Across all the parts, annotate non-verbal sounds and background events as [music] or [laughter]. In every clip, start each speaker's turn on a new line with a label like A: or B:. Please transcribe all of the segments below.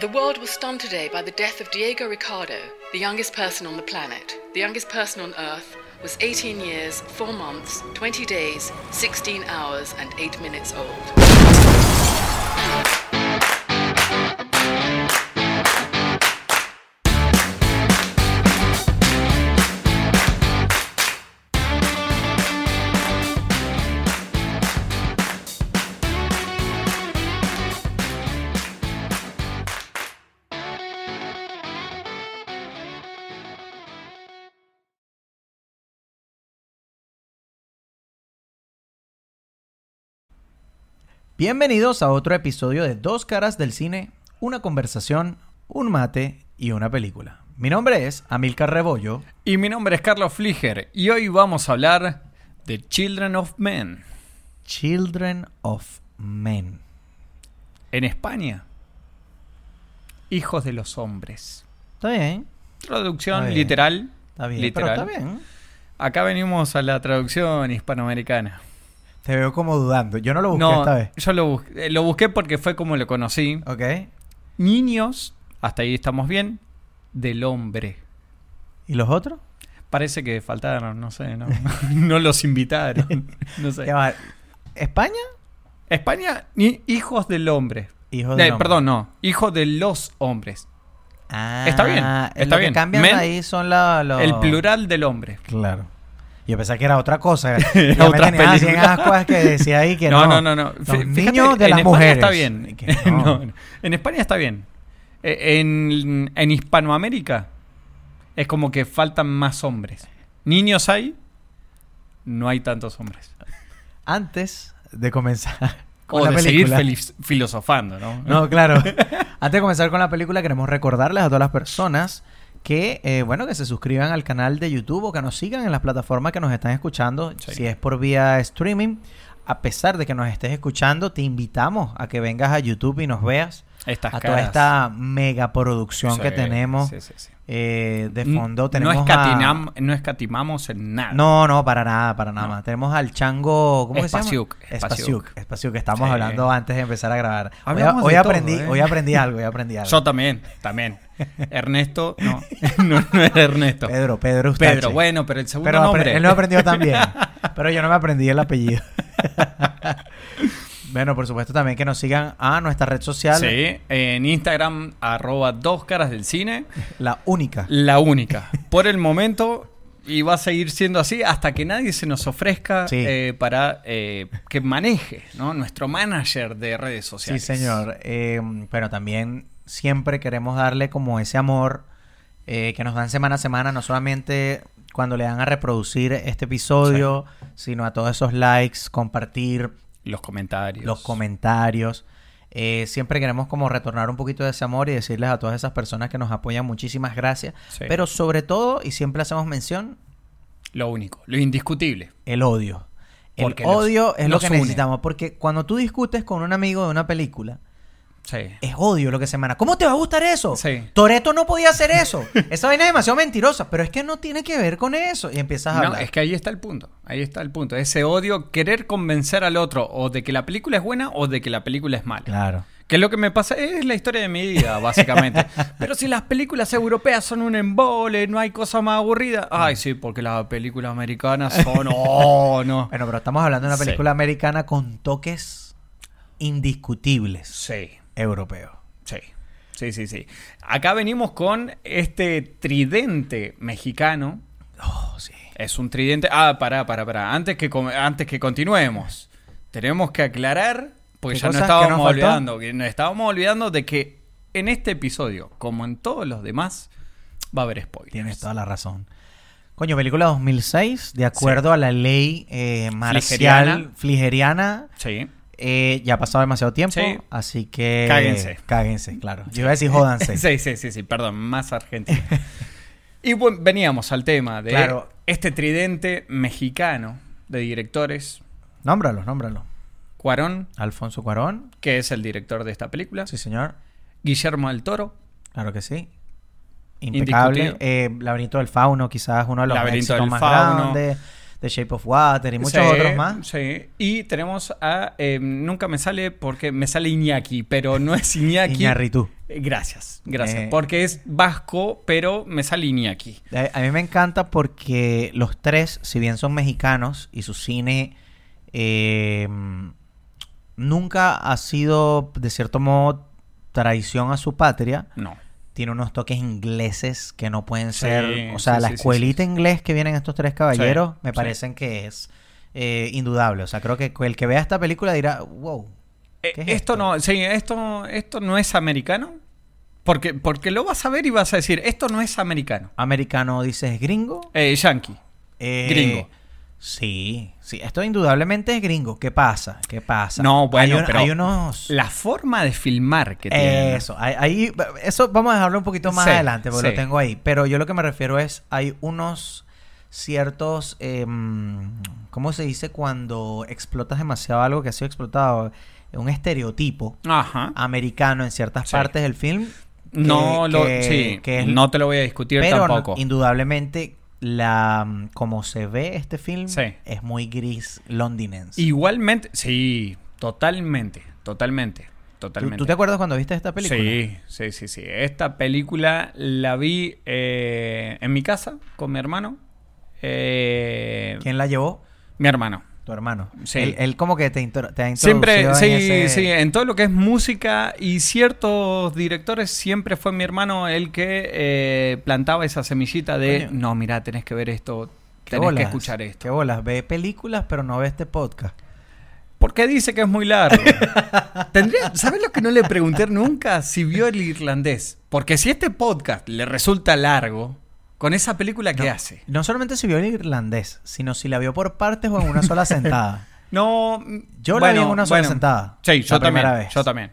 A: The world was stunned today by the death of Diego Ricardo, the youngest person on the planet. The youngest person on Earth was 18 years, 4 months, 20 days, 16 hours, and 8 minutes old.
B: Bienvenidos a otro episodio de Dos Caras del Cine, una conversación, un mate y una película. Mi nombre es Amilcar Rebollo.
C: Y mi nombre es Carlos Fliger y hoy vamos a hablar de Children of Men.
B: Children of Men.
C: En España, Hijos de los Hombres.
B: Está bien, Está
C: Traducción
B: bien.
C: literal.
B: está bien,
C: Literal.
B: pero está bien.
C: Acá venimos a la traducción hispanoamericana.
B: Te veo como dudando. Yo no lo busqué
C: no,
B: esta vez.
C: yo lo busqué, lo busqué porque fue como lo conocí.
B: Ok.
C: Niños, hasta ahí estamos bien, del hombre.
B: ¿Y los otros?
C: Parece que faltaron, no sé, no, [laughs] no
B: [laughs]
C: los invitaron. No sé.
B: Ya va. ¿España?
C: España, ni hijos del hombre.
B: Hijo
C: Eh,
B: de.
C: Perdón, no. Hijos de los hombres. Está bien, está
B: Ah, Lo que
C: bien.
B: cambian
C: Men-
B: ahí son la- los.
C: El plural del hombre.
B: Claro. Yo pensé que era otra
C: [laughs]
B: cosa.
C: Era
B: Yo me
C: otra
B: tenía cien
C: película.
B: ascuas que decía ahí que
C: no,
B: no.
C: no, no, no.
B: Los
C: Fí- fíjate,
B: niños de
C: en
B: las
C: España
B: mujeres.
C: está bien.
B: Que no.
C: [laughs] No, no. En España está bien. Eh, En, en Hispanoamérica es como que faltan más hombres. Niños hay, no hay tantos hombres.
B: Antes de comenzar con
C: O
B: la
C: de seguir
B: película.
C: feliz- filosofando, ¿no?
B: No, claro. Antes de comenzar con la película, queremos recordarles a todas las personas que, eh, bueno, que se suscriban al canal de YouTube o que nos sigan en las plataformas que nos están escuchando,
C: Sí.
B: si es por vía streaming. A pesar de que nos estés escuchando, te invitamos a que vengas a YouTube y nos veas
C: Estas
B: a toda
C: caras.
B: esta megaproducción
C: Sí,
B: que tenemos.
C: sí, sí, sí.
B: Eh, de fondo
C: No
B: tenemos a...
C: escatinam- no escatimamos en nada.
B: No, no, para nada, para nada
C: No.
B: más. Tenemos al chango... ¿Cómo que se llama?
C: Espaciuc, Espaciuc.
B: Espaciuc. Espaciuc, que estábamos
C: Sí.
B: hablando antes de empezar a grabar. Hoy-
C: Hablamos de
B: hoy,
C: todo,
B: aprendí,
C: ¿eh?
B: hoy aprendí algo, hoy aprendí algo.
C: Yo también, también. Ernesto, no, [laughs] no, no era Ernesto. Pedro,
B: Pedro, Pedro Ustache.
C: bueno, pero el segundo
B: Pero apre-
C: nombre.
B: él lo aprendió
C: [laughs]
B: también. pero yo no me aprendí el apellido. [laughs] bueno, por supuesto también que nos sigan a nuestra red social.
C: Sí, en Instagram, arroba dos caras del cine.
B: La única.
C: La única. Por el momento, y va a seguir siendo así hasta que nadie se nos ofrezca
B: Sí.
C: eh, para eh, que maneje, ¿no? Nuestro manager de redes
B: Sí,
C: sociales.
B: señor. Eh, pero también siempre queremos darle como ese amor eh, que nos dan semana a semana, no solamente cuando le dan a reproducir este episodio, sino a todos esos likes, compartir
C: Los comentarios.
B: los comentarios. Eh, siempre queremos como retornar un poquito de ese amor y decirles a todas esas personas que nos apoyan muchísimas gracias.
C: Sí.
B: Pero sobre todo, y siempre hacemos mención,
C: Lo único, lo indiscutible.
B: el odio. El
C: Porque nos-
B: odio es lo
C: nos
B: que
C: une.
B: necesitamos, porque cuando tú discutes con un amigo de una película,
C: Sí.
B: es odio lo que se emana. ¿Cómo te va a gustar eso?
C: Sí.
B: Toreto no podía
C: [laughs]
B: hacer eso. Esa vaina es demasiado mentirosa, pero es que no tiene que ver con eso. Y empiezas a
C: No,
B: hablar.
C: es que ahí está el punto. Ahí está el punto. Ese odio, querer convencer al otro o de que la película es buena o de que la película es mala.
B: Claro.
C: Que lo que me pasa es la historia de mi vida, básicamente. Pero si las películas europeas son un embole, no hay cosa más aburrida. Ay, sí, porque las películas americanas son. Oh, no.
B: Bueno, pero estamos hablando de una
C: Sí.
B: película americana con toques indiscutibles
C: Sí,
B: europeos.
C: sí. Sí, sí, sí. Acá venimos con este tridente mexicano.
B: Oh, sí.
C: Es un tridente. Ah, pará, pará, pará. Antes que, com- antes que continuemos, tenemos que aclarar, porque
B: ¿Qué
C: ya
B: cosas que
C: no
B: nos
C: estábamos
B: faltó?
C: olvidando, que nos estábamos olvidando de que en este episodio, como en todos los demás, va a haber spoilers.
B: Tienes toda la razón. Coño, película 2006, de acuerdo a la ley eh, marcial
C: Fligeriana.
B: fligeriana.
C: Sí.
B: eh, ya ha pasado demasiado tiempo,
C: Sí.
B: así que...
C: Cáguense.
B: Cáguense, claro. Yo iba a decir jódanse.
C: [laughs] Sí, sí, sí, sí, perdón, más
B: [laughs]
C: argentino. y bueno, veníamos al tema de
B: Claro.
C: este tridente mexicano de directores,
B: Nómbralos, nómbralos.
C: Cuarón,
B: Alfonso Cuarón.
C: que es el director de esta película,
B: Sí, señor.
C: Guillermo del Toro,
B: Claro que sí. Impecable.
C: Indiscutido.
B: Eh, Laberinto del Fauno, quizás uno de los
C: Laberinto
B: éxitos
C: del
B: más
C: Fauno.
B: grandes. The Shape of Water y muchos
C: Sí,
B: otros más.
C: Sí, y em, tenemos a, eh, nunca me sale porque me sale Iñaki, pero no es Iñaki.
B: Iñarritu.
C: Eh, Gracias, gracias.
B: Eh.
C: Porque es vasco, pero me salí aquí.
B: Eh, A, a mí me encanta porque los tres, si bien son mexicanos y su cine eh, nunca ha sido, de cierto modo, traición a su patria,
C: No.
B: tiene unos toques ingleses que no pueden
C: Sí,
B: ser. O sea,
C: sí,
B: la
C: sí, sí,
B: escuelita inglés que vienen estos tres caballeros
C: Sí,
B: me
C: sí.
B: parecen que es eh, indudable. O sea, creo que el que vea esta película dirá, wow.
C: Eh,
B: ¿qué es
C: esto, no, sí, esto, esto no es americano. Porque, porque lo vas a ver y vas a decir, esto no es americano.
B: Americano dices gringo.
C: Eh, yankee.
B: Eh,
C: Gringo.
B: Sí, sí, esto indudablemente es gringo. ¿Qué pasa? ¿Qué pasa?
C: No, bueno,
B: hay, un-
C: pero
B: hay unos.
C: La forma de filmar que tiene.
B: Eso, hay- ahí, eso vamos a dejarlo un poquito más
C: Sí,
B: adelante, porque
C: sí.
B: lo tengo ahí. Pero yo lo que me refiero es, hay unos ciertos, em, ¿cómo se dice cuando explotas demasiado algo que ha sido explotado? Un estereotipo
C: Ajá.
B: americano en ciertas
C: Sí.
B: partes del film. que-
C: no lo,
B: que-
C: sí,
B: que es-
C: no te lo voy a discutir
B: pero no-
C: tampoco.
B: indudablemente la mm, como se ve este film
C: Sí.
B: es muy gris londinense.
C: Igualmente, sí, totalmente, totalmente,
B: ¿Tú- ¿Tú,
C: totalmente.
B: te acuerdas cuando viste esta película?
C: Sí, sí, sí, sí. Esta película la vi eh, en mi casa con mi hermano. Eh,
B: ¿Quién la llevó?
C: Mi hermano.
B: Tu hermano.
C: Sí.
B: Él, él como que te, intro- te ha
C: Siempre,
B: introducido
C: sí,
B: en ese-
C: sí, en todo lo que es música y ciertos directores, siempre fue mi hermano el que eh, plantaba esa semillita de,
B: Coño.
C: no, mira, tenés que ver esto,
B: ¿Qué
C: tenés que
B: bolas?
C: escuchar esto.
B: ¿Qué bolas? Ve películas, pero no ve este podcast.
C: Porque dice que es muy largo? [laughs] Tendría, ¿Sabes lo que no le pregunté nunca? Si vio el irlandés. Porque si este podcast le resulta largo, con esa película, ¿qué hace?
B: No solamente si vio el irlandés, sino si la vio por partes o en una
C: [laughs]
B: sola sentada.
C: No.
B: Yo la vi en una sola sentada.
C: Sí, yo
B: La primera
C: también,
B: vez.
C: yo también.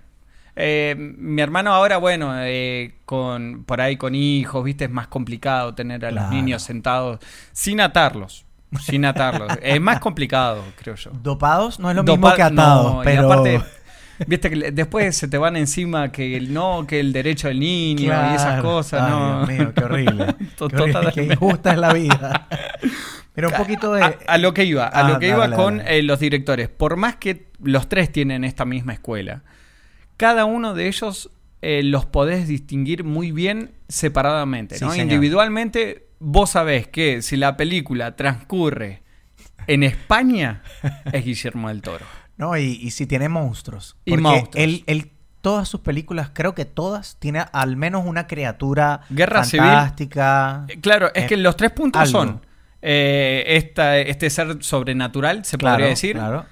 C: Eh, mi hermano ahora, bueno, eh, con por ahí con hijos, viste, es más complicado tener a los
B: Claro.
C: niños sentados sin atarlos. Sin atarlos. es más complicado, creo yo.
B: Dopados no es lo
C: Dopa-
B: mismo que atados,
C: no, y
B: pero... [laughs]
C: aparte, viste que le- después se te van encima que el no, que el derecho del niño y esas
B: Claro.
C: cosas,
B: Ay,
C: no.
B: Dios mío, qué
C: [laughs]
B: horrible.
C: To-
B: qué, horrible,
C: totalmente.
B: qué injusta es la
C: [laughs]
B: vida. Pero un poquito de...
C: A, a lo que iba, a
B: Ah,
C: lo que iba
B: dale, dale,
C: con
B: dale.
C: eh, los directores. Por más que los tres tienen esta misma escuela, cada uno de ellos eh, los podés distinguir muy bien separadamente.
B: Sí,
C: ¿no?
B: señor.
C: Individualmente, vos sabés que si la película transcurre en España, es Guillermo del Toro.
B: No, y, y si tiene monstruos.
C: Y
B: Porque
C: monstruos.
B: Él, él- todas sus películas, creo que todas, tiene al menos una criatura
C: Guerra Civil.
B: fantástica.
C: Eh, Claro, es
B: Eh,
C: que los tres puntos
B: algo.
C: son eh, esta, este ser sobrenatural, se
B: Claro,
C: podría decir,
B: Claro.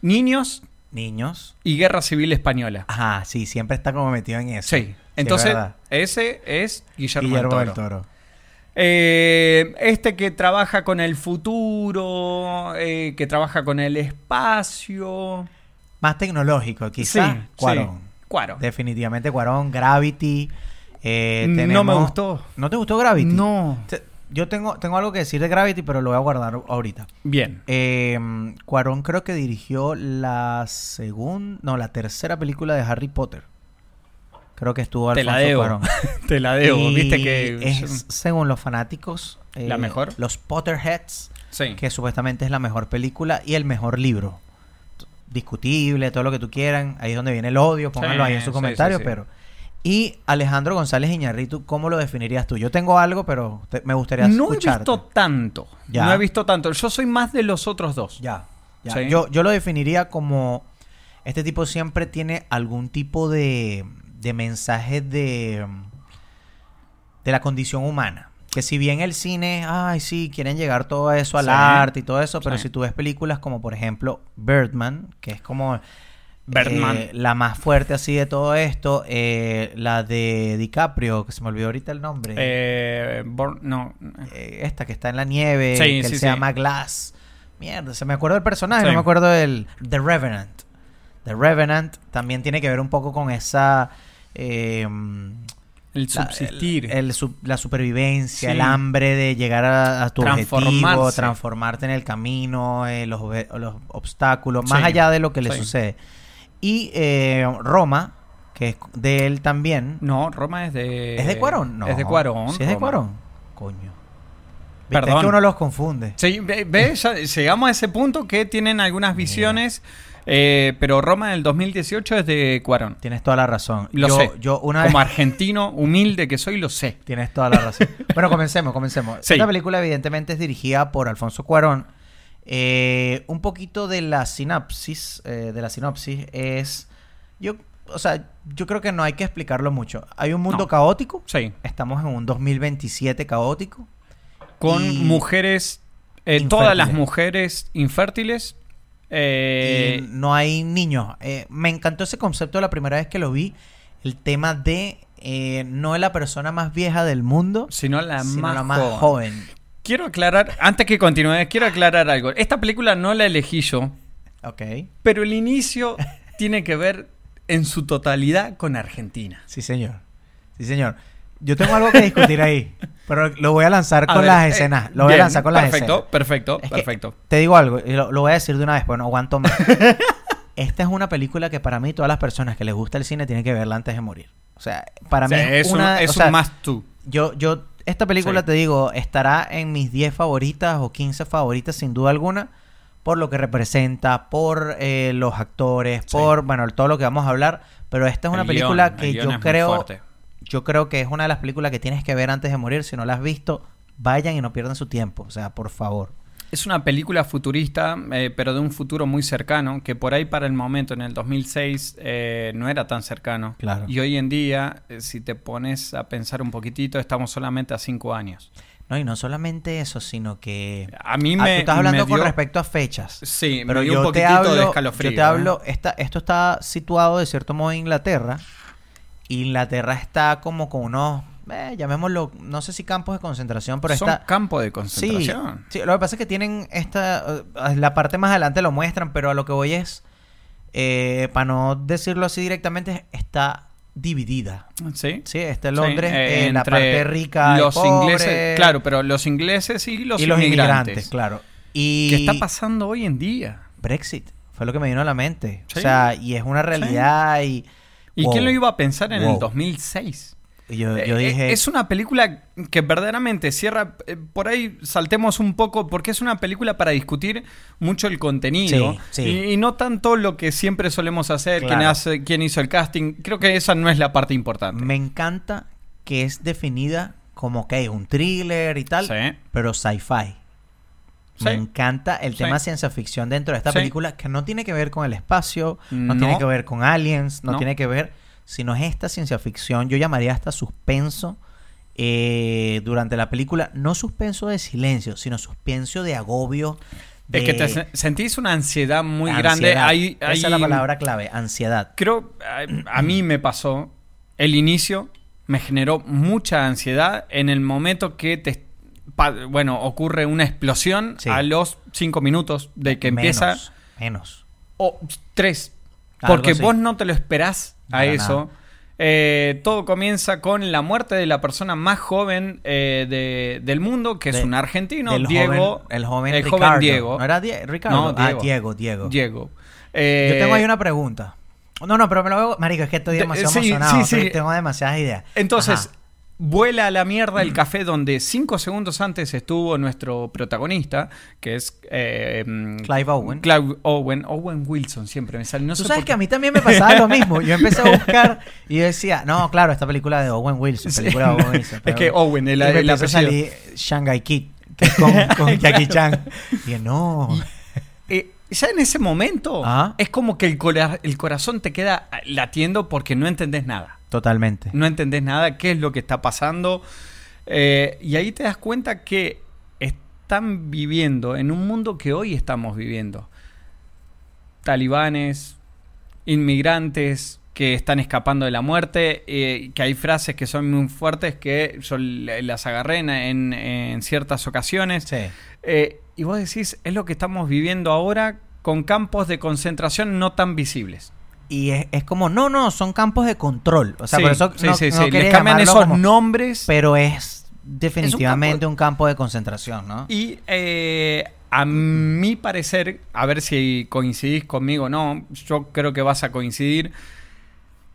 C: niños
B: Niños.
C: y guerra civil española.
B: Ajá, sí, siempre está como metido en eso.
C: sí,
B: Ah, es
C: entonces
B: verdad.
C: ese es Guillermo,
B: Guillermo
C: del
B: del
C: Toro.
B: Toro.
C: Eh, este que trabaja con el futuro, eh, que trabaja con el espacio.
B: Más tecnológico, quizás.
C: Sí,
B: Cuarón.
C: sí, Cuarón.
B: Definitivamente Cuarón, Gravity. eh,
C: No me
B: tenemos-
C: gustó.
B: ¿No te gustó Gravity?
C: No.
B: Te- Yo tengo, tengo algo que decir de Gravity, pero lo voy a guardar ahorita.
C: Bien.
B: Eh, Cuarón creo que dirigió la segunda, no, la tercera película de Harry Potter. Creo que estuvo
C: Te
B: Alfonso
C: la debo.
B: Cuarón.
C: [laughs] Te la debo.
B: Y
C: Viste que.
B: es, según los fanáticos, eh,
C: ¿La mejor?
B: Los Potterheads,
C: Sí.
B: que supuestamente es la mejor película y el mejor libro. T- Discutible, todo lo que tú quieran. Ahí es donde viene el odio, pónganlo ahí en
C: sí,
B: sus
C: sí,
B: comentarios,
C: sí.
B: pero... Y Alejandro González Iñarritu, ¿cómo lo definirías tú? Yo tengo algo, pero te- me gustaría
C: No he
B: escucharte.
C: visto tanto.
B: Ya.
C: No he visto tanto. Yo soy más de los otros dos.
B: Ya, ya.
C: Sí.
B: Yo, yo lo definiría como este tipo siempre tiene algún tipo de, de mensaje de, de la condición humana. Que si bien el cine, ay sí, quieren llegar todo eso al
C: Sí.
B: arte y todo eso, pero
C: Sí.
B: si tú ves películas como por ejemplo Birdman, que es como eh,
C: Birdman.
B: la más fuerte así de todo esto, eh, la de DiCaprio, que se me olvidó ahorita el nombre,
C: Eh, Born- no.
B: eh, esta que está en la nieve,
C: Sí,
B: que él
C: sí,
B: se
C: sí.
B: llama Glass. Mierda, se me acuerdo del personaje,
C: Sí.
B: no me acuerdo del The Revenant. The Revenant también tiene que ver un poco con esa eh,
C: El
B: la-
C: subsistir.
B: el- el su- la supervivencia,
C: Sí.
B: el hambre de llegar a, a tu objetivo,
C: Transformarse.
B: transformarte en el camino, eh, los, ve- los obstáculos, más
C: Sí.
B: allá de lo que le
C: Sí.
B: sucede. Y eh, Roma, que es de él también.
C: No, Roma es de.
B: Eh, ¿Es de Cuarón? No.
C: Es de Cuarón.
B: ¿Sí es de
C: Roma.
B: Cuarón? Coño. Viste,
C: Perdón.
B: Es que uno los confunde.
C: Sí, ve- ve, ya llegamos a ese punto que tienen algunas visiones Eh, pero Roma del 2018 es de Cuarón.
B: Tienes toda la razón.
C: Lo
B: yo,
C: sé.
B: Yo una vez...
C: Como argentino humilde que soy, lo sé.
B: Tienes toda la [laughs] razón. bueno, comencemos, comencemos.
C: Sí.
B: Esta película evidentemente es dirigida por Alfonso Cuarón. Eh, un poquito de la sinapsis, eh, de la sinopsis es, yo, o sea, yo creo que no hay que explicarlo mucho. Hay un mundo
C: No.
B: caótico.
C: Sí.
B: Estamos en un 2027 caótico.
C: Con
B: Y-
C: mujeres, eh, todas
B: Infértiles.
C: las mujeres infértiles.
B: y
C: Eh,
B: no hay niños. Eh, me encantó ese concepto la primera vez que lo vi. El tema de eh, no es la persona más vieja del mundo,
C: sino la
B: sino
C: más,
B: la más
C: joven.
B: joven.
C: Quiero aclarar, antes que continúe, quiero aclarar algo. Esta película no la elegí yo,
B: Ok.
C: pero el inicio tiene que ver en su totalidad con Argentina.
B: Sí, señor. Sí, señor. Yo tengo algo que discutir ahí, pero lo voy a lanzar
C: A
B: con
C: ver,
B: las
C: eh,
B: escenas. Lo voy
C: bien,
B: a lanzar con las escenas.
C: Perfecto, perfecto,
B: Es que
C: perfecto.
B: Te digo algo, y lo, lo voy a decir de una vez, pues no aguanto
C: [laughs]
B: más. Esta es una película que para mí todas las personas que les gusta el cine tienen que verla antes de morir. O sea, para
C: O sea,
B: mí es,
C: es,
B: una...
C: un, es
B: o sea,
C: un must to.
B: Yo, yo, esta película
C: Sí.
B: te digo, estará en mis 10 favoritas o 15 favoritas sin duda alguna, por lo que representa, por eh, los actores,
C: Sí.
B: por, bueno, todo lo que vamos a hablar, pero esta es una
C: El
B: película
C: guión,
B: que
C: el guión
B: yo
C: es muy
B: creo,
C: fuerte.
B: yo creo que es una de las películas que tienes que ver antes de morir, si no la has visto, vayan y no pierdan su tiempo, o sea, por favor.
C: Es una película futurista, eh, pero de un futuro muy cercano, que por ahí para el momento, en el 2006, eh, no era tan cercano.
B: Claro.
C: Y hoy en día, eh, si te pones a pensar un poquitito, estamos solamente a cinco años.
B: No, y no solamente eso, sino que
C: A mí
B: Ah,
C: me.
B: tú estás
C: me
B: hablando con
C: dio-
B: respecto a fechas.
C: Sí,
B: Pero
C: me dio
B: yo
C: un
B: te
C: poquitito
B: hablo,
C: de escalofrío.
B: Yo te
C: ¿eh?
B: hablo, esta- esto está situado de cierto modo en Inglaterra. Inglaterra está como con unos, eh, llamémoslo, no sé si campos de concentración, pero
C: Son
B: está...
C: campo de
B: Sí,
C: concentración.
B: sí, lo que pasa es que tienen esta, eh, la parte más adelante lo muestran, pero a lo que voy es, eh, para no decirlo así directamente, está dividida.
C: Sí.
B: Sí, está
C: Sí,
B: Londres,
C: eh,
B: eh, la
C: entre
B: parte rica, y
C: Los
B: pobre,
C: ingleses, claro, pero los ingleses y los,
B: y los inmigrantes,
C: inmigrantes.
B: claro. Y
C: ¿Qué está pasando hoy en día?
B: Brexit. Fue lo que me vino a la mente.
C: Sí.
B: O sea, y es una realidad y...
C: ¿Y
B: Wow.
C: quién lo iba a pensar en el
B: Wow.
C: 2006?
B: Y Yo, yo
C: Eh,
B: dije...
C: Es una película que verdaderamente cierra. eh, Por ahí saltemos un poco, porque es una película para discutir mucho el contenido.
B: Sí, sí.
C: Y, y no tanto lo que siempre solemos hacer, quién,
B: Claro.
C: hace, quién hizo el casting. Creo que esa no es la parte importante.
B: Me encanta que es definida como, ok, un thriller y tal,
C: Sí.
B: pero sci-fi. Me
C: Sí.
B: encanta el
C: Sí.
B: tema ciencia ficción dentro de esta
C: Sí.
B: película que no tiene que ver con el espacio, no,
C: No.
B: tiene que ver con aliens, no,
C: No.
B: tiene que ver, sino es esta ciencia ficción, yo llamaría hasta suspenso eh, durante la película, no suspenso de silencio, sino suspenso de agobio.
C: Es que te
B: de-
C: sen- sentís una ansiedad muy grande.
B: Ansiedad.
C: Hay,
B: Esa
C: hay-
B: es la palabra clave, ansiedad.
C: Creo, a, a mí me pasó, el inicio me generó mucha ansiedad en el momento que te... pa- bueno, ocurre una explosión
B: Sí.
C: a los cinco minutos de que empieza...
B: Menos, menos.
C: O tres.
B: Algo
C: Porque
B: así.
C: vos no te lo esperás a
B: Para
C: eso. Eh, todo comienza con la muerte de la persona más joven eh, de- del mundo, que es
B: De-
C: un argentino,
B: del
C: Diego.
B: joven- el joven
C: el
B: Ricardo.
C: joven Diego.
B: ¿No era Die- Ricardo?
C: No,
B: Ah,
C: Diego.
B: Diego, Diego.
C: Diego.
B: Yo
C: Eh,
B: tengo ahí una pregunta. No, no, pero me lo veo... Marico, es que estoy
C: de-
B: demasiado
C: sí,
B: emocionado.
C: sí, sí.
B: estoy- Tengo demasiadas ideas.
C: Entonces,
B: Ajá.
C: vuela a la mierda el café donde cinco segundos antes estuvo nuestro protagonista, que es... eh, mm,
B: Clive Owen.
C: Clive Owen. Owen Wilson siempre me sale. No
B: Tú
C: sé
B: sabes
C: por
B: que
C: qué.
B: a mí también me pasaba lo mismo. Yo empecé
C: [laughs]
B: a buscar y yo decía... No, claro, esta película de Owen Wilson.
C: Sí.
B: Película de Owen [laughs] Wilson.
C: [laughs] Es que Owen, el-
B: Y me
C: el
B: empieza a
C: apellido.
B: salir Shanghai Kid. Que es con,
C: [laughs]
B: con Jackie Chan. Y yo, no...
C: Eh, ya en ese momento
B: Ajá.
C: es como que el, cora- el corazón te queda latiendo porque no entendés nada.
B: Totalmente.
C: No entendés nada, qué es lo que está pasando. Eh, y ahí te das cuenta que están viviendo en un mundo que hoy estamos viviendo. Talibanes, inmigrantes que están escapando de la muerte, eh, que hay frases que son muy fuertes que yo le- las agarré en, en- en ciertas ocasiones.
B: Sí.
C: Eh, y vos decís, es lo que estamos viviendo ahora con campos de concentración no tan visibles.
B: Y es, es como, no, no, son campos de control. O sea,
C: Sí,
B: por eso
C: sí,
B: no,
C: sí,
B: no
C: sí.
B: quería
C: Les cambian
B: llamarlo
C: esos
B: como-
C: nombres.
B: Pero es definitivamente un campo de concentración, ¿no?
C: Y eh, a mi parecer, a ver si coincidís conmigo o no, yo creo que vas a coincidir.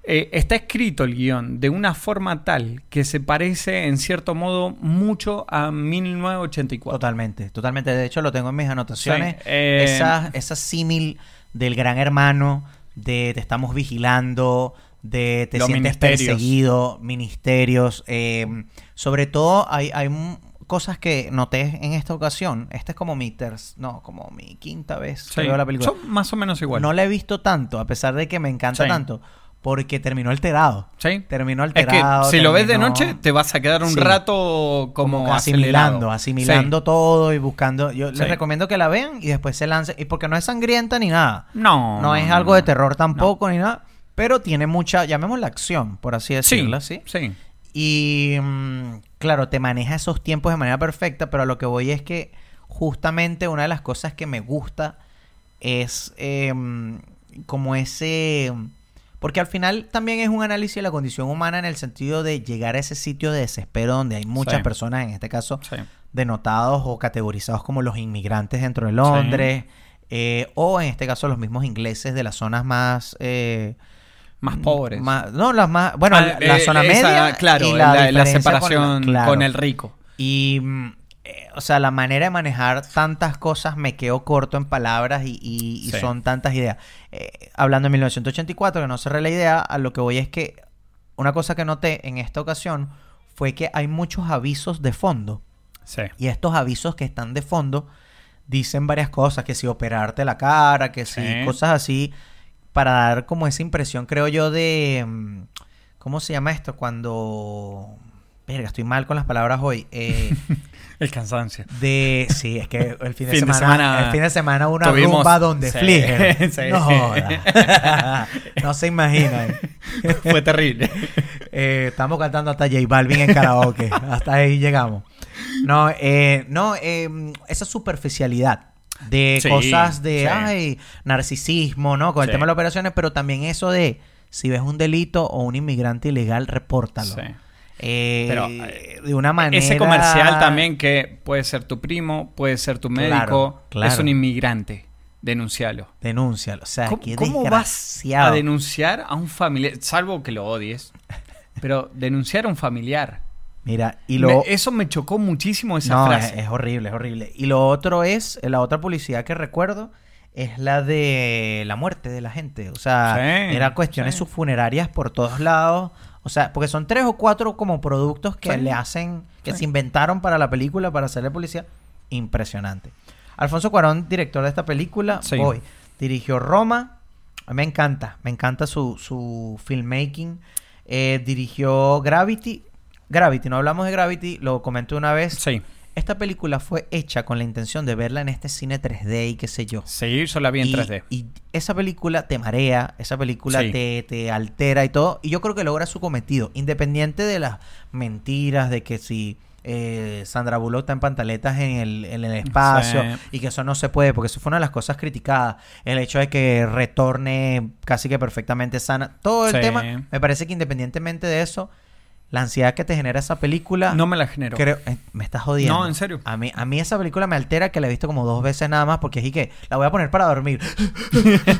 C: eh, está escrito el guión de una forma tal que se parece en cierto modo mucho a 1984.
B: Totalmente, totalmente. De hecho, lo tengo en mis anotaciones.
C: Sí, eh,
B: Esa, esa símil del gran hermano, de te estamos vigilando, de te
C: Los
B: sientes
C: ministerios.
B: perseguido, ministerios. eh, sobre todo hay, hay m- cosas que noté en esta ocasión. Esta es como mi ter no, como mi quinta vez que
C: Sí.
B: veo la película.
C: Son más o menos igual.
B: No la he visto tanto, a pesar de que me encanta
C: Sí.
B: tanto, porque terminó alterado.
C: Sí.
B: Terminó
C: Es que
B: alterado.
C: si lo ves de
B: terminó-
C: noche, te vas a quedar un
B: Sí.
C: rato como,
B: como asimilando,
C: acelerado.
B: asimilando todo y buscando. Yo
C: Sí.
B: les recomiendo que la vean y después se lancen. Y porque no es sangrienta ni nada.
C: Sí. No.
B: No, es algo de
C: no.
B: terror tampoco ni nada. Pero tiene mucha, llamémosla acción, por así
C: Sí,
B: decirlo, ¿sí?
C: sí. Sí.
B: Y mm, claro, te maneja esos tiempos de manera perfecta, pero a lo que voy es que justamente una de las cosas que me gusta es eh, como ese... Porque al final también es un análisis de la condición humana en el sentido de llegar a ese sitio de desespero donde hay muchas
C: Sí.
B: personas, en este caso, denotados o categorizados como los inmigrantes dentro de Londres, eh, o en este caso los mismos ingleses de las zonas más... eh,
C: Más pobres.
B: más- no, las más... Bueno,
C: Ah,
B: la, la
C: eh,
B: zona
C: esa,
B: media...
C: Claro,
B: y
C: la,
B: diferencia
C: la
B: con la-
C: separación con,
B: claro.
C: el rico.
B: Y, mm, eh, o sea, la manera de manejar tantas cosas me quedo corto en palabras y, y- y
C: Sí.
B: son tantas ideas. Eh, hablando de 1984, que no cerré la idea, a lo que voy es que una cosa que noté en esta ocasión fue que hay muchos avisos de fondo.
C: Sí.
B: Y estos avisos que están de fondo dicen varias cosas, que si operarte la cara, que si
C: Sí.
B: cosas así, para dar como esa impresión, creo yo, de... mm, ¿Cómo se llama esto? Cuando... Verga, estoy mal con las palabras hoy. Eh,
C: [laughs] El
B: [laughs]
C: cansancio.
B: de... Sí, es que el fin de,
C: Fin de
B: semana,
C: semana
B: El fin de semana una
C: tuvimos-
B: rumba donde
C: Sí,
B: fligen.
C: [laughs] sí.
B: No joda. [laughs] no se imaginan.
C: Fue terrible.
B: Eh, estamos cantando hasta J Balvin en
C: [laughs]
B: karaoke. hasta ahí llegamos. No, eh, no eh, esa superficialidad de
C: Sí,
B: cosas de
C: sí.
B: ay, narcisismo, ¿no? Con el
C: Sí.
B: tema de las operaciones, pero también eso de si ves un delito o un inmigrante ilegal, repórtalo.
C: Sí.
B: Eh,
C: Pero, eh,
B: de una manera.
C: Ese comercial también que puede ser tu primo, puede ser tu médico,
B: Claro, claro.
C: es un inmigrante. Denuncialo.
B: Denúncialo. O sea,
C: ¿Cómo,
B: qué
C: cómo vas a
B: desgraciado.
C: denunciar a un familiar? Salvo que lo odies, pero denunciar a un familiar.
B: Mira, y lo.
C: Me- eso me chocó muchísimo esa
B: no,
C: frase.
B: Es, es horrible, es horrible. Y lo otro es, eh, la otra publicidad que recuerdo es la de la muerte de la gente. O sea,
C: Sí,
B: era cuestiones
C: sí.
B: sus funerarias por todos lados. O sea, porque son tres o cuatro como productos que
C: Sí.
B: le hacen, que
C: Sí.
B: se inventaron para la película, para hacerle publicidad. Impresionante. Alfonso Cuarón, director de esta película,
C: Sí.
B: voy. Dirigió Roma. A mí Me encanta, me encanta su, su filmmaking. Eh, dirigió Gravity. Gravity, no hablamos de Gravity, lo comenté una vez.
C: Sí,
B: Esta película fue hecha con la intención de verla en este cine 3D y qué sé yo.
C: sí, yo la vi en
B: y,
C: 3D.
B: y esa película te marea, esa película
C: Sí.
B: te, te altera y todo. Y yo creo que logra su cometido, independiente de las mentiras, de que si eh, Sandra Bullock está en pantaletas en el, en el espacio
C: Sí.
B: y que eso no se puede, porque eso fue una de las cosas criticadas. El hecho de que retorne casi que perfectamente sana. Todo el
C: Sí.
B: tema, me parece que independientemente de eso, la ansiedad que te genera esa película...
C: No me la generó.
B: Creo, eh, me estás jodiendo.
C: No, en serio.
B: A mí, a mí esa película me altera que la he visto como dos veces nada más porque es que la voy a poner para
C: [laughs]
B: dormir.
C: [laughs]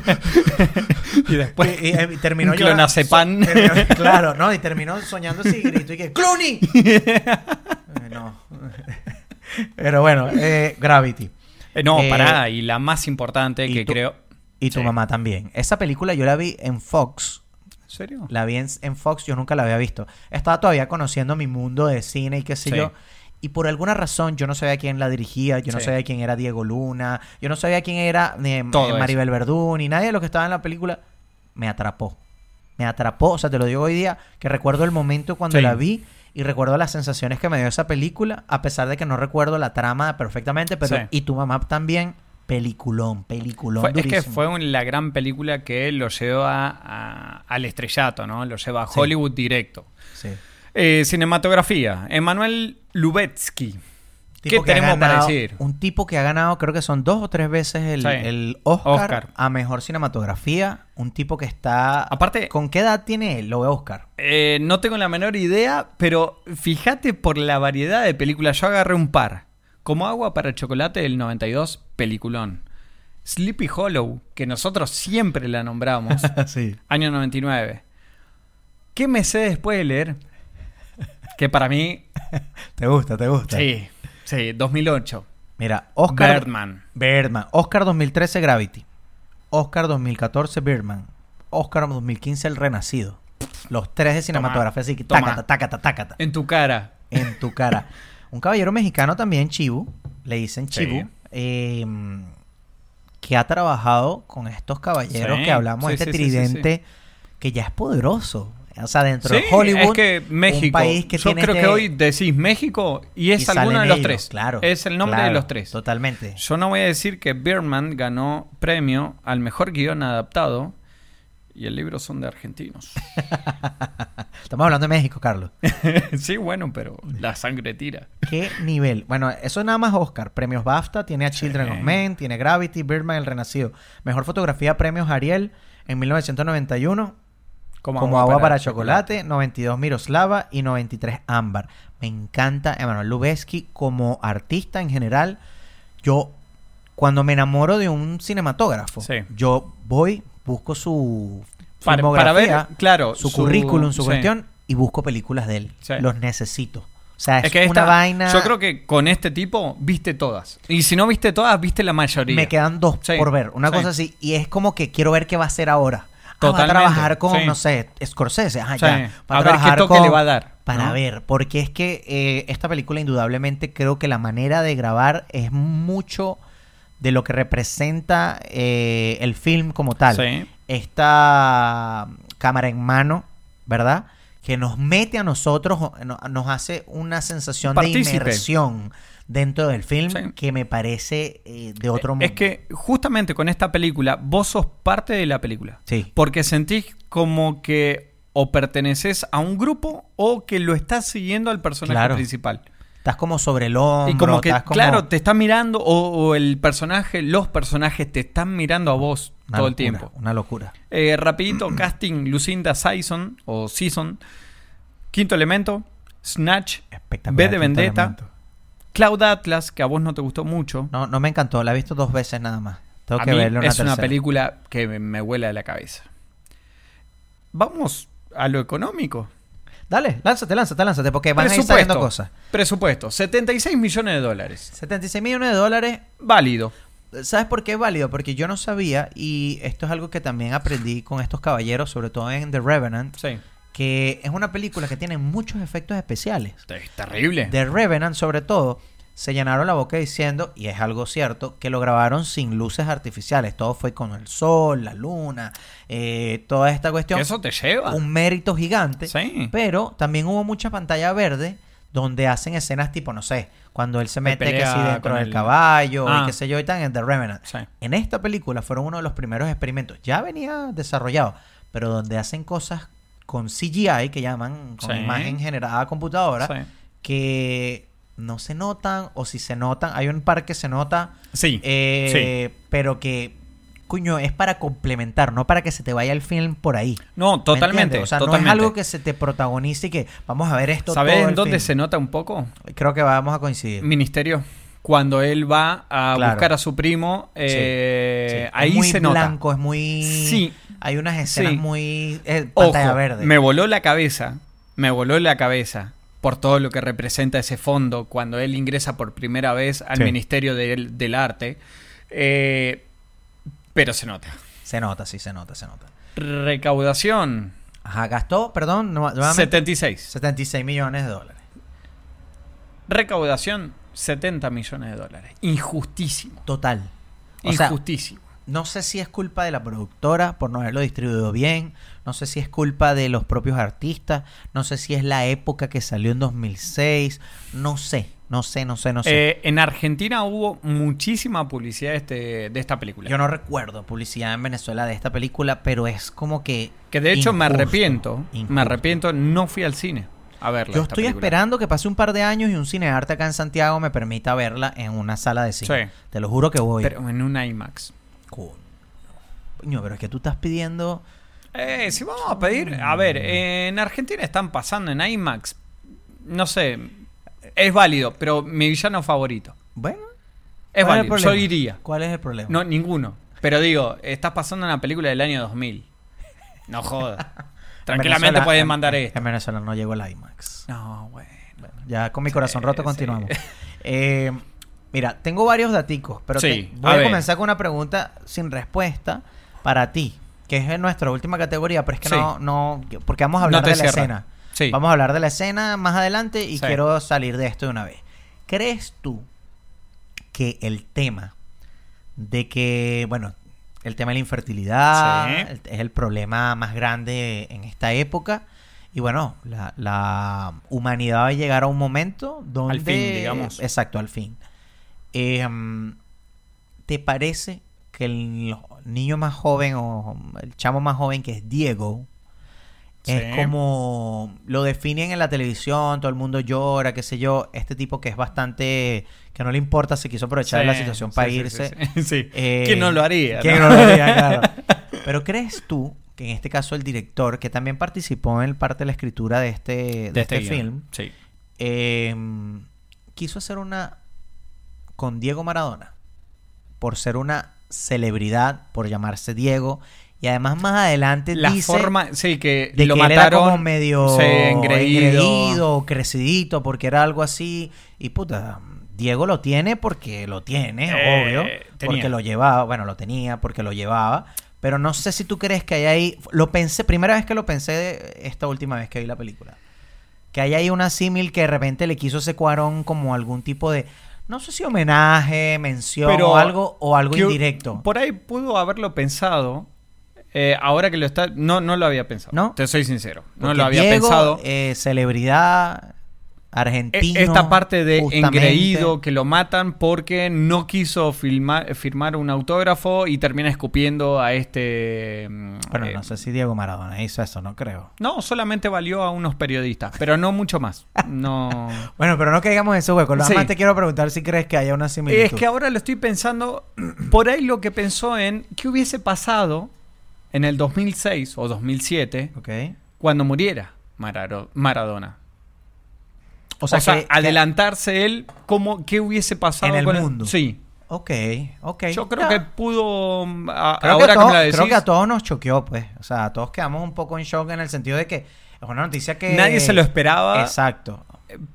C: y después
B: [laughs] Y- y- y terminó
C: Pues, un
B: llorando.
C: clonazepam.
B: So- terminó- [laughs] claro, no, y terminó soñando ese grito y que
C: [laughs]
B: ¡Clooney! Eh, no. [laughs] Pero bueno, eh, Gravity.
C: Eh, no,
B: Eh,
C: pará, y la más importante
B: y
C: que
B: tú-
C: creo.
B: Y tu
C: Sí.
B: mamá también. Esa película yo la vi en Fox.
C: ¿En serio?
B: La vi en, en Fox, yo nunca la había visto. Estaba todavía conociendo mi mundo de cine y qué sé
C: Sí.
B: yo. Y por alguna razón yo no sabía quién la dirigía, yo no
C: Sí.
B: sabía quién era Diego Luna, yo no sabía quién era eh,
C: Todo
B: eh, Maribel Verdún, ni nadie de los que estaban en la película. Me atrapó. Me atrapó, o sea, te lo digo hoy día, que recuerdo el momento cuando
C: Sí.
B: la vi y recuerdo las sensaciones que me dio esa película, a pesar de que no recuerdo la trama perfectamente, pero...
C: Sí.
B: Y tu mamá también, peliculón, peliculón.
C: Fue- es que
B: durísimo.
C: fue un- la gran película que lo lleva a- al estrellato, ¿no? Lo lleva a
B: Sí.
C: Hollywood directo.
B: Sí.
C: Eh, cinematografía. Emanuel Lubetsky.
B: tipo
C: ¿Qué
B: que ha
C: tenemos para
B: ganado-
C: decir?
B: Un tipo que ha ganado, creo que son dos o tres veces el,
C: Sí.
B: el Oscar,
C: Oscar.
B: a mejor cinematografía. Un tipo que está.
C: Aparte-
B: ¿Con qué edad tiene él? Lo voy a buscar. [laughs]
C: Eh, no tengo la menor idea, pero fíjate por la variedad de películas. Yo agarré un par. Como agua para chocolate del 92, peliculón. Sleepy Hollow, que nosotros siempre
B: [laughs]
C: la nombramos,
B: sí.
C: año 99. ¿Qué me sé después de leer? Que para mí,
B: Te gusta, te gusta.
C: sí, sí, 2008.
B: Mira, Oscar.
C: Birdman.
B: Birdman. Oscar 2013 Gravity. Oscar 2014 Birdman, Oscar 2015 El Renacido. Los tres de cinematografía, así que
C: toma.
B: tácata, tácata, tácata.
C: En tu cara.
B: En tu cara. Un caballero mexicano también, Chibu, le dicen
C: Sí.
B: Chibu, eh, que ha trabajado con estos caballeros
C: Sí,
B: que hablamos,
C: sí,
B: este
C: sí, sí, sí,
B: tridente que ya es poderoso. O sea, dentro
C: Sí,
B: de Hollywood,
C: es que México.
B: un país que
C: yo
B: tiene
C: creo que
B: este-
C: hoy decís México y es
B: y
C: alguno
B: salen
C: de los
B: ellos,
C: tres.
B: Claro.
C: Es el nombre de
B: claro,
C: los tres.
B: Totalmente.
C: Yo no voy a decir que Birdman ganó premio al mejor guión adaptado y el libro son de
B: [laughs]
C: argentinos.
B: Estamos hablando de México, Carlos.
C: sí, bueno, pero la sangre tira.
B: ¿Qué nivel? Bueno, eso nada más Oscar. Premios BAFTA, tiene a Children of Men, tiene Gravity, Birdman, El Renacido. Mejor fotografía, premios Ariel en 1991. Como, agua, para, chocolate, 92 Miroslava y 93 Ámbar. Me encanta Emanuel Lubezki como artista en general. Yo, cuando me enamoro de un cinematógrafo,
C: Sí.
B: yo voy, busco su
C: Para- para ver,
B: filmografía,
C: claro,
B: su,
C: su-
B: currículum, su
C: sí.
B: cuestión, y busco películas de él.
C: Sí.
B: Los necesito. O sea, es,
C: Es que esta,
B: una vaina...
C: Yo creo que con este tipo viste todas. Y si no viste todas, viste la mayoría.
B: Me quedan dos
C: Sí,
B: por ver. Una
C: sí.
B: cosa así. Y es como que quiero ver qué va a hacer ahora. Ah, va a
C: Totalmente,
B: trabajar con,
C: sí.
B: no sé, Scorsese. Ah,
C: Sí.
B: ya. Va
C: A ver qué
B: trabajar
C: toque le va a dar,
B: Para
C: ¿no?
B: ver. Porque es que eh, esta película, indudablemente, creo que la manera de grabar es mucho de lo que representa eh, el film como tal.
C: Sí.
B: Esta cámara en mano, ¿verdad? Que nos mete a nosotros, o- no- nos hace una sensación
C: Partícipe.
B: de inmersión dentro del film
C: Sí.
B: que me parece eh, de otro mundo.
C: Es que justamente con esta película, vos sos parte de la película.
B: Sí.
C: Porque sentís como que o perteneces a un grupo o que lo estás siguiendo al personaje
B: Claro.
C: principal.
B: Estás como sobre el hombro.
C: y como que,
B: estás como-
C: claro, te está mirando o, o el personaje, los personajes te están mirando a vos
B: Una
C: todo el
B: locura,
C: tiempo.
B: Una locura.
C: Eh,
B: [clears throat]
C: rapidito, casting Lucinda Sison o Sison. Quinto elemento, Snatch,
B: Espectacular. este
C: B de
B: Quinto
C: Vendetta,
B: Elemento.
C: Cloud Atlas, que a vos no te gustó mucho.
B: No, no me encantó. La he visto dos veces nada más. Tengo
C: A
B: que
C: mí
B: verla una
C: es una
B: tercera.
C: película que me, me vuela de la cabeza. Vamos a lo económico.
B: Dale, lánzate, lánzate, lánzate, porque van a ir saliendo cosas.
C: Presupuesto, 76 millones de dólares.
B: 76 millones de dólares.
C: Válido.
B: ¿Sabes por qué es válido? Porque yo no sabía, y esto es algo que también aprendí con estos caballeros, sobre todo en The Revenant,
C: Sí.
B: que es una película que tiene muchos efectos especiales.
C: Es terrible.
B: de Revenant sobre todo, se llenaron la boca diciendo, y es algo cierto, que lo grabaron sin luces artificiales. Todo fue con el sol, la luna, eh, toda esta cuestión.
C: Que eso te lleva.
B: Un mérito gigante.
C: Sí.
B: Pero también hubo mucha pantalla verde donde hacen escenas tipo, no sé, cuando él se mete que
C: pelea
B: si dentro
C: con
B: del
C: el-
B: caballo
C: Ah.
B: y qué sé yo y tan en The Revenant.
C: Sí.
B: En esta película fueron uno de los primeros experimentos. Ya venía desarrollado, pero donde hacen cosas con CGI que llaman con
C: Sí.
B: imagen generada a computadora
C: Sí.
B: que no se notan o si se notan. Hay un par que se nota,
C: Sí.
B: eh, pero que, coño, es para complementar, no para que se te vaya el film por ahí. ¿me
C: No, totalmente.
B: entiendes? O sea,
C: totalmente.
B: no es algo que se te protagonice y que vamos a ver esto
C: ¿Sabés
B: todo
C: en
B: el
C: dónde se
B: film.
C: nota un poco?
B: Creo que vamos a coincidir.
C: Ministerio. Cuando él va a
B: Claro.
C: buscar a su primo, eh,
B: Sí.
C: ahí
B: es muy
C: se nota.
B: blanco, es muy...
C: Sí.
B: Hay unas escenas
C: Sí.
B: muy... eh,
C: Ojo,
B: pantalla verde.
C: me voló la cabeza, me voló la cabeza por todo lo que representa ese fondo cuando él ingresa por primera vez al
B: Sí.
C: Ministerio del, del Arte. Eh, pero se nota.
B: Se nota, sí, se nota, se nota.
C: Recaudación,
B: Ajá, gastó, perdón, nu- nuevamente,
C: 76.
B: 76 millones de dólares.
C: Recaudación, 70 millones de dólares. Injustísimo.
B: Total. O sea,
C: Injustísimo.
B: No sé si es culpa de la productora por no haberlo distribuido bien, no sé si es culpa de los propios artistas, no sé si es la época que salió en 2006, no sé, no sé, no sé, no sé.
C: Eh, en Argentina hubo muchísima publicidad de, este- de esta película.
B: Yo no recuerdo publicidad en Venezuela de esta película, pero es como que...
C: que de hecho me
B: injusto,
C: arrepiento. Me
B: injusto.
C: arrepiento, no fui al cine a verla.
B: Yo
C: esta
B: estoy
C: película.
B: esperando que pase un par de años y un cinearte acá en Santiago me permita verla en una sala de cine.
C: Sí.
B: Te lo juro que voy.
C: Pero en un IMAX.
B: Coño, pero es que tú estás pidiendo...
C: Eh, si vamos a pedir, a ver, eh, en Argentina están pasando en IMAX, no sé, es válido, pero mi villano favorito.
B: Bueno,
C: Es
B: ¿cuál el
C: válido, yo
B: problema?
C: iría.
B: ¿Cuál es el problema?
C: No, ninguno. Pero digo, estás pasando una película del año 2000.
B: [laughs]
C: No joda. Tranquilamente
B: Venezuela-
C: puedes
B: en-
C: mandar esto.
B: En Venezuela no llegó el IMAX.
C: No, bueno.
B: Ya con mi corazón roto
C: sí.
B: continuamos. Eh, mira, tengo varios daticos, pero
C: Sí,
B: te-
C: a
B: voy a,
C: ver.
B: comenzar con una pregunta sin respuesta para ti, que es nuestra última categoría, pero es que
C: Sí.
B: no, no, porque vamos a hablar
C: No te
B: de la
C: cierra.
B: escena.
C: Sí.
B: Vamos a hablar de la escena más adelante y
C: Sí.
B: quiero salir de esto de una vez. ¿Crees tú que el tema de que, bueno, el tema de la infertilidad
C: Sí.
B: el- es el problema más grande en esta época? Y bueno, la, la humanidad va a llegar a un momento donde...
C: fin, digamos.
B: Exacto, al fin. Em, ¿Te parece que el lo- niño más joven o el chamo más joven que es Diego es
C: Sí.
B: como lo definen en la televisión, todo el mundo llora, qué sé yo, este tipo que es bastante que no le importa, se quiso aprovechar de la
C: Sí,
B: situación
C: sí,
B: para
C: sí,
B: irse.
C: sí, [laughs] sí. Sí.
B: Eh,
C: ¿Quién no lo haría?
B: ¿Quién
C: no?
B: no lo haría, claro?
C: [laughs]
B: Pero crees tú que en este caso el director, que también participó en parte de la escritura de este, de
C: De
B: este,
C: guión.
B: film,
C: Sí.
B: eh, quiso hacer una con Diego Maradona por ser una celebridad, por llamarse Diego y además más adelante
C: La
B: dice
C: forma, sí, que
B: de
C: lo
B: que él era
C: mataron.
B: como medio
C: sí, engreído.
B: engreído, crecidito porque era algo así y puta Diego lo tiene porque lo tiene,
C: Eh,
B: obvio,
C: tenía.
B: porque lo llevaba, bueno, lo tenía porque lo llevaba, pero no sé si tú crees que hay ahí, lo pensé, primera vez que lo pensé de- esta última vez que vi la película, que hay ahí una símil que de repente le quiso ese cuarón como algún tipo de, no sé si homenaje, mención
C: Pero
B: o algo, o algo
C: que-
B: indirecto.
C: Por ahí pudo haberlo pensado. eh, ahora que lo está. No, no lo había pensado.
B: ¿No?
C: Te soy sincero. No
B: Porque
C: lo había
B: Diego,
C: pensado.
B: eh, celebridad
C: E-
B: argentino.
C: Esta parte de
B: justamente.
C: engreído que lo matan porque no quiso filmar, firmar un autógrafo y termina escupiendo a este. mm,
B: Bueno,
C: eh,
B: no sé si Diego Maradona hizo eso, no creo.
C: no, solamente valió a unos periodistas, pero no mucho más. No.
B: [laughs] Bueno, pero no caigamos en ese hueco. Nada
C: Sí.
B: más te quiero preguntar si crees que haya una similitud.
C: Es que ahora lo estoy pensando, [clears throat] por ahí lo que pensó en qué hubiese pasado en el 2006 o 2007
B: Ok.
C: cuando muriera Mararo- Maradona.
B: O
C: O sea,
B: sea, que-
C: adelantarse él, cómo, ¿qué hubiese pasado
B: En el
C: con
B: mundo.
C: Sí.
B: Ok, ok.
C: Yo creo
B: Ya.
C: que pudo. mm, a-
B: Creo
C: ahora
B: que, a
C: que,
B: todos-
C: me la decís,
B: creo que a todos nos choqueó, pues. O sea, a todos quedamos un poco en shock en el sentido de que es una noticia que...
C: nadie se lo esperaba
B: Exacto.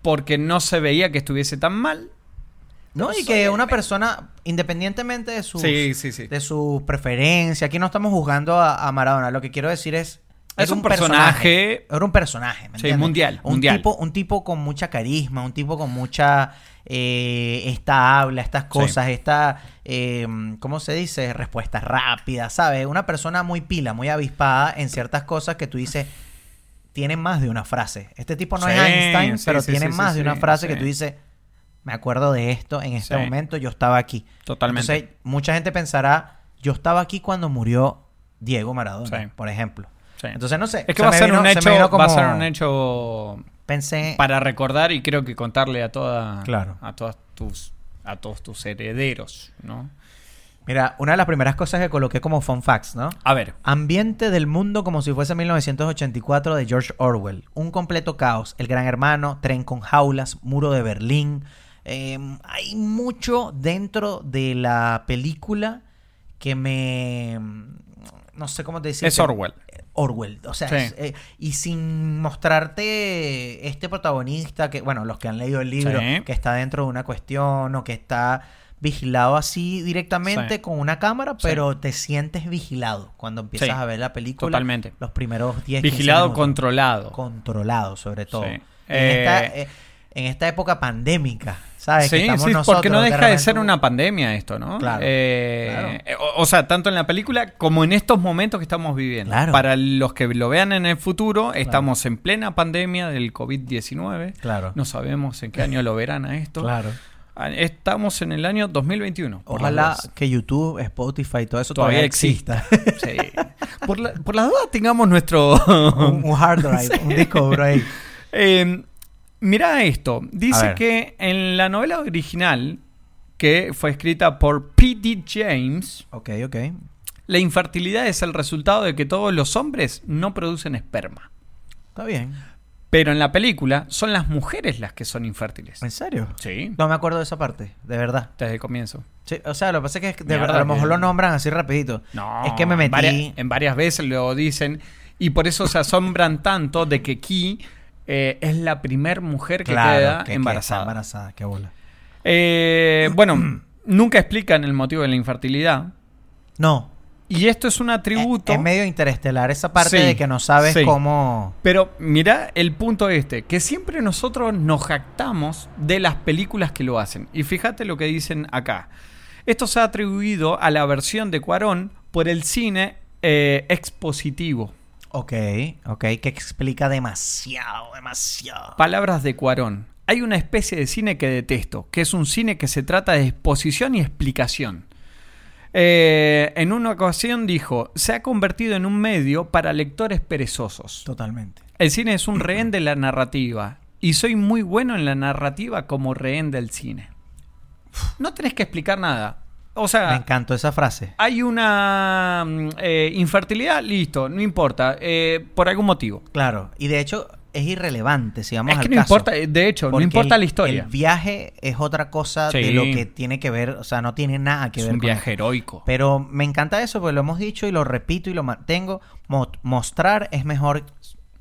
C: porque no se veía que estuviese tan mal.
B: No, y que una persona, independientemente de sus,
C: eh, Sí, sí, sí.
B: de sus preferencias, aquí no estamos juzgando a, a Maradona, lo que quiero decir es...
C: Es
B: era
C: un personaje-
B: Era un personaje, ¿me
C: Sí,
B: entiendes?
C: mundial,
B: Un,
C: mundial.
B: Tipo, un tipo con mucha carisma, un tipo con mucha... eh, esta habla, estas cosas, esta... eh, ¿Cómo se dice? Respuestas rápidas, ¿sabes? Una persona muy pila, muy avispada en ciertas cosas que tú dices... Tiene más de una frase. Este tipo no
C: Sí,
B: es Einstein,
C: sí,
B: pero
C: sí,
B: tiene
C: sí,
B: más
C: sí,
B: de una
C: sí,
B: frase que
C: sí.
B: tú dices me acuerdo de esto, en este
C: Sí.
B: momento yo estaba aquí.
C: Totalmente.
B: Entonces, mucha gente pensará, yo estaba aquí cuando murió Diego Maradona,
C: Sí.
B: por ejemplo.
C: Sí.
B: Entonces, no sé.
C: es que
B: se
C: va a,
B: me
C: ser
B: vino-
C: un
B: se me vino
C: hecho, va a
B: como-
C: ser un hecho
B: Pensé,
C: Eh. para recordar y creo que contarle a toda,
B: Claro.
C: a todas tus a todos tus herederos, ¿no?
B: mira, una de las primeras cosas que coloqué como fun facts, ¿no?
C: A ver,
B: Ambiente del mundo como si fuese 1984 de George Orwell. Un completo caos. El gran hermano, tren con jaulas, muro de Berlín. Eh, hay mucho dentro de la película que me... No sé cómo te decir.
C: es Orwell.
B: Orwell, o sea,
C: Sí.
B: es, eh, y sin mostrarte este protagonista que, bueno, los que han leído el libro,
C: Sí.
B: que está dentro de una cuestión o que está vigilado así directamente
C: Sí.
B: con una cámara,
C: Sí.
B: pero te sientes vigilado cuando empiezas
C: Sí,
B: a ver la película.
C: totalmente.
B: Los primeros 10 15
C: Vigilado,
B: minutos.
C: controlado.
B: controlado, sobre todo.
C: Sí.
B: En,
C: Eh,
B: esta, eh, en esta época pandémica, ¿sabes?
C: Sí,
B: Que estamos
C: sí,
B: nosotros,
C: porque no
B: de
C: deja de ser
B: repente-
C: una pandemia esto, ¿no?
B: Claro,
C: Eh,
B: claro.
C: eh, O, o sea, tanto en la película como en estos momentos que estamos viviendo.
B: Claro.
C: Para los que lo vean en el futuro, estamos en plena pandemia del COVID-19.
B: Claro.
C: No sabemos en qué año lo verán a esto.
B: Claro.
C: Ah, Estamos en el año 2021. por las
B: Ojalá
C: dudas.
B: que YouTube, Spotify, todo eso todavía,
C: todavía
B: exista.
C: exista. [laughs] Sí. Por, la, por las dudas
B: [laughs]
C: tengamos nuestro... [laughs]
B: un, un hard drive, un disco duro ahí.
C: Eh, mirá esto.
B: A
C: Dice
B: ver.
C: que en la novela original, que fue escrita por P.D. James,
B: Ok, ok.
C: la infertilidad es el resultado de que todos los hombres no producen esperma.
B: Está bien.
C: Pero en la película son las mujeres las que son infértiles.
B: ¿En serio?
C: Sí.
B: No me acuerdo de esa parte, de verdad.
C: Desde el comienzo.
B: Sí, o sea, lo que pasa es que de
C: Mierda,
B: verdad, a lo mejor
C: que-
B: lo nombran así rapidito.
C: No.
B: Es que me metí...
C: En varias, en varias veces lo dicen. Y por eso
B: [laughs]
C: se asombran tanto de que Ki eh, es la primer mujer que
B: Claro,
C: queda
B: que- que está
C: embarazada.
B: embarazada, qué bola. [clears throat]
C: Eh, bueno, nunca explican el motivo de la infertilidad.
B: No. e,
C: Y esto es un atributo.
B: Es, es medio interestelar esa parte
C: Sí,
B: de que no sabes
C: sí.
B: cómo.
C: Pero mira el punto este, que siempre nosotros nos jactamos de las películas que lo hacen. Y fíjate lo que dicen acá. Esto se ha atribuido a la versión de Cuarón por el cine eh, expositivo.
B: Ok, ok, que explica demasiado, demasiado.
C: Palabras de Cuarón. Hay una especie de cine que detesto, que es un cine que se trata de exposición y explicación. Eh, en una ocasión dijo, se ha convertido en un medio para lectores perezosos.
B: Totalmente.
C: El cine es un rehén de la narrativa. Y soy muy bueno en la narrativa como rehén del cine. No tenés que explicar nada. O
B: Me
C: sea,
B: encantó esa frase.
C: hay una mm, eh, infertilidad, listo, no importa. eh, por algún motivo.
B: Claro, y de hecho es irrelevante si vamos
C: es
B: al
C: que no
B: caso,
C: importa, eh, de hecho, no
B: porque
C: importa
B: el-
C: la historia.
B: El viaje es otra cosa de
C: Sí.
B: lo que tiene que ver, o sea, no tiene nada que
C: es
B: ver
C: un
B: con
C: viaje heroico.
B: Pero me encanta eso, porque lo hemos dicho y lo repito y lo mantengo. Mo- mostrar es mejor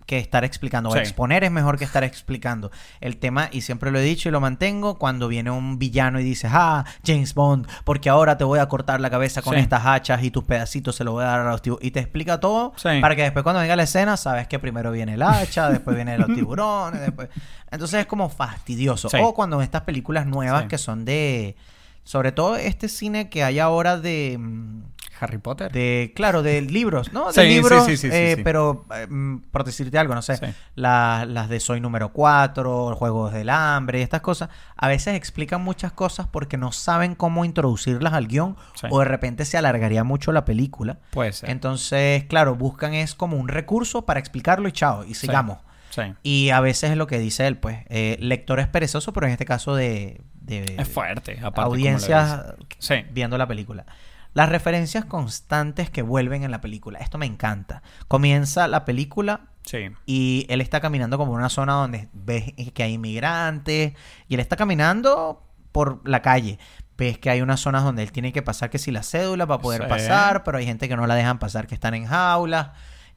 B: que estar explicando. o
C: Sí.
B: Exponer es mejor que estar explicando. El tema, y siempre lo he dicho y lo mantengo, cuando viene un villano y dices, ah, James Bond, porque ahora te voy a cortar la cabeza con
C: Sí.
B: estas hachas y tus pedacitos se los voy a dar a los tiburones. Y te explica todo
C: Sí.
B: para que después cuando venga la escena sabes que primero viene el hacha, después vienen
C: [laughs]
B: los tiburones, después... Entonces es como fastidioso.
C: Sí.
B: O cuando en estas películas nuevas
C: Sí.
B: que son de... Sobre todo este cine que hay ahora de... mm,
C: Harry Potter.
B: de claro, de libros, ¿no? De
C: Sí, sí,
B: libros,
C: sí, sí, sí,
B: eh,
C: sí.
B: pero eh, mm, por decirte algo, no sé,
C: Sí.
B: la- las de Soy número 4, Juegos del Hambre, estas cosas, a veces explican muchas cosas porque no saben cómo introducirlas al guión
C: Sí.
B: o de repente se alargaría mucho la película.
C: Puede ser.
B: Entonces, claro, buscan es como un recurso para explicarlo y chao, y
C: Sí.
B: sigamos.
C: Sí.
B: Y a veces es lo que dice él, pues, eh, lectores perezosos, pero en este caso de, de
C: Es fuerte. aparte, como lo dice.
B: eh, audiencias
C: Sí.
B: viendo la película. Las referencias constantes que vuelven en la película. Esto me encanta. Comienza la película
C: Sí.
B: y él está caminando como una zona donde ves que hay inmigrantes y él está caminando por la calle. Ves que hay unas zonas donde él tiene que pasar que si la cédula para poder
C: Sí.
B: pasar, pero hay gente que no la dejan pasar, que están en jaulas.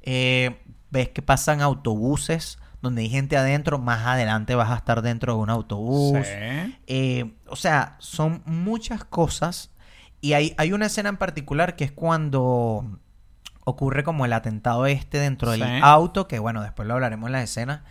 B: Eh, ves que pasan autobuses donde hay gente adentro. Más adelante vas a estar dentro de un autobús.
C: Sí.
B: Eh, o sea, son muchas cosas. Y hay, hay una escena en particular que es cuando ocurre como el atentado este dentro del
C: Sí.
B: auto, que bueno, después lo hablaremos en la escena.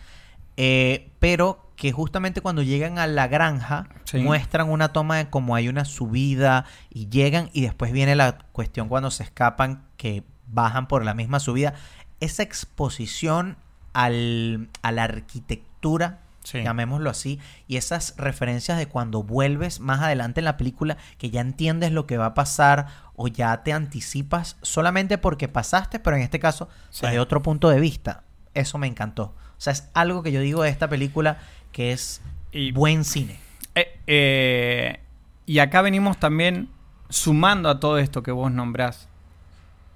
B: Eh, pero que justamente cuando llegan a la granja
C: Sí.
B: muestran una toma de cómo hay una subida y llegan y después viene la cuestión cuando se escapan que bajan por la misma subida. Esa exposición al, a la arquitectura
C: Sí.
B: llamémoslo así, y esas referencias de cuando vuelves más adelante en la película, que ya entiendes lo que va a pasar o ya te anticipas solamente porque pasaste, pero en este caso
C: Sí.
B: desde otro punto de vista. Eso me encantó. O sea, es algo que yo digo de esta película que es
C: Y-
B: buen cine.
C: Eh, eh, y acá venimos también sumando a todo esto que vos nombrás,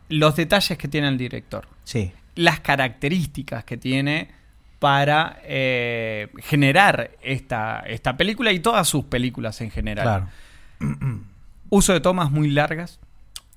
C: los detalles que tiene el director,
B: Sí.
C: las características que tiene para eh, generar esta, esta película y todas sus películas en general. Uso de tomas muy largas.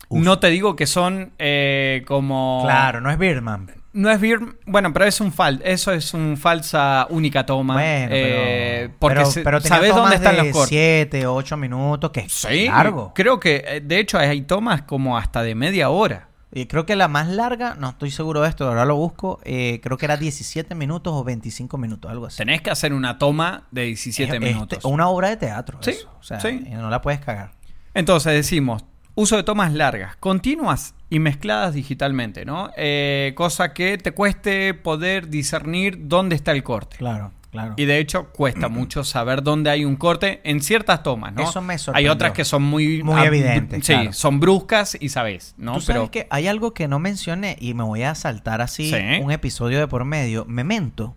B: Uso.
C: No te digo que son eh, como...
B: Claro, no es Birdman.
C: No es bien, bueno, pero es un fal, eso es un falsa única toma.
B: Bueno,
C: eh,
B: pero,
C: porque
B: pero,
C: se-
B: pero tenía
C: sabes dónde
B: tomas
C: están
B: de
C: los cortes.
B: 7, 8 minutos, que es
C: Sí,
B: largo.
C: creo que eh, de hecho hay tomas como hasta de media hora.
B: Y creo que la más larga, no estoy seguro de esto, ahora lo busco, eh, creo que era 17 minutos o 25 minutos, algo así.
C: Tenés que hacer una toma de 17
B: Es- este,
C: minutos.
B: una obra de teatro.
C: Sí,
B: eso. O sea,
C: sí.
B: eh, no la puedes cagar.
C: Entonces decimos, uso de tomas largas, continuas y mezcladas digitalmente, ¿no? Eh, cosa que te cueste poder discernir dónde está el corte.
B: Claro, claro.
C: Y de hecho
B: [clears throat]
C: cuesta mucho saber dónde hay un corte en ciertas tomas, ¿no?
B: Eso me
C: Hay
B: sorprendió.
C: otras que son muy...
B: Muy
C: ah,
B: evidentes,
C: Sí,
B: claro.
C: son bruscas y sabés, ¿no?
B: Tú sabes que hay algo que no mencioné y me voy a saltar así
C: Sí.
B: un episodio de por medio. Memento.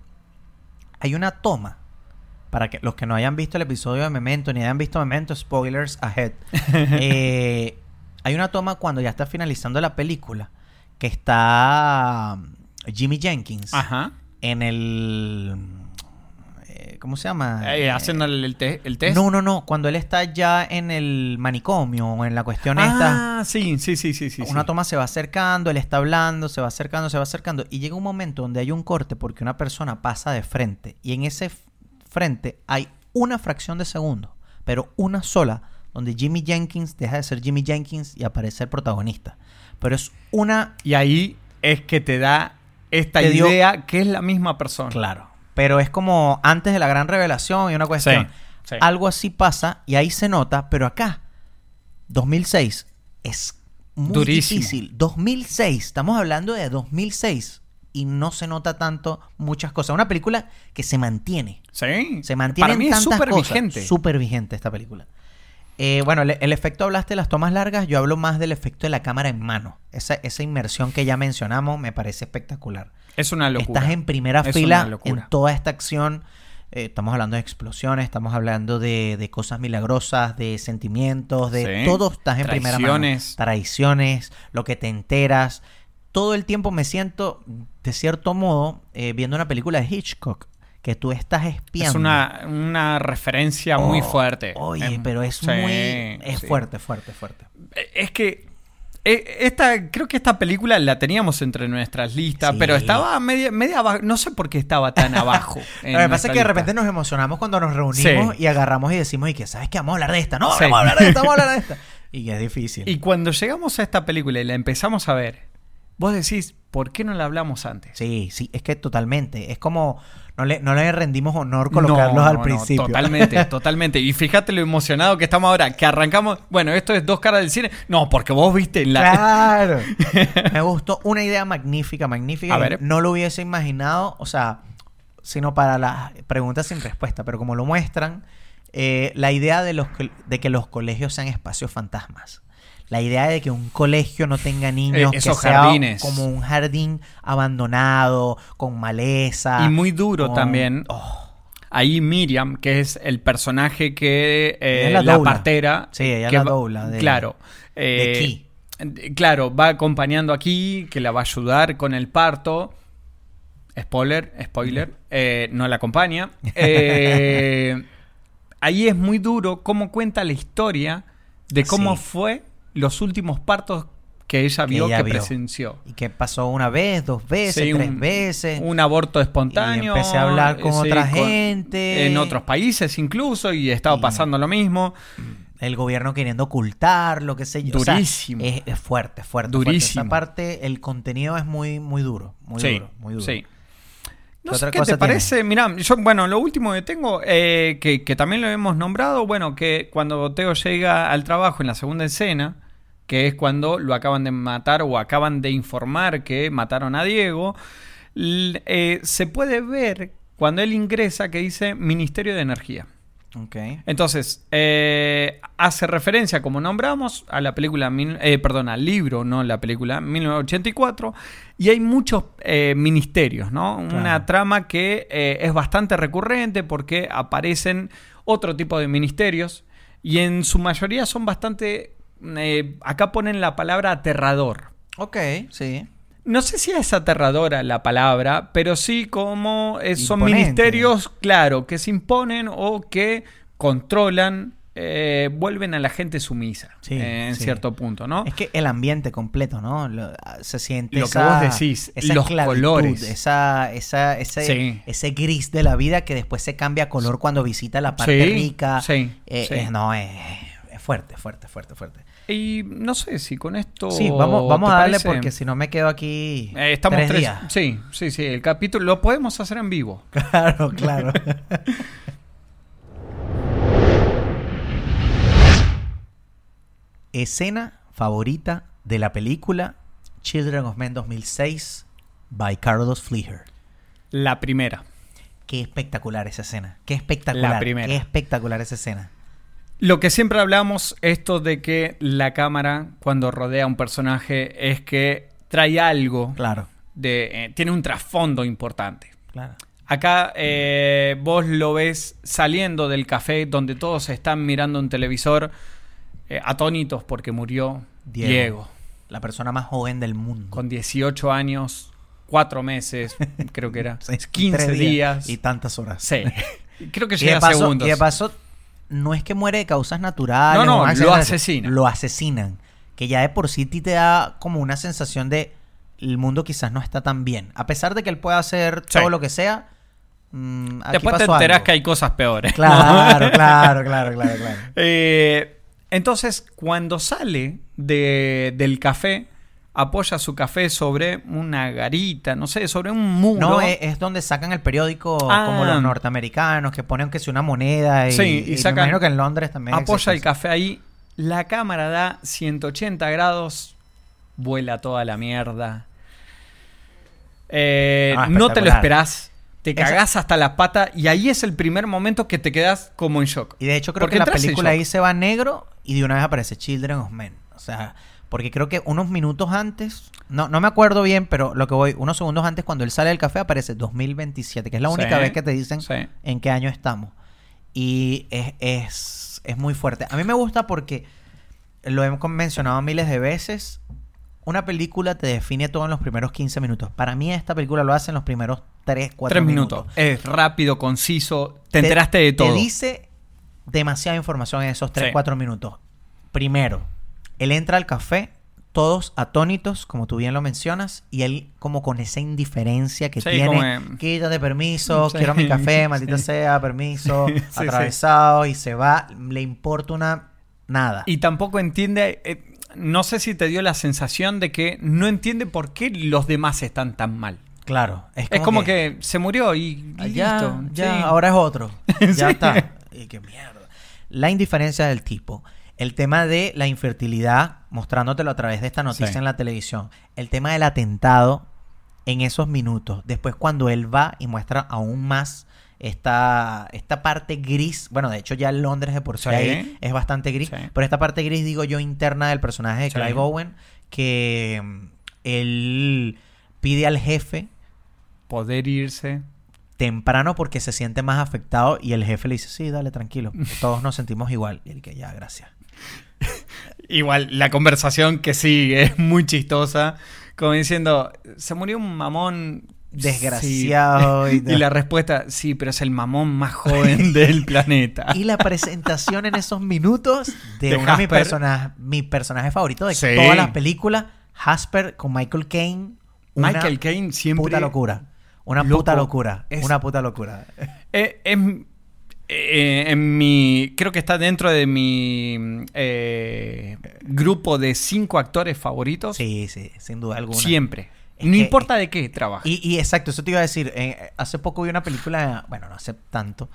B: Hay una toma. Para que los que no hayan visto el episodio de Memento ni hayan visto Memento, spoilers
C: [laughs]
B: ahead. Eh, hay una toma cuando ya está finalizando la película que está um, Jimmy Jenkins
C: Ajá.
B: en el. eh, ¿Cómo se llama? Eh,
C: Eh, haciendo el, el te- el test.
B: No, no, no. Cuando él está ya en el manicomio o en la cuestión esta,
C: Ah, sí, sí, sí, sí, sí.
B: una
C: sí.
B: toma se va acercando, él está hablando, se va acercando, se va acercando. Y llega un momento donde hay un corte porque una persona pasa de frente. Y en ese f- frente hay una fracción de segundo, pero una sola, donde Jimmy Jenkins deja de ser Jimmy Jenkins y aparece el protagonista. Pero es una...
C: Y ahí es que te da esta
B: Te dio-
C: idea que es la misma persona.
B: Claro. Pero es como antes de la gran revelación y una cuestión.
C: sí.
B: Algo así pasa y ahí se nota, pero acá, 2006, es muy
C: Durísimo.
B: difícil. 2006, estamos hablando de 2006 y no se nota tanto muchas cosas. Una película que se mantiene.
C: Sí.
B: Se mantiene
C: Para mí
B: tantas
C: es súper
B: cosas.
C: vigente.
B: Súper vigente esta película. Eh, bueno, le- el, efecto hablaste de las tomas largas, yo hablo más del efecto de la cámara en mano. Esa, esa inmersión que ya mencionamos me parece espectacular.
C: es una locura.
B: Estás en primera
C: Es una
B: fila
C: locura.
B: en toda esta acción. Eh, estamos hablando de explosiones, estamos hablando de, de cosas milagrosas, de sentimientos, de
C: Sí.
B: todo estás en primera mano.
C: Traiciones.
B: Traiciones, lo que te enteras. Todo el tiempo me siento, de cierto modo, eh, viendo una película de Hitchcock, que tú estás espiando.
C: Es una, una referencia muy
B: Oh,
C: fuerte.
B: Oye, pero es
C: sí,
B: muy... Es
C: sí.
B: fuerte, fuerte, fuerte.
C: Es que eh, esta, creo que esta película la teníamos entre nuestras listas,
B: Sí.
C: pero estaba media, media abajo. No sé por qué
B: [laughs]
C: estaba tan abajo. en
B: Lo que pasa
C: nuestra
B: es que de
C: lista.
B: repente nos emocionamos cuando nos reunimos
C: Sí.
B: y agarramos y decimos, y que sabes que vamos a hablar de esta, no,
C: Sí.
B: vamos a hablar de esta, vamos a hablar de
C: [laughs]
B: esta. Y es difícil.
C: Y cuando llegamos a esta película y la empezamos a ver, vos decís, ¿por qué no la hablamos antes?
B: Sí, sí, es que totalmente. Es como, no le, no le rendimos honor colocarlos
C: No,
B: al
C: no, no,
B: principio. [laughs]
C: totalmente, totalmente. Y fíjate lo emocionado que estamos ahora, que arrancamos. Bueno, esto es dos caras del cine. No, porque vos viste la. [laughs]
B: Claro. Me gustó una idea magnífica, magnífica.
C: A
B: que
C: ver.
B: No lo hubiese imaginado, o sea, sino para las preguntas sin respuesta, pero como lo muestran, eh, la idea de, los, co- de que los colegios sean espacios fantasmas. La idea de que un colegio no tenga niños,
C: Eh,
B: que
C: esos
B: sea
C: jardines.
B: como un jardín abandonado, con maleza.
C: Y muy duro
B: con-
C: también. Ahí Miriam, que es el personaje que eh,
B: Ella es la
C: la,
B: dobla.
C: partera.
B: Sí, ella es
C: que
B: la
C: va-
B: dobla de-
C: claro.
B: de Key.
C: d- Claro, va acompañando aquí, que la va a ayudar con el parto. Spoiler, spoiler. eh, no la acompaña. Eh, ahí es muy duro cómo cuenta la historia de cómo
B: Sí.
C: fue los últimos partos que ella
B: Que
C: vio,
B: ella
C: que
B: vio.
C: presenció.
B: Y que pasó una vez, dos veces,
C: Sí,
B: tres
C: un-
B: veces.
C: Un aborto
B: Y
C: espontáneo. eh,
B: empecé a hablar con
C: sí,
B: otra gente.
C: En otros países incluso, y estaba
B: Y-
C: pasando lo mismo.
B: El gobierno queriendo ocultar, lo que sé yo. O sea,
C: Durísimo.
B: es, es fuerte, fuerte.
C: Durísimo.
B: Fuerte. Esa parte, el contenido es muy, muy duro. Muy
C: sí,
B: duro, muy duro.
C: sí. No
B: ¿Qué
C: sé
B: otra
C: qué
B: cosa
C: te
B: tiene?
C: parece. Mirá, yo, bueno, lo último que tengo, eh, que, que también lo hemos nombrado, bueno, que cuando Teo llega al trabajo en la segunda escena, que es cuando lo acaban de matar o acaban de informar que mataron a Diego, l- eh, se puede ver cuando él ingresa que dice Ministerio de Energía.
B: Ok.
C: Entonces, eh, hace referencia, como nombramos, a la película, mil- eh, perdón, al libro, no la película, 1984, y hay muchos eh, ministerios, ¿no?
B: Claro.
C: Una trama que eh, es bastante recurrente porque aparecen otro tipo de ministerios y en su mayoría son bastante, eh, acá ponen la palabra aterrador.
B: Ok, sí.
C: No sé si es aterradora la palabra, pero sí como eh, son
B: Imponente.
C: ministerios, claro, que se imponen o que controlan, eh, vuelven a la gente sumisa
B: Sí,
C: eh, en
B: sí.
C: cierto punto, ¿no?
B: Es que el ambiente completo, ¿no? Lo- ah, se siente
C: Lo que
B: esa-
C: vos decís,
B: esa
C: los
B: esclavitud,
C: colores.
B: Esa, esa, ese,
C: Sí.
B: ese gris de la vida que después se cambia a color cuando visita la parte
C: Sí,
B: rica.
C: sí,
B: Eh,
C: sí.
B: eh, no, es, es fuerte, fuerte, fuerte, fuerte.
C: Y no sé si con esto...
B: Sí, vamos, vamos
C: Oh, ¿te
B: a darle
C: parece?
B: porque si no me quedo aquí
C: Eh, estamos
B: tres
C: tres,
B: días.
C: Sí, sí, sí, el capítulo lo podemos hacer en vivo.
B: Claro, claro. [laughs] Escena favorita de la película Children of Men 2006 by Carlos Fleeger.
C: La primera.
B: Qué espectacular esa escena. Qué espectacular.
C: La primera.
B: Qué espectacular esa escena.
C: Lo que siempre hablamos, esto de que la cámara cuando rodea a un personaje es que trae algo
B: Claro,
C: de- eh, tiene un trasfondo importante.
B: claro.
C: Acá eh, vos lo ves saliendo del café donde todos están mirando un televisor eh, atónitos porque murió Diego.
B: La persona más joven del mundo.
C: con 18 años,
B: [laughs]
C: 4 meses, creo que era,
B: Sí,
C: 15
B: tres
C: días.
B: Y tantas horas. [laughs]
C: Sí. creo que
B: Y
C: llega
B: de,
C: a
B: paso,
C: segundos.
B: y de paso, no es que muere de causas naturales.
C: No, no,
B: o un
C: lo
B: accidente,
C: asesinan.
B: Lo asesinan. Que ya de por sí ti te da como una sensación de el mundo quizás no está tan bien. A pesar de que él pueda hacer
C: Sí.
B: todo lo que sea, mm, aquí
C: Después te
B: pasó
C: enterás
B: algo.
C: que hay [laughs] cosas peores. ¿no? [laughs]
B: Claro, claro, claro, claro, claro.
C: Eh, entonces, cuando sale de- del café, apoya su café sobre una garita, no sé, sobre [laughs] un muro.
B: No, eh, es, es donde sacan el periódico
C: Ah.
B: como los norteamericanos, que ponen que es una moneda y,
C: Sí, y
B: y
C: sacan-
B: me imagino que en Londres también. existe
C: apoya el
B: eso.
C: café ahí, la cámara da 180 grados, vuela toda la mierda. Eh,
B: Ah,
C: no te lo
B: espectacular.
C: esperás. Te
B: Esa-
C: cagás hasta la pata y ahí es el primer momento que te quedas como en shock.
B: Y de hecho creo
C: Porque
B: que la
C: entras en
B: película
C: shock.
B: ahí se va a negro y de una vez aparece Children of Men. O sea, porque creo que unos minutos antes, no, no me acuerdo bien, pero lo que voy, unos segundos antes cuando él sale del café aparece 2027, que es la
C: Sí,
B: única vez que te dicen
C: sí.
B: en qué año estamos. Y es, es, es muy fuerte. A mí me gusta porque, lo hemos mencionado miles de veces, una película te define todo en los primeros 15 minutos. Para mí esta película lo hace en los primeros 3, 4
C: Tres
B: minutos.
C: minutos. Es rápido, conciso. Te, enteraste de todo.
B: Te dice demasiada información en esos 3,
C: Sí.
B: 4 minutos. Primero, él entra al café, todos atónitos, como tú bien lo mencionas, y él como con esa indiferencia que
C: Sí,
B: tiene,
C: como, eh,
B: quítate permiso,
C: Sí,
B: quiero mi café,
C: [laughs] sí.
B: maldita sea, permiso,
C: Sí, sí.
B: atravesado, y se va, le importa una nada.
C: Y tampoco entiende. eh, no sé si te dio la sensación de que no entiende por qué los demás están tan mal.
B: claro, es
C: Es como que, se murió y,
B: Ah,
C: y
B: Ya,
C: listo.
B: ya,
C: Sí.
B: ahora es otro. Ya
C: [laughs] Sí.
B: está. Y qué mierda. La indiferencia del tipo. El tema de la infertilidad, mostrándotelo a través de esta noticia
C: Sí.
B: en la televisión. El tema del atentado en esos minutos. Después cuando él va y muestra aún más esta, esta parte gris. Bueno, de hecho ya Londres de por sí,
C: Sí.
B: ahí es bastante gris.
C: Sí.
B: Pero esta parte gris, digo yo, interna del personaje de
C: Sí.
B: Clive Owen, que mm, él pide al jefe
C: Poder irse.
B: temprano porque se siente más afectado y el jefe le dice, sí, dale, tranquilo, todos nos sentimos igual. Y él que ya, gracias.
C: Igual, la conversación que sigue es muy chistosa. Como diciendo, se murió un mamón.
B: Desgraciado.
C: [laughs] Sí.
B: [laughs] Y,
C: Y la respuesta, sí, pero es el mamón
B: [laughs]
C: más joven del planeta.
B: y la presentación en esos minutos de,
C: De
B: uno de mis
C: Jasper.
B: personajes, mi personaje favorito de
C: Sí.
B: todas las películas, Hasper con Michael Caine. una
C: Michael Caine siempre.
B: Puta locura. Una
C: Loco.
B: puta locura.
C: Es-
B: Una puta
C: [laughs]
B: locura.
C: Eh, es- eh, en mi. Creo que está dentro de mi eh, grupo de cinco actores favoritos.
B: Sí, sí, sin duda alguna.
C: Siempre.
B: Es
C: no
B: que-
C: importa de qué trabaja.
B: Y, y exacto, eso te iba a decir. eh, hace poco vi una película, bueno, no hace tanto,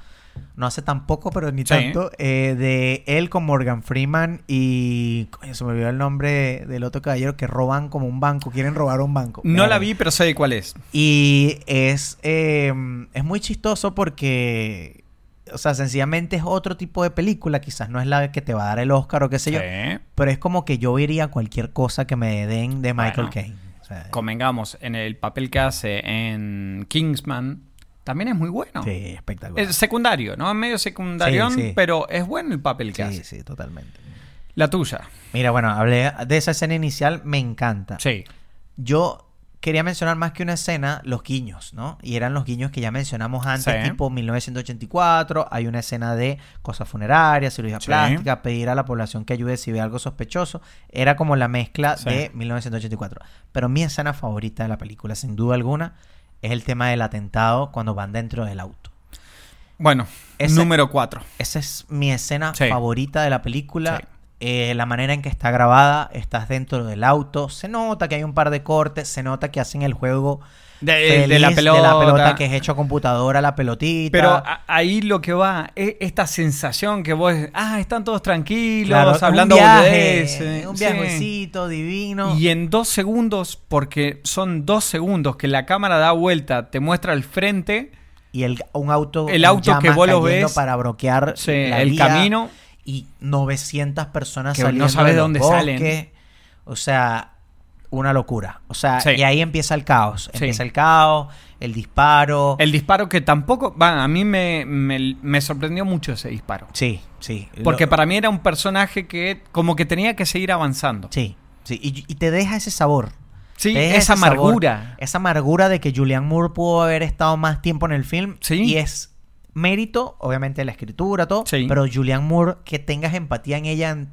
B: no hace tan poco, pero ni
C: Sí.
B: tanto, eh, de él con Morgan Freeman y. Coño, se me olvidó el nombre del otro caballero que roban como un banco, quieren robar un banco.
C: no
B: Verga.
C: la vi, pero sé de cuál es.
B: Y es, eh, es muy chistoso porque. O sea, sencillamente es otro tipo de película, quizás no es la que te va a dar el Oscar o qué sé yo,
C: Sí.
B: pero es como que yo vería cualquier cosa que me den de Michael
C: Bueno.
B: Caine. O sea,
C: convengamos, en el papel que hace en Kingsman, también es muy bueno.
B: sí, espectacular.
C: Es secundario, ¿no? Es medio secundarión,
B: Sí, sí.
C: pero es bueno el papel que
B: Sí,
C: hace.
B: sí, totalmente.
C: La tuya.
B: Mira, bueno, hablé de esa escena inicial, me encanta.
C: Sí.
B: Yo quería mencionar más que una escena, los guiños, ¿no? Y eran los guiños que ya mencionamos antes,
C: Sí.
B: tipo 1984, hay una escena de cosas funerarias, cirugía
C: Sí.
B: plástica, pedir a la población que ayude si ve algo sospechoso, era como la mezcla
C: Sí.
B: de 1984. Pero mi escena favorita de la película, sin duda alguna, es el tema del atentado cuando van dentro del auto.
C: Bueno,
B: Ese-
C: número 4.
B: Esa es mi escena
C: Sí.
B: favorita de la película.
C: Sí.
B: Eh, la manera en que está grabada, estás dentro del auto, se nota que hay un par de cortes, se nota que hacen el juego
C: De, eh,
B: feliz
C: de la pelota.
B: que es hecho a computadora, la pelotita.
C: Pero a- ahí lo que va es esta sensación que vos, ah, están todos tranquilos,
B: Claro,
C: hablando
B: un
C: boludeces.
B: viaje, un
C: Sí.
B: viajecito divino.
C: Y en dos segundos, porque son dos segundos que la cámara da vuelta, te muestra el frente,
B: y el, un auto
C: El
B: en
C: auto
B: llamas
C: que vos lo
B: cayendo
C: ves,
B: para bloquear
C: se-
B: la
C: el
B: vía
C: camino.
B: y 900 personas
C: Que no
B: saliendo
C: sabes
B: de
C: de
B: los
C: dónde
B: bosques.
C: salen.
B: o sea una locura o sea
C: Sí.
B: y ahí empieza el caos
C: Sí.
B: empieza el caos el disparo
C: El disparo que tampoco. Va, a mí me, me- me sorprendió mucho ese disparo.
B: sí sí
C: Porque
B: Lo-
C: para mí era un personaje que como que tenía que seguir avanzando.
B: sí sí y, y te deja ese sabor
C: Sí,
B: Te deja
C: esa
B: ese sabor,
C: amargura.
B: esa amargura de que Julian Moore pudo haber estado más tiempo en el film
C: Sí.
B: y es mérito obviamente de la escritura todo
C: Sí.
B: pero Julian Moore que tengas empatía en ella en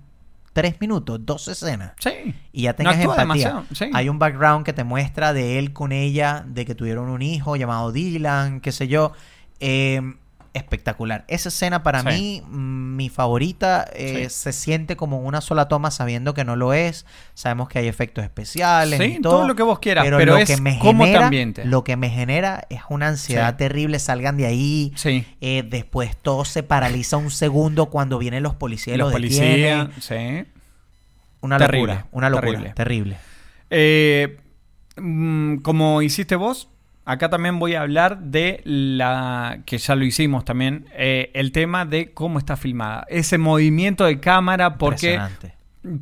B: tres minutos dos escenas
C: Sí.
B: y ya tengas
C: actúa
B: empatía.
C: demasiado, sí.
B: Hay un background que te muestra de él con ella, de que tuvieron un hijo llamado Dylan, qué sé yo. Eh, espectacular. Esa escena para
C: Sí.
B: mí, mm, mi favorita, eh,
C: Sí.
B: se siente como en una sola toma sabiendo que no lo es. Sabemos que hay efectos especiales.
C: Sí,
B: y
C: todo lo que vos quieras,
B: Pero,
C: pero
B: lo
C: es
B: que me
C: cómo te
B: genera,
C: ambientes.
B: lo que me genera es una ansiedad
C: Sí.
B: terrible. Salgan de ahí.
C: Sí.
B: Eh, después todo se paraliza un segundo cuando vienen los policías y los,
C: Los
B: detienen.
C: policías, sí.
B: Una
C: Terrible,
B: locura, una locura. Terrible.
C: terrible. Eh, mm, como hiciste vos, acá también voy a hablar de la que ya lo hicimos también, eh, el tema de cómo está filmada, ese movimiento de cámara, porque
B: Impresionante.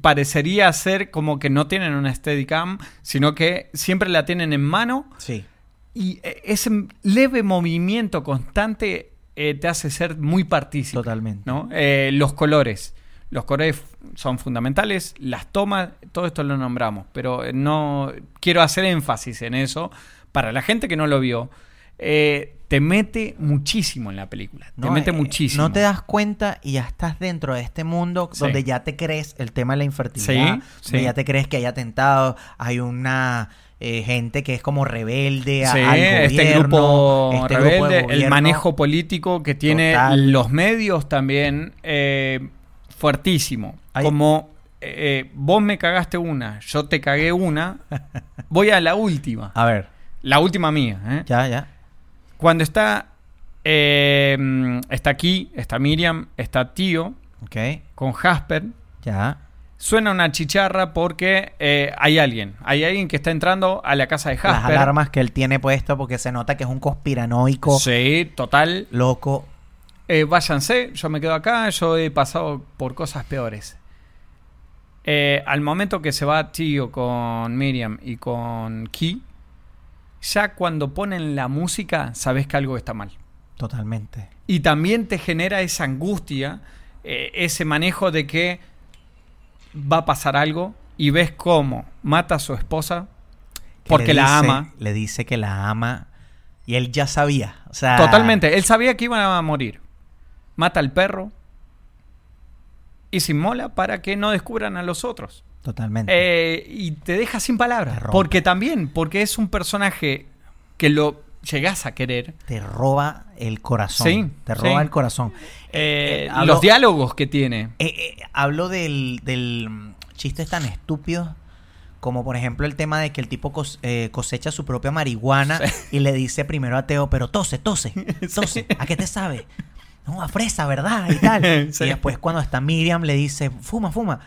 C: parecería ser como que no tienen una steadicam, sino que siempre la tienen en mano
B: Sí.
C: y eh, ese leve movimiento constante eh, te hace ser muy partícipe.
B: Totalmente.
C: ¿no? Eh, los colores. Los colores son fundamentales, las tomas, todo esto lo nombramos, pero eh, no quiero hacer énfasis en eso para la gente que no lo vio. eh, te mete muchísimo en la película, te
B: No,
C: mete
B: eh,
C: muchísimo.
B: No te das cuenta y ya estás dentro de este mundo
C: Sí.
B: donde ya te crees el tema de la infertilidad.
C: Sí,
B: donde
C: sí.
B: ya te crees que hay atentados, hay una eh, gente que es como rebelde a-
C: Sí,
B: al gobierno.
C: este grupo
B: este grupo de
C: rebelde, el
B: gobierno.
C: manejo político que tiene
B: Total.
C: los medios también, eh, fuertísimo.
B: Hay-
C: Como eh, vos me cagaste una, yo te
B: [laughs]
C: cagué una, voy a la última,
B: A ver,
C: la última mía. ¿eh?
B: Ah. ya, ya.
C: Cuando está, eh, está aquí, está Miriam, está Tío
B: Ok,
C: con Jasper,
B: ya.
C: suena una chicharra porque eh, hay alguien, hay alguien que está entrando a la casa de
B: Las
C: Jasper.
B: alarmas que él tiene puesto porque se nota que es un conspiranoico
C: Sí, total.
B: loco.
C: Eh, váyanse, yo me quedo acá, yo he pasado por cosas peores. Eh, al momento que se va Tío con Miriam y con Ki, ya cuando ponen la música, sabes que algo está mal.
B: Totalmente.
C: Y también te genera esa angustia, eh, ese manejo de que va a pasar algo y ves cómo mata a su esposa
B: Que
C: porque
B: le
C: la
B: dice-
C: ama.
B: Le dice que la ama y él ya sabía. O sea,
C: Totalmente, él sabía que iban a morir. Mata al perro y se inmola para que no descubran a los otros.
B: Totalmente.
C: Eh, y te deja sin
B: Te
C: palabras.
B: rompe.
C: Porque también, porque es un personaje que lo llegás a querer.
B: te roba el corazón.
C: Sí,
B: te roba
C: sí.
B: el corazón.
C: Eh,
B: eh, hablo-
C: los diálogos que tiene.
B: Eh, eh, hablo del, del mm, chistes tan estúpidos como por ejemplo el tema de que el tipo cos- eh, cosecha su propia marihuana y le dice primero a Teo, pero tose, tose,
C: [laughs]
B: tose, ¿a qué te sabe? No, a fresa, ¿verdad? Y tal.
C: [laughs] Sí.
B: Y después cuando está Miriam le dice, fuma, fuma,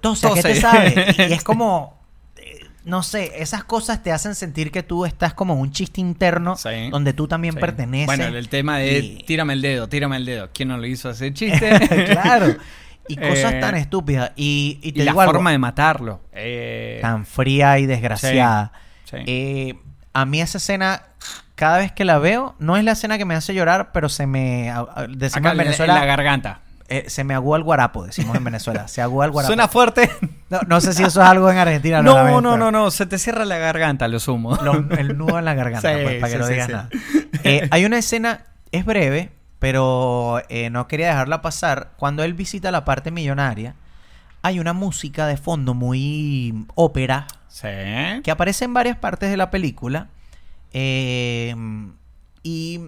B: tose, ¿a qué te
C: Tose. [laughs]
B: sabe? Y, y es como, eh, no sé, esas cosas te hacen sentir que tú estás como en un chiste interno
C: Sí.
B: donde tú también
C: Sí.
B: perteneces.
C: Bueno, el tema de
B: y-
C: tírame el dedo, tírame el dedo. ¿Quién no lo
B: [laughs]
C: hizo ese chiste?
B: claro. Y cosas
C: Eh,
B: tan estúpidas. Y, y te
C: [laughs] y la
B: digo algo,
C: forma de matarlo. Eh,
B: tan fría y desgraciada.
C: sí.
B: Eh, a mí esa escena, cada vez que la veo, no es la escena que me hace llorar, pero se me... a- a- Decimos
C: Acá
B: en
C: en la-
B: Venezuela...
C: en la garganta.
B: eh, se me agúa el guarapo, decimos en Venezuela. Se agúa
C: [laughs]
B: el guarapo.
C: Suena fuerte.
B: No, no sé si eso es algo en Argentina. lo
C: No,
B: lamento.
C: no, no, no, se te cierra la garganta, lo sumo. [laughs]
B: Lo- el nudo en la garganta,
C: Sí,
B: pues, para que
C: sí,
B: no
C: sí,
B: digas
C: sí. [laughs]
B: nada. Eh, hay una escena, es breve, pero eh, no quería dejarla pasar. Cuando él visita la parte millonaria, hay una música de fondo muy ópera
C: Sí.
B: que aparece en varias partes de la película. eh, y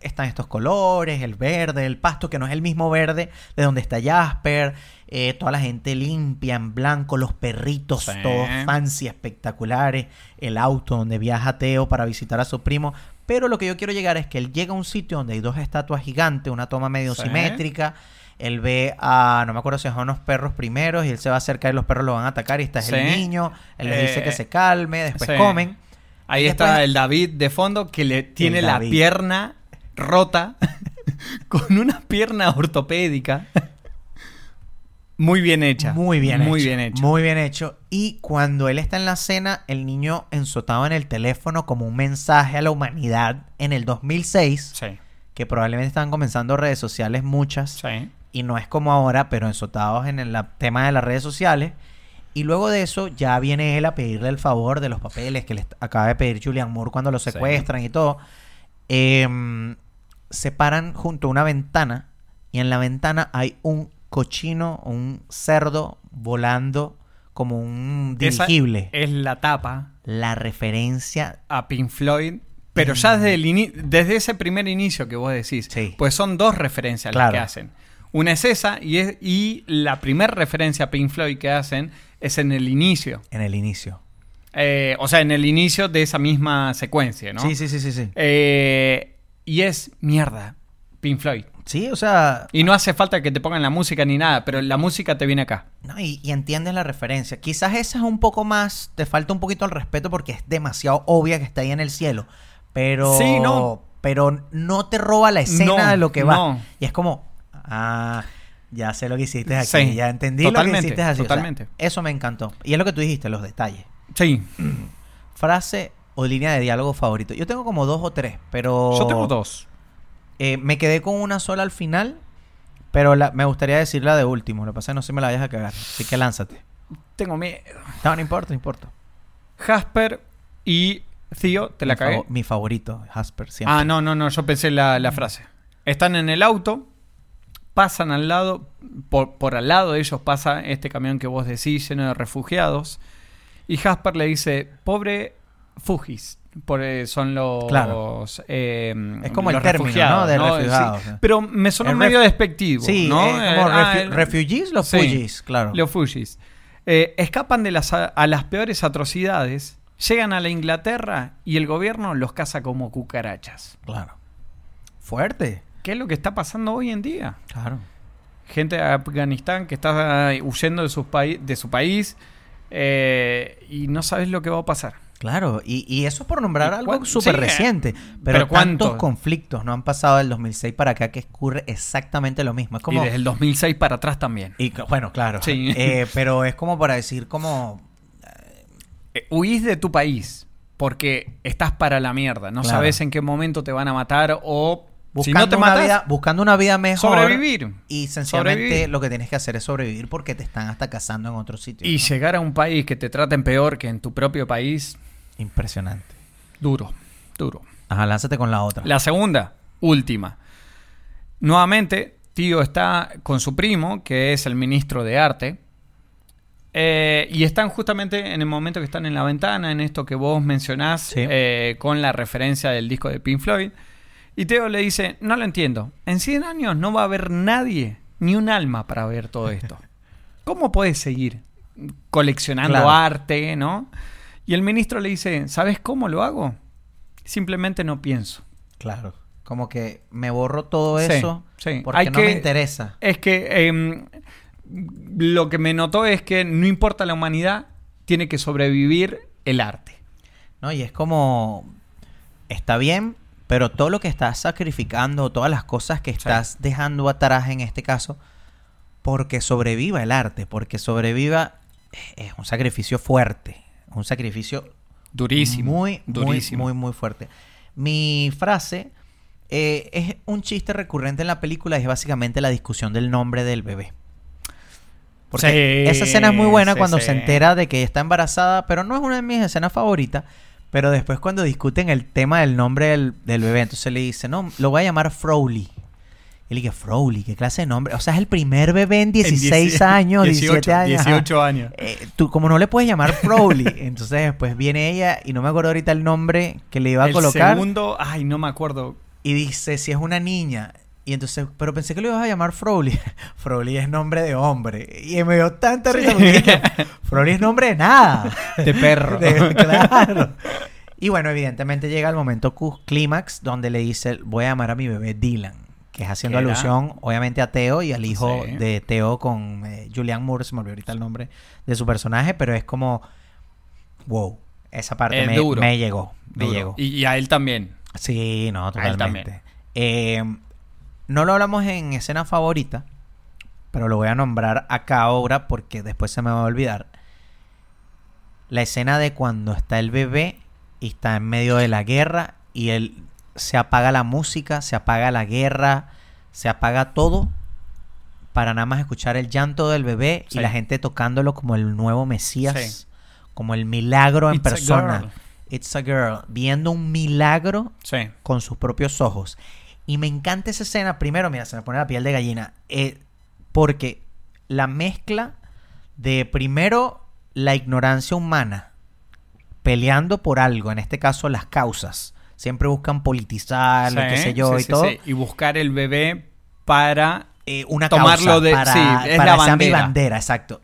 B: están estos colores, el verde, el pasto, que no es el mismo verde de donde está Jasper. eh, toda la gente limpia, en blanco, los perritos,
C: Sí.
B: todos fancy, espectaculares. El auto donde viaja Teo para visitar a su primo. Pero lo que yo quiero llegar es que él llega a un sitio donde hay dos estatuas gigantes, una toma medio
C: Sí.
B: simétrica. Él ve a, no me acuerdo si son unos perros primeros, y él se va acerca y los perros lo van a atacar. Y está el
C: Sí.
B: niño, él les dice que
C: Eh,
B: se calme, después
C: sí.
B: comen.
C: Ahí
B: Y
C: está
B: después-
C: el David de fondo que le tiene la
B: David.
C: pierna rota [laughs] con una pierna ortopédica. Muy bien hecha.
B: Muy bien
C: Muy
B: hecho.
C: bien hecha.
B: Muy bien hecho. Y cuando él está en la cena, el niño ensotado en el teléfono como un mensaje a la humanidad en el 2006,
C: Sí,
B: que probablemente estaban comenzando redes sociales muchas,
C: sí.
B: y no es como ahora, pero ensotados en el la- tema de las redes sociales. Y luego de eso ya viene él a pedirle el favor de los papeles que le est- acaba de pedir Julian Moore cuando lo
C: Sí.
B: secuestran y todo. Em, se paran junto a una ventana y en la ventana hay un cochino, un cerdo volando como un
C: Esa
B: dirigible.
C: es la tapa
B: La referencia
C: a Pink Floyd Pero ya desde, el ini- desde ese primer inicio que vos decís,
B: Mm. Sí.
C: pues son dos referencias las
B: Claro.
C: que hacen. Una es esa y, es, y la primera referencia a Pink Floyd que hacen es en el inicio.
B: En el inicio.
C: Eh, o sea, en el inicio de esa misma secuencia, ¿no?
B: Sí, sí, sí, sí, sí.
C: Eh, y es mierda, Pink Floyd.
B: Sí, o sea,
C: Y no hace falta que te pongan la música ni nada, pero la música te viene acá.
B: no, y, y entiendes la referencia. Quizás esa es un poco más, te falta un poquito el respeto porque es demasiado obvia que está ahí en el cielo. Pero,
C: Sí, no.
B: pero no te roba la escena
C: No,
B: de lo que va.
C: no.
B: Y es como, ah, ya sé lo que hiciste aquí,
C: Sí,
B: ya entendí lo que
C: totalmente,
B: hiciste así. O sea,
C: totalmente.
B: eso me encantó. Y es lo que tú dijiste, los detalles.
C: Sí,
B: Frase o línea de diálogo favorito. Yo tengo como dos o tres, pero...
C: yo tengo dos.
B: Eh, me quedé con una sola al final, pero la- me gustaría decir la de último. Lo que pasa es que no se me la vayas a cagar. Así que lánzate.
C: Tengo miedo.
B: No, no importa, no importa.
C: Jasper y Theo, te la
B: Mi favo-
C: cagué.
B: Mi favorito, Jasper, siempre.
C: Ah, no, no, no, yo pensé la, la frase. Están en el auto, pasan al lado, por, por al lado de ellos pasa este camión que vos decís lleno de refugiados. Y Jasper le dice, pobre Fugis, por, eh, son los...
B: Claro.
C: eh,
B: Es como el
C: los
B: término,
C: refugiados,
B: ¿no? De
C: Sí.
B: refugiados, ¿no?
C: Pero me sonó
B: El
C: medio
B: ref-
C: despectivo,
B: Sí,
C: ¿no?
B: eh, como
C: Eh, ah,
B: refu-
C: el-
B: refugees, los
C: Sí.
B: fugees, claro.
C: los Fujis. Eh, escapan de las, a, a las peores atrocidades, llegan a la Inglaterra y el gobierno los caza como cucarachas.
B: Claro. Fuerte.
C: ¿Qué es lo que está pasando hoy en día?
B: Claro.
C: Gente de Afganistán que está eh, huyendo de, sus pai- de su país eh, y no sabes lo que va a pasar.
B: Claro, y, y eso es por nombrar
C: ¿Y
B: algo
C: cuán-
B: súper
C: sí, eh,
B: reciente. Pero,
C: pero ¿cuánto?
B: cuántos conflictos no han pasado del 2006 para acá que ocurre exactamente lo mismo. Es como...
C: Y desde el 2006 para atrás también.
B: y ca- bueno, claro.
C: Sí.
B: Eh, pero es como para decir como...
C: Eh, huís de tu país porque estás para la mierda. No
B: Claro.
C: sabes en qué momento te van a matar o
B: Buscando,
C: si no te
B: una
C: matas,
B: vida, buscando una vida mejor.
C: sobrevivir.
B: Y sencillamente
C: Sobrevivir.
B: lo que tienes que hacer es sobrevivir porque te están hasta cazando en otro sitio.
C: Y
B: ¿no?
C: llegar a un país que te traten peor que en tu propio país,
B: Impresionante.
C: duro, duro.
B: Ajá, lánzate con la otra.
C: La segunda, última. Nuevamente, tío está con su primo, que es el ministro de arte. eh, y están justamente en el momento que están en la ventana, en esto que vos mencionás,
B: Sí.
C: eh, con la referencia del disco de Pink Floyd. Y Teo le dice, no lo entiendo, en 100 años no va a haber nadie, ni un alma para ver
B: [laughs]
C: todo esto. ¿Cómo puedes seguir coleccionando
B: Claro.
C: arte, no? Y el ministro le dice, ¿sabes cómo lo hago? Simplemente no pienso.
B: Claro. Como que me borro todo
C: Sí,
B: eso
C: sí.
B: porque
C: Hay
B: no
C: que-
B: me interesa.
C: Es que em, lo que me notó es que no importa la humanidad, tiene que sobrevivir el arte.
B: ¿no? Y es como... Está bien, pero todo lo que estás sacrificando, todas las cosas que estás dejando atrás en este caso, porque sobreviva el arte, porque sobreviva... eh, Es un sacrificio fuerte. Un sacrificio
C: Durísimo.
B: Muy,
C: durísimo.
B: muy, muy, muy fuerte. Mi frase eh, es un chiste recurrente en la película, es básicamente la discusión del nombre del bebé. Porque
C: Sí,
B: esa escena es muy buena
C: sí,
B: cuando
C: sí.
B: se entera de que está embarazada, pero no es una de mis escenas favoritas. Pero después cuando discuten el tema del nombre del, del bebé, entonces le dice, no, lo voy a llamar Frowley. Y le dije, Frowley, ¿qué clase de nombre? O sea, es el primer bebé en 16
C: [laughs]
B: años, 17 años. ajá.
C: 18 años.
B: Eh, tú, como no le puedes llamar Crowley, entonces después viene ella y no me acuerdo ahorita el nombre que le iba a
C: el
B: colocar
C: segundo, ay, no me acuerdo.
B: y dice si es una niña. Y entonces, pero pensé que lo ibas a llamar [laughs] Frowley. Frowley es nombre de hombre. Y me dio tanta risa porque dije, Frowley es nombre de nada.
C: De [laughs]
B: [laughs]
C: perro.
B: De- claro. Y bueno, evidentemente llega el momento cu- clímax donde le dice, voy a llamar a mi bebé Dylan, que es haciendo
C: Que era-
B: alusión obviamente a Teo y al hijo
C: Sí.
B: de Teo con eh, Julian Moore, se me olvidó ahorita el nombre de su personaje, pero es como, wow, esa parte
C: Es
B: me,
C: duro.
B: me llegó, me
C: Duro.
B: llegó.
C: Y, y a él también.
B: Sí, no,
C: A él también.
B: totalmente. Eh, no lo hablamos en escena favorita, pero lo voy a nombrar acá ahora porque después se me va a olvidar. La escena de cuando está el bebé y está en medio de la guerra y él se apaga la música, se apaga la guerra, se apaga todo para nada más escuchar el llanto del bebé
C: Sí.
B: y la gente tocándolo como el nuevo Mesías,
C: Sí.
B: como el milagro en
C: It's a
B: persona.
C: girl.
B: It's a girl, viendo un milagro
C: Sí.
B: con sus propios ojos. Y me encanta esa escena. Primero, mira, se me pone la piel de gallina. eh, porque la mezcla de primero la ignorancia humana peleando por algo, en este caso las causas, siempre buscan politizar, lo que sé yo y todo.
C: Y buscar el bebé para
B: eh, una
C: Tomarlo
B: causa
C: de-
B: para,
C: sí, es
B: para
C: la
B: esa mi
C: bandera.
B: bandera, exacto.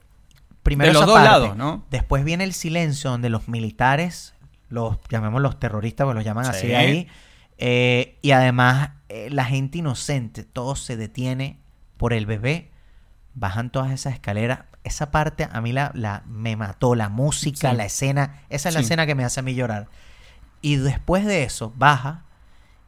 B: Primero
C: De los
B: esa
C: dos
B: parte.
C: lados, ¿no?
B: Después viene el silencio donde los militares, los llamemos los terroristas, pues los llaman
C: Sí.
B: así ahí, eh, y además eh, la gente inocente, todo se detiene por el bebé, bajan todas esas escaleras. Esa parte a mí la, la- me mató, la música,
C: Sí.
B: la escena, esa es la
C: Sí.
B: escena que me hace a mí llorar. Y después de eso, baja.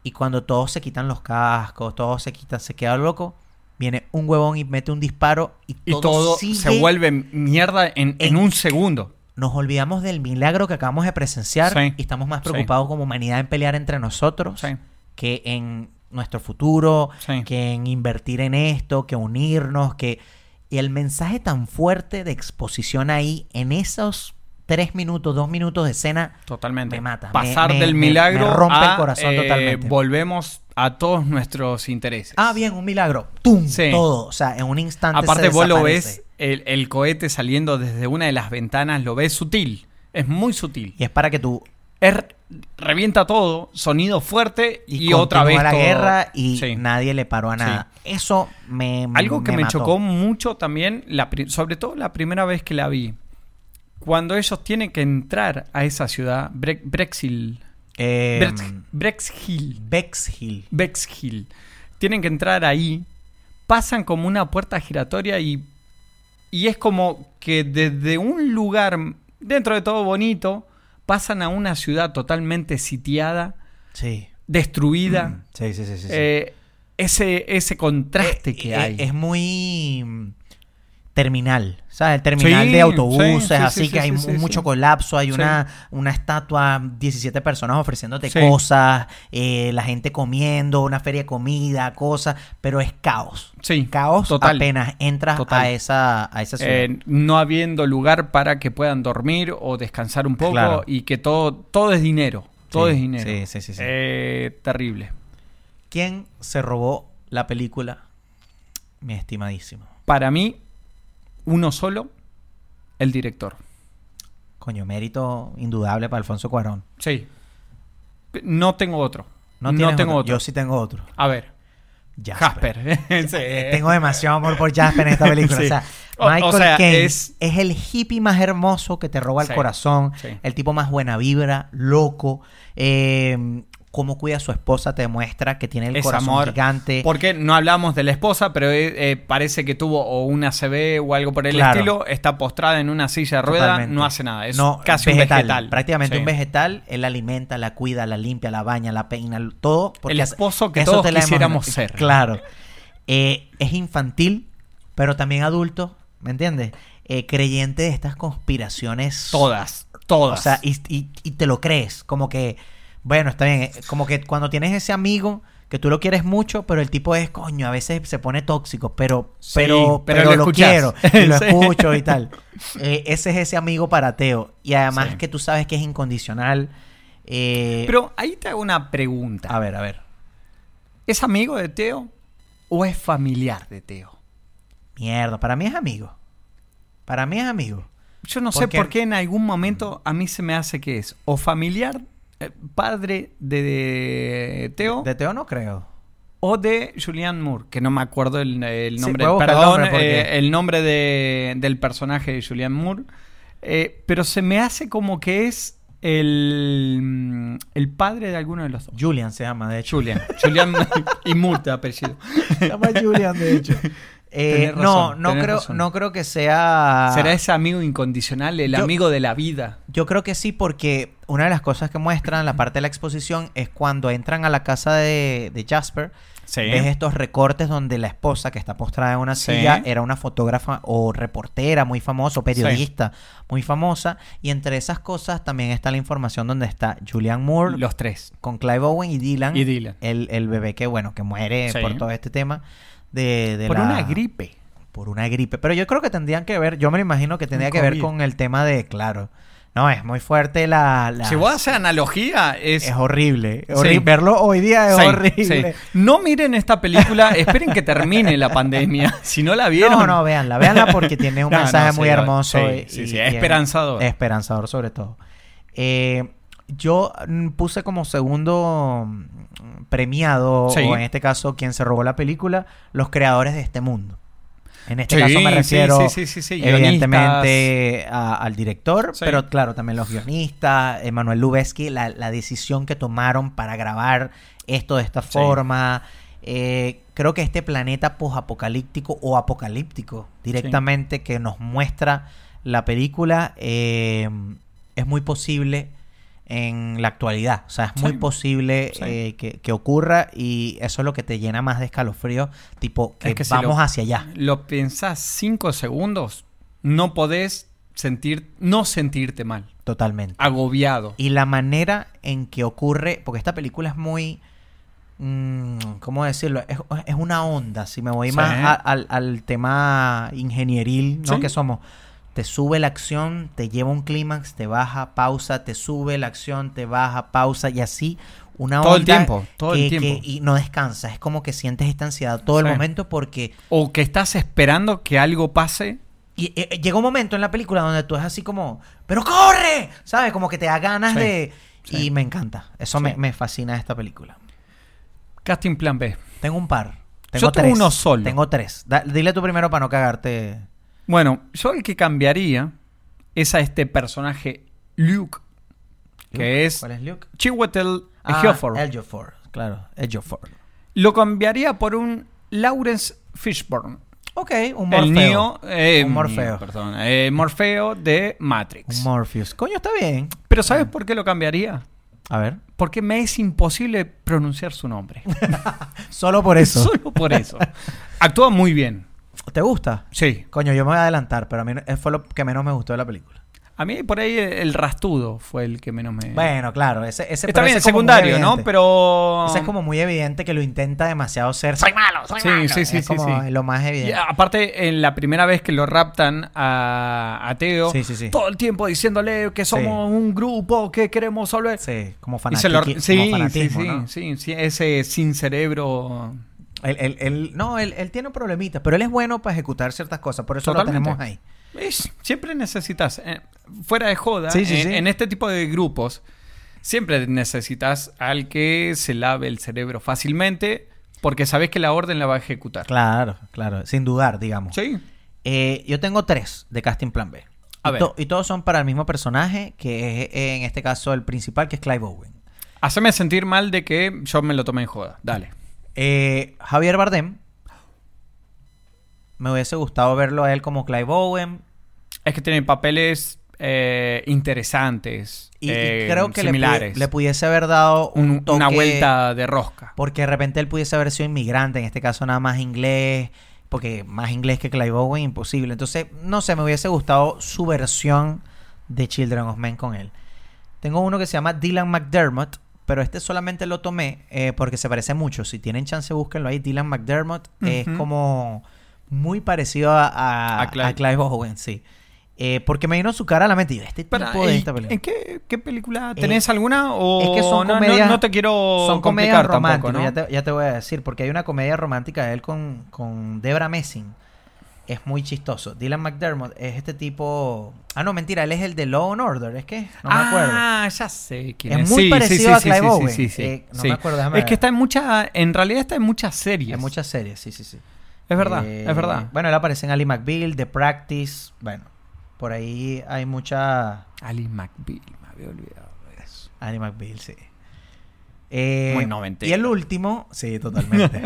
B: Y cuando todos se quitan los cascos, todos se quitan, se queda loco. Viene un huevón y mete un disparo y todo,
C: Y todo
B: sigue.
C: se vuelve mierda en, en
B: en-
C: un segundo.
B: Nos olvidamos del milagro que acabamos de presenciar
C: Sí.
B: y estamos más
C: Sí.
B: preocupados como humanidad en pelear entre nosotros
C: Sí.
B: que en nuestro futuro,
C: Sí.
B: que en invertir en esto, que unirnos, que... Y el mensaje tan fuerte de exposición ahí, en esos tres minutos, dos minutos de escena,
C: Totalmente.
B: Me mata, me-
C: Pasar
B: me-
C: del
B: me-
C: milagro
B: me rompe el
C: a,
B: corazón
C: eh,
B: totalmente.
C: Volvemos a todos nuestros intereses.
B: Ah, bien, un milagro. ¡Tum!
C: Sí.
B: Todo. O sea, en un instante. se
C: Aparte vos lo
B: desaparece.
C: ves, el, el cohete saliendo desde una de las ventanas, lo ves sutil. Es muy sutil.
B: Y es para que tú.
C: Es, revienta todo, sonido fuerte y,
B: continúa
C: otra vez
B: la
C: todo-
B: guerra y
C: Sí.
B: nadie le paró a nada. Eso me.
C: Algo que me,
B: mató.
C: chocó mucho también, la pri- sobre todo la primera vez que la vi. Cuando ellos tienen que entrar a esa ciudad, Bre- Brexil.
B: Eh,
C: Brex- Brexhill.
B: Bexhill.
C: Bexhill. Tienen que entrar ahí. Pasan como una puerta giratoria y. Y es como que desde un lugar, dentro de todo bonito, pasan a una ciudad totalmente sitiada,
B: Sí.
C: destruida.
B: Mm, Sí, sí, sí. sí, sí.
C: Eh, ese, ese contraste
B: Eh,
C: que
B: eh,
C: hay.
B: Es muy. mm, Terminal, ¿sabes? El terminal
C: Sí,
B: de autobuses,
C: sí, sí,
B: así
C: sí,
B: que
C: sí,
B: hay
C: sí,
B: mu-
C: sí,
B: mucho
C: sí.
B: colapso, hay
C: Sí.
B: una, una estatua, 17 personas ofreciéndote
C: Sí.
B: cosas, eh, la gente comiendo, una feria de comida, cosas, pero es caos.
C: Sí,
B: Caos
C: total.
B: apenas entras
C: Total.
B: a esa, a esa ciudad.
C: Eh, no habiendo lugar para que puedan dormir o descansar un poco
B: Claro.
C: y que todo, todo es dinero. Todo
B: Sí,
C: es dinero.
B: sí, sí, sí, sí.
C: Eh, terrible.
B: ¿Quién se robó la película? Mi estimadísimo.
C: Para mí, uno solo, el director.
B: Coño, mérito indudable para Alfonso Cuarón.
C: Sí. P- No tengo otro. No,
B: No, tienes
C: tengo otro.
B: Yo sí tengo otro.
C: A ver,
B: Jasper. eh,
C: Jasper. [laughs] Sí.
B: Tengo demasiado amor por Jasper
C: [laughs]
B: en esta película.
C: Sí.
B: O sea,
C: O- o
B: Michael
C: sea,
B: Caine es...
C: es-
B: el hippie más hermoso que te roba el
C: Sí,
B: corazón.
C: sí.
B: El tipo más buena vibra, loco. Eh, cómo cuida a su esposa te demuestra que tiene el
C: Es
B: corazón
C: amor.
B: gigante.
C: Porque no hablamos de la esposa, pero eh, eh, parece que tuvo o una CB o algo por el
B: Claro.
C: estilo. Está postrada en una silla de rueda,
B: Totalmente.
C: no hace nada. Es
B: No,
C: casi un vegetal.
B: Prácticamente
C: Sí.
B: un vegetal. Él la alimenta, la cuida, la limpia, la baña, la peina, todo. porque
C: El esposo que
B: eso
C: todos
B: te la
C: quisiéramos
B: imagina-
C: ser.
B: Claro. Eh, es infantil, pero también adulto, ¿me entiendes? Eh, creyente de estas conspiraciones.
C: Todas, todas.
B: O sea, y, y- y te lo crees. Como que, bueno, está bien. eh, Como que cuando tienes ese amigo que tú lo quieres mucho, pero el tipo es, coño, a veces se pone tóxico, pero,
C: Sí,
B: pero, pero,
C: pero lo
B: lo,
C: escuchas. [laughs]
B: quiero y lo
C: Sí.
B: escucho y tal. Eh, ese es ese amigo parateo. Y además
C: Sí.
B: que tú sabes que es incondicional. eh,
C: pero ahí te hago una pregunta.
B: a ver, a ver.
C: ¿Es amigo de Teo o es familiar de Teo?
B: Mierda, para mí es amigo. Para mí es amigo.
C: Yo no sé
B: Porque-
C: por qué en algún momento a mí se me hace que es o familiar, eh, padre de, de Teo
B: De Teo no creo.
C: o de Julianne Moore, que no me acuerdo el, el
B: Sí,
C: nombre.
B: voy a buscar el
C: perdón,
B: nombre porque-
C: eh, el nombre de- del personaje de Julianne Moore. Eh, pero se me hace como que es el, mm, el padre de alguno de los dos.
B: Julian se llama, de hecho. [laughs]
C: Julian. Julian y Moore de apellido.
B: Se llama Julian, de
C: [laughs]
B: hecho. Eh,
C: Tenés
B: no,
C: razón,
B: no
C: tenés
B: creo,
C: razón.
B: no creo que sea.
C: ¿Será ese amigo incondicional, el
B: Ah. Yo-
C: amigo de la vida?
B: Yo creo que sí, porque una de las cosas que muestran la parte de la exposición es cuando entran a la casa de, de Jasper.
C: Sí.
B: Ves estos recortes donde la esposa que está postrada en una
C: Sí.
B: silla era una fotógrafa o reportera muy famosa, o periodista muy famosa. Y entre esas cosas también está la información donde está Julian Moore
C: Los tres.
B: con Clive Owen y Dylan.
C: Y Dylan.
B: El, el bebé que, bueno, que muere
C: Sí.
B: por todo este tema. De, de
C: Por
B: la-
C: una gripe.
B: por una gripe. Pero yo creo que tendrían que ver, yo me lo imagino que tendría que ver
C: COVID.
B: con el tema de, claro, no, es muy fuerte la... la-
C: Si vos haces analogía, es.
B: es horrible.
C: Sí.
B: horrible. Verlo hoy día es
C: Sí,
B: horrible.
C: sí. No miren esta película, esperen que termine la pandemia. [laughs] Si no la vieron.
B: No, no, véanla, véanla porque
C: [laughs]
B: tiene un
C: No,
B: mensaje
C: no,
B: muy
C: sí,
B: hermoso.
C: sí, sí, sí, esperanzador.
B: esperanzador sobre todo. Eh, Yo mm, puse como segundo mm, premiado,
C: Sí.
B: o en este caso, quien se robó la película, los creadores de este mundo. En este
C: Sí,
B: caso me
C: sí,
B: refiero,
C: sí, sí, sí, sí,
B: evidentemente, a- al director,
C: Sí.
B: pero claro, también los guionistas, Emanuel Lubezki, la, la decisión que tomaron para grabar esto de esta forma. Eh, creo que este planeta posapocalíptico o apocalíptico directamente que nos muestra la película eh, es muy posible en la actualidad. O sea, es muy
C: Sí.
B: posible
C: Sí.
B: eh, que, que ocurra y eso es lo que te llena más de escalofrío, tipo que,
C: Es que si
B: vamos
C: lo-
B: hacia allá.
C: Lo pensás cinco segundos, no podés sentir, no sentirte mal,
B: Totalmente.
C: agobiado.
B: Y la manera en que ocurre, porque esta película es muy... mm, ¿Cómo decirlo? Es, es una onda, si me voy
C: Sí.
B: más a- al, al tema ingenieril, ¿no?
C: Sí.
B: Que somos. Te sube la acción, te lleva un clímax, te baja, pausa, te sube la acción, te baja, pausa y así una
C: Todo el
B: onda
C: tiempo, todo el
B: que- que-
C: tiempo.
B: y no descansas, es como que sientes esta ansiedad todo el
C: Sí.
B: momento porque
C: O que estás esperando que algo pase.
B: y, eh, llega un momento en la película donde tú es así como, pero corre, ¿sabes? Como que te da ganas
C: Sí,
B: de...
C: sí.
B: Y me encanta. Eso me,
C: Sí.
B: me fascina esta película.
C: Casting plan B.
B: Tengo un par. Tengo
C: Yo tengo
B: tres.
C: uno solo.
B: Tengo tres. Da- dile tú primero para no cagarte.
C: Bueno, yo el que cambiaría es a este personaje Luke, que es
B: ¿Cuál es Luke?
C: Chiwetel
B: Ah,
C: Ejiofor.
B: Ejiofor, Claro, Ejiofor.
C: Lo cambiaría por un Lawrence Fishburne.
B: Ok, un Morfeo.
C: El Neo, eh,
B: Un Morfeo.
C: perdón, eh, Morfeo de
B: Un Ah.
C: Matrix.
B: Morpheus. Coño, está bien.
C: Pero ¿sabes por qué lo cambiaría?
B: A ver.
C: Porque me es imposible pronunciar su nombre.
B: Solo por [laughs] eso.
C: [laughs] Solo por eso. Actúa muy bien.
B: ¿Te gusta?
C: Sí.
B: Coño, yo me voy a adelantar, pero a mí no- eh, fue lo que menos me gustó de la película.
C: A mí por ahí el, el rastudo fue el que menos me...
B: Bueno, claro, ese, ese
C: Eh. Está
B: pero
C: bien,
B: ese
C: el
B: es como muy
C: secundario, ¿no?
B: evidente.
C: Pero...
B: Ese es como muy evidente que lo intenta demasiado ser. Soy malo, soy
C: Sí,
B: malo.
C: sí, sí,
B: es
C: sí,
B: como
C: sí.
B: lo más
C: Y
B: evidente.
C: aparte, en la primera vez que lo raptan a, a Teo,
B: Sí, sí, sí.
C: todo el tiempo diciéndole que somos un grupo, que queremos hablar.
B: Sí, como,
C: Y se lo-
B: fanatiqui- como
C: sí, sí,
B: fanatismo,
C: sí,
B: ¿no?
C: sí, sí, ese sin cerebro.
B: Él, él- él- no, él, él tiene problemitas, pero él es bueno para ejecutar ciertas cosas, por eso
C: Totalmente.
B: lo tenemos ahí.
C: Es- siempre necesitas, eh, fuera de joda,
B: Sí, sí,
C: en,
B: sí.
C: en este tipo de grupos, siempre necesitas al que se lave el cerebro fácilmente porque sabes que la orden la va a ejecutar.
B: Claro, claro, sin dudar, digamos.
C: Sí.
B: Eh, yo tengo tres de casting plan B.
C: A
B: y,
C: ver.
B: to- y todos son para el mismo personaje, que es eh, en este caso el principal, que es Clive Owen.
C: Haceme sentir mal de que yo me lo tomé en joda. Dale.
B: Eh, Javier Bardem. Me hubiese gustado verlo a él como Clive Owen.
C: Es que tiene papeles eh, interesantes.
B: Y, y
C: eh,
B: creo que le,
C: similares.
B: pu- le pudiese haber dado un,
C: Un- una
B: toque-
C: vuelta de rosca.
B: Porque de repente él pudiese haber sido inmigrante, en este caso nada más inglés, porque más inglés que Clive Owen, imposible. Entonces, no sé, me hubiese gustado su versión de Children of Men con él. Tengo uno que se llama Dylan McDermott, pero este solamente lo tomé eh, porque se parece mucho. Si tienen chance, búsquenlo ahí. Dylan McDermott es
C: Ujú.
B: como muy parecido a, a,
C: A Clive.
B: a Clive Owen, sí. Eh, porque me vino su cara a la mente. y yo, Este tipo
C: Pará,
B: de
C: ¿y
B: esta película.
C: ¿En qué, qué película?
B: Eh,
C: ¿Tenés alguna? O
B: Es que son
C: no, no-
B: comedias.
C: no te quiero
B: Son comedias
C: complicar tampoco,
B: románticas.
C: ¿no?
B: ya, te, ya te voy a decir, porque hay una comedia romántica de él con, con Debra Messing. Es muy chistoso. Dylan McDermott es este tipo. Ah, no, mentira, él es el de Law and Order. Es que no me acuerdo.
C: Ah, ya sé quién
B: Es
C: es.
B: muy
C: Sí, sí,
B: parecido
C: sí,
B: a
C: sí,
B: Clive
C: sí,
B: Owen.
C: sí, sí,
B: Eh, no
C: sí.
B: me acuerdo, déjame
C: Es
B: ver.
C: que está en muchas... En realidad está en muchas series.
B: En muchas series, sí, sí, sí.
C: Es verdad,
B: Eh,
C: es verdad.
B: Bueno, él aparece en Ali McBeal, The Practice. Bueno, por ahí hay mucha.
C: Ali McBeal, me había olvidado de eso.
B: Ali McBeal, sí. Eh,
C: Muy noventero.
B: Y el último, sí,
C: [laughs]
B: totalmente.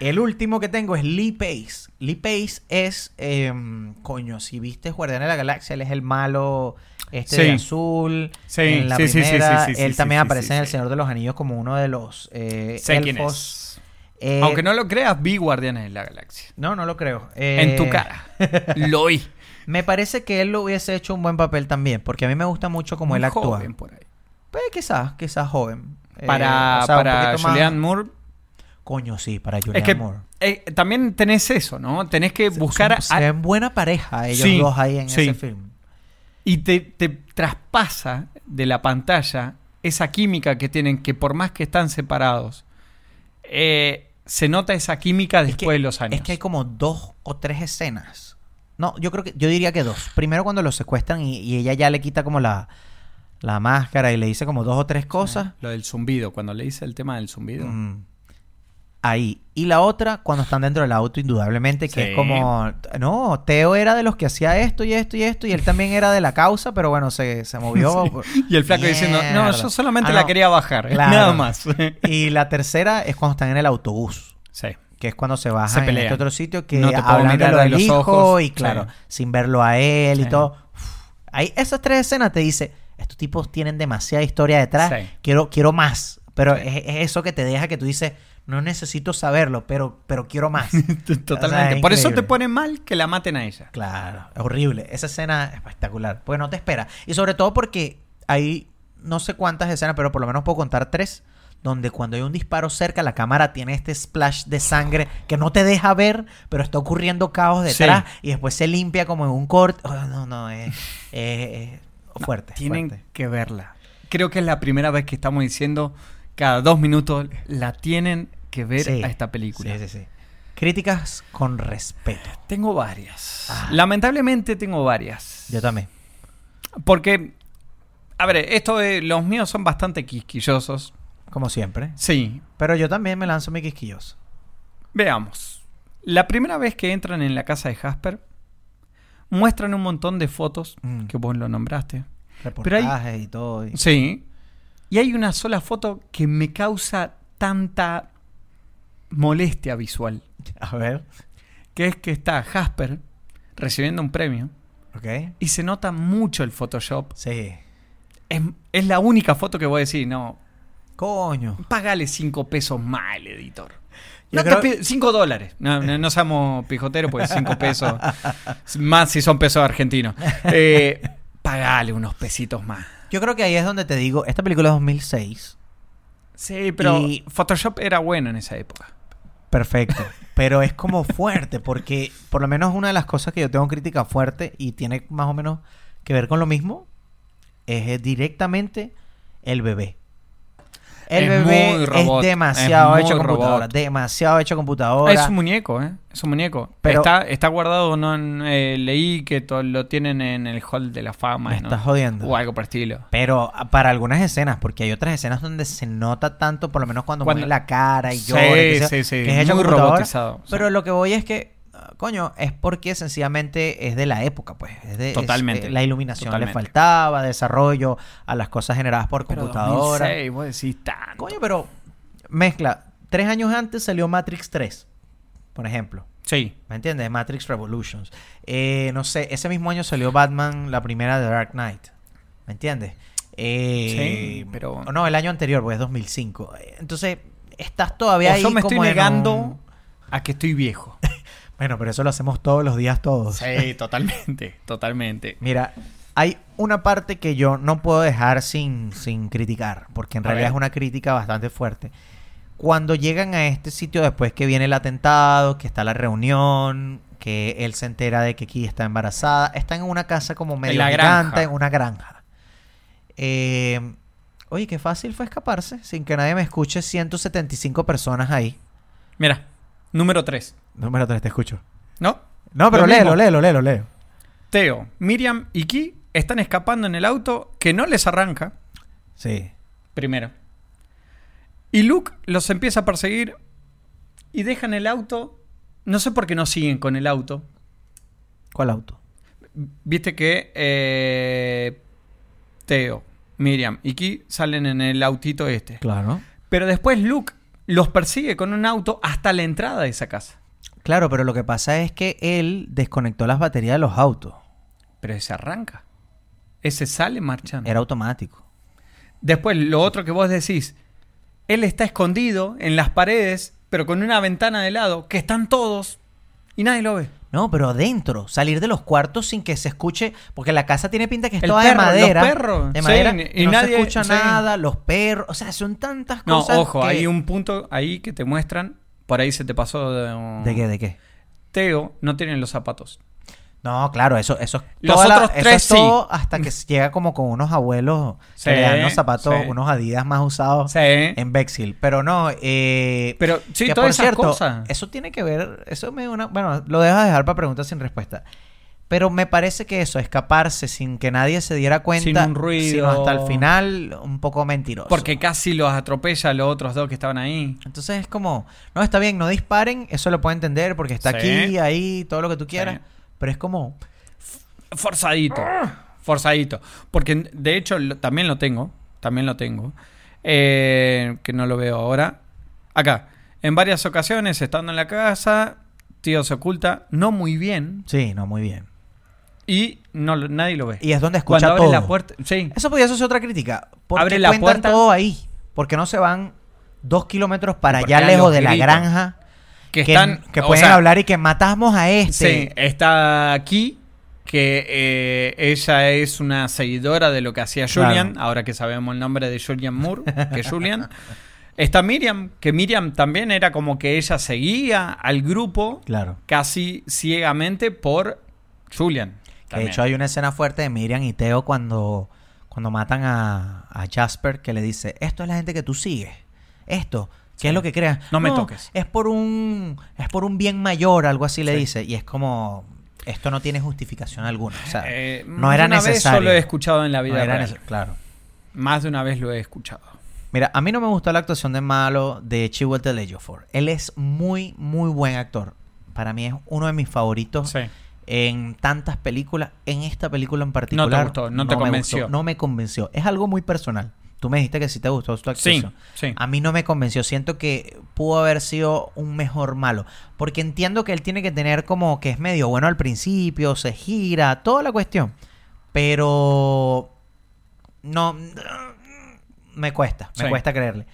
B: el último que tengo es Lee Pace. Lee Pace es, em, coño, si viste Guardián de la Galaxia, él es el malo este de
C: Sí.
B: azul.
C: Sí,
B: en la
C: sí, sí, sí,
B: primera,
C: sí, sí,
B: él
C: sí,
B: también
C: sí,
B: aparece
C: sí,
B: en El
C: sí.
B: Señor de los Anillos como uno de los eh,
C: Sé quién
B: elfos.
C: es.
B: Eh,
C: Aunque no lo creas, vi Guardianes de la Galaxia.
B: no, no lo creo.
C: En tu
B: Eh, [laughs]
C: cara. lo oí.
B: Me parece que él lo hubiese hecho un buen papel también, porque a mí me gusta mucho como
C: Un
B: él actúa.
C: joven por ahí.
B: Pues quizás, quizás joven. Eh,
C: Para,
B: o sea, un
C: para
B: poquito más-
C: Julianne Moore,
B: Coño, sí, para Julianne
C: Es que
B: Moore.
C: eh, también tenés eso, ¿no? Tenés que buscar
B: Son- se em-
C: a-
B: ven buena pareja ellos
C: Sí,
B: dos ahí en
C: sí.
B: ese film.
C: y te, te traspasa de la pantalla esa química que tienen, que por más que están separados, eh, se nota esa química
B: Es que-
C: después de los años.
B: Es que hay como dos o tres escenas. No, yo creo que yo diría que dos. Primero cuando los secuestran y, y ella ya le quita como la la máscara y le hice como dos o tres cosas.
C: Lo del zumbido, cuando le hice el tema del zumbido. [laughs]
B: Mm. Ahí. Y la otra, cuando están dentro del auto, indudablemente, que
C: Sí.
B: es como. No, Teo era de los que hacía esto y esto y esto, y él también era de la causa, pero bueno, se, se movió.
C: [laughs] Y el flaco diciendo, no, yo
B: Mierda.
C: solamente
B: Ah,
C: la
B: no.
C: quería bajar, [laughs]
B: Claro.
C: nada más.
B: Y la tercera es cuando están en el autobús,
C: sí.
B: que es cuando se baja
C: Se
B: en
C: pelean.
B: este otro sitio que
C: No te puedo
B: hablan de
C: mirar
B: lo
C: a
B: del
C: los
B: hijo
C: ojos.
B: y claro,
C: Sí.
B: sin verlo a él
C: Sí.
B: y todo. Uf, Ahí esas tres escenas te dice, estos tipos tienen demasiada historia detrás,
C: Sí.
B: quiero quiero más, pero
C: Sí.
B: es, es eso que te deja que tú dices, no necesito saberlo, pero pero quiero
C: [laughs]
B: más.
C: Totalmente.
B: O sea,
C: Por eso te
B: Ah, increíble.
C: pone mal que la maten a ella.
B: Claro, es horrible. Esa escena es espectacular. Porque no te espera. Y sobre todo porque hay no sé cuántas escenas, pero por lo menos puedo contar tres. Donde cuando hay un disparo cerca, la cámara tiene este splash de sangre que no te deja ver, pero está ocurriendo caos detrás y después se limpia como en un corte. Oh, no, no, es, es- es fuerte.
C: Tienen
B: fuerte.
C: que verla. Creo que es la primera vez que estamos diciendo cada dos minutos la tienen que ver
B: Sí,
C: a esta película.
B: Sí, sí, sí. Críticas con respeto.
C: Tengo varias.
B: Ah.
C: Lamentablemente tengo varias.
B: Yo también.
C: Porque, a ver, esto de los míos son bastante quisquillosos.
B: Como siempre.
C: Sí,
B: Pero yo también me lanzo mi quisquilloso.
C: veamos. La primera vez que entran en la casa de Jasper, muestran un montón de fotos,
B: Mm.
C: que vos lo nombraste. hay-
B: Reportajes y todo. y- [laughs]
C: Sí. Y hay una sola foto que me causa tanta molestia visual,
B: A ver.
C: que es que está Jasper recibiendo un premio
B: Ok.
C: y se nota mucho el Photoshop.
B: Sí.
C: Es, es la única foto que voy a decir, no,
B: Coño.
C: Pagale 5 pesos más al editor.
B: Yo
C: No
B: creo-
C: 5 dólares. No, no, no seamos pijoteros, pues
B: [laughs]
C: 5 pesos. más si son pesos argentinos. Eh, pagale unos pesitos más.
B: Yo creo que ahí es donde te digo, esta película es 2006.
C: Sí, pero
B: Y-
C: Photoshop era bueno en esa época. Ah,
B: Perfecto. Pero es como fuerte, porque por lo menos una de las cosas que yo tengo crítica fuerte y tiene más o menos que ver con lo mismo, es eh, directamente el bebé. El
C: Es muy
B: bebé
C: robot,
B: es demasiado
C: es
B: hecho
C: muy
B: computadora.
C: robot.
B: Demasiado hecho computadora.
C: es un muñeco, ¿eh? Es un muñeco.
B: Pero-
C: está, está guardado, no en- eh, leí que to- lo tienen en el Hall de la Fama.
B: Me
C: ¿no?
B: estás jodiendo.
C: O algo por el estilo.
B: Pero ah, para algunas escenas, porque hay otras escenas donde se nota tanto, por lo menos cuando,
C: Cuando-
B: mueve la cara y
C: Sí,
B: llora. que se-
C: sí, sí,
B: que hecho
C: muy
B: computadora.
C: robotizado, sí.
B: Pero lo que voy es que, ah, coño, es porque sencillamente es de la época, pues. Es de, es-
C: Totalmente,
B: eh, la iluminación
C: totalmente.
B: le faltaba, desarrollo a las cosas generadas por
C: Pero
B: computadora.
C: 2006, vos decís tanto.
B: Coño, pero mezcla. Tres años antes salió Matrix 3, por ejemplo.
C: Sí.
B: ¿Me entiendes? Matrix Revolutions. Eh, no sé, ese mismo año salió Batman, la primera de Dark Knight. ¿Me entiendes? Eh,
C: Sí, pero-
B: o No, el año anterior, pues es 2005. Eh, Entonces, estás todavía
C: O
B: ahí
C: yo me estoy
B: como en
C: negando
B: un-
C: a que estoy viejo.
B: Bueno, pero eso lo hacemos todos los días todos.
C: Sí, [laughs] totalmente, totalmente.
B: Mira, hay una parte que yo no puedo dejar sin, sin criticar, porque en
C: A
B: realidad
C: ver.
B: es una crítica bastante fuerte. Cuando llegan a este sitio después que viene el atentado, que está la reunión, que él se entera de que Key está embarazada, están en una casa como medio
C: la granja.
B: gigante, en una granja. Eh, oye, qué fácil fue escaparse sin que nadie me escuche. 175 personas ahí.
C: Mira, número 3,
B: Número 3, te escucho.
C: ¿no?
B: No, pero
C: Lo mismo.
B: léelo, léelo, léelo, léelo.
C: Teo, Miriam y Ki están escapando en el auto que no les arranca,
B: Sí.
C: primero. Y Luke los empieza a perseguir y dejan el auto. No sé por qué no siguen con el auto.
B: ¿Cuál auto?
C: Viste que eh, Teo, Miriam y Ki salen en el autito este.
B: Claro.
C: Pero después Luke los persigue con un auto hasta la entrada de esa casa.
B: Claro, pero lo que pasa es que él desconectó las baterías de los autos.
C: Pero ese arranca. Ese sale marchando.
B: Era automático.
C: Después, lo otro que vos decís, él está escondido en las paredes, pero con una ventana de lado, que están todos y nadie lo ve.
B: No, pero adentro, salir de los cuartos sin que se escuche, porque la casa tiene pinta que es
C: El
B: toda
C: perro,
B: de
C: los
B: madera.
C: perros.
B: De
C: Sí,
B: madera.
C: ni-
B: y
C: y
B: no
C: nadie-
B: se escucha
C: sí.
B: nada, los perros. O sea, son tantas
C: No,
B: cosas.
C: ojo,
B: que-
C: hay un punto ahí que te muestran, por ahí se te pasó de,
B: ¿De qué? ¿De qué?
C: Teo no tiene los zapatos.
B: No, claro, eso, eso, es
C: Los
B: toda la-
C: otros
B: eso
C: tres
B: es todo
C: sí.
B: hasta que [laughs] llega como con unos abuelos
C: Sí,
B: que le dan los zapatos,
C: sí.
B: unos adidas más usados
C: Sí.
B: en Bexil. Pero no, eh,
C: Em, Pero sí,
B: Que,
C: todas
B: por
C: esas
B: cierto,
C: cosas.
B: Eso tiene que ver, eso me da una, bueno, lo dejo dejar para preguntas sin respuesta. Pero me parece que eso, escaparse sin que nadie se diera cuenta,
C: Sin un ruido.
B: sino hasta el final, un poco mentiroso.
C: Porque casi los atropella a los otros dos que estaban ahí.
B: Entonces es como, no, está bien, no disparen, eso lo puedo entender porque está
C: Sí.
B: aquí, ahí, todo lo que tú quieras.
C: Sí.
B: Pero es como,
C: Forzadito. Forzadito. Porque de hecho lo- también lo tengo. También lo tengo. Eh, que no lo veo ahora. Acá. En varias ocasiones, estando en la casa, tío se oculta, no muy bien,
B: sí, no, muy bien.
C: y no lo- nadie lo ve.
B: Y es donde
C: Cuando
B: escucha
C: abre
B: todo.
C: la puerta. Sí.
B: Eso podría ser otra crítica. Porque
C: Abre la
B: cuentan
C: puerta.
B: todo ahí. Porque no se van dos kilómetros para
C: Porque
B: allá
C: hay
B: lejos
C: los
B: de la
C: gritos.
B: granja.
C: Que están.
B: que
C: o
B: pueden
C: sea,
B: hablar y que matamos a
C: Sí,
B: este.
C: está aquí. Que eh, ella es una seguidora de lo que hacía
B: Claro.
C: Julian. Ahora que sabemos el nombre de Julian Moore, que es
B: [laughs]
C: Julian. Está Miriam, que Miriam también era como que ella seguía al grupo
B: Claro.
C: casi ciegamente por Julian.
B: Que de
C: también.
B: hecho hay una escena fuerte de Miriam y Teo cuando, cuando matan a, a Jasper que le dice, esto es la gente que tú sigues. Esto, ¿qué es lo que creas?
C: No me toques."
B: Es por un, es por un bien mayor, algo así le
C: Sí.
B: dice. Y es como, esto no tiene justificación alguna. O sea,
C: [laughs] Eh,
B: no era
C: una vez
B: necesario.
C: yo lo he escuchado en la
B: No
C: vida.
B: era
C: real.
B: nece- claro.
C: Más de una vez lo he escuchado.
B: Mira, a mí no me gustó la actuación de malo de Chiwetel Ejiofor. Él es muy, muy buen actor. Para mí es uno de mis favoritos
C: Sí.
B: en tantas películas. En esta película en particular.
C: gustó, no te
B: me
C: convenció.
B: gustó, no me convenció. Es algo muy personal. Tú me dijiste que sí te gustó su
C: Sí,
B: actuación.
C: sí.
B: A mí no me convenció. Siento que pudo haber sido un mejor malo. Porque entiendo que él tiene que tener como que es medio bueno al principio, se gira, toda la cuestión. Pero. No. Me cuesta, me
C: Sí.
B: cuesta creerle.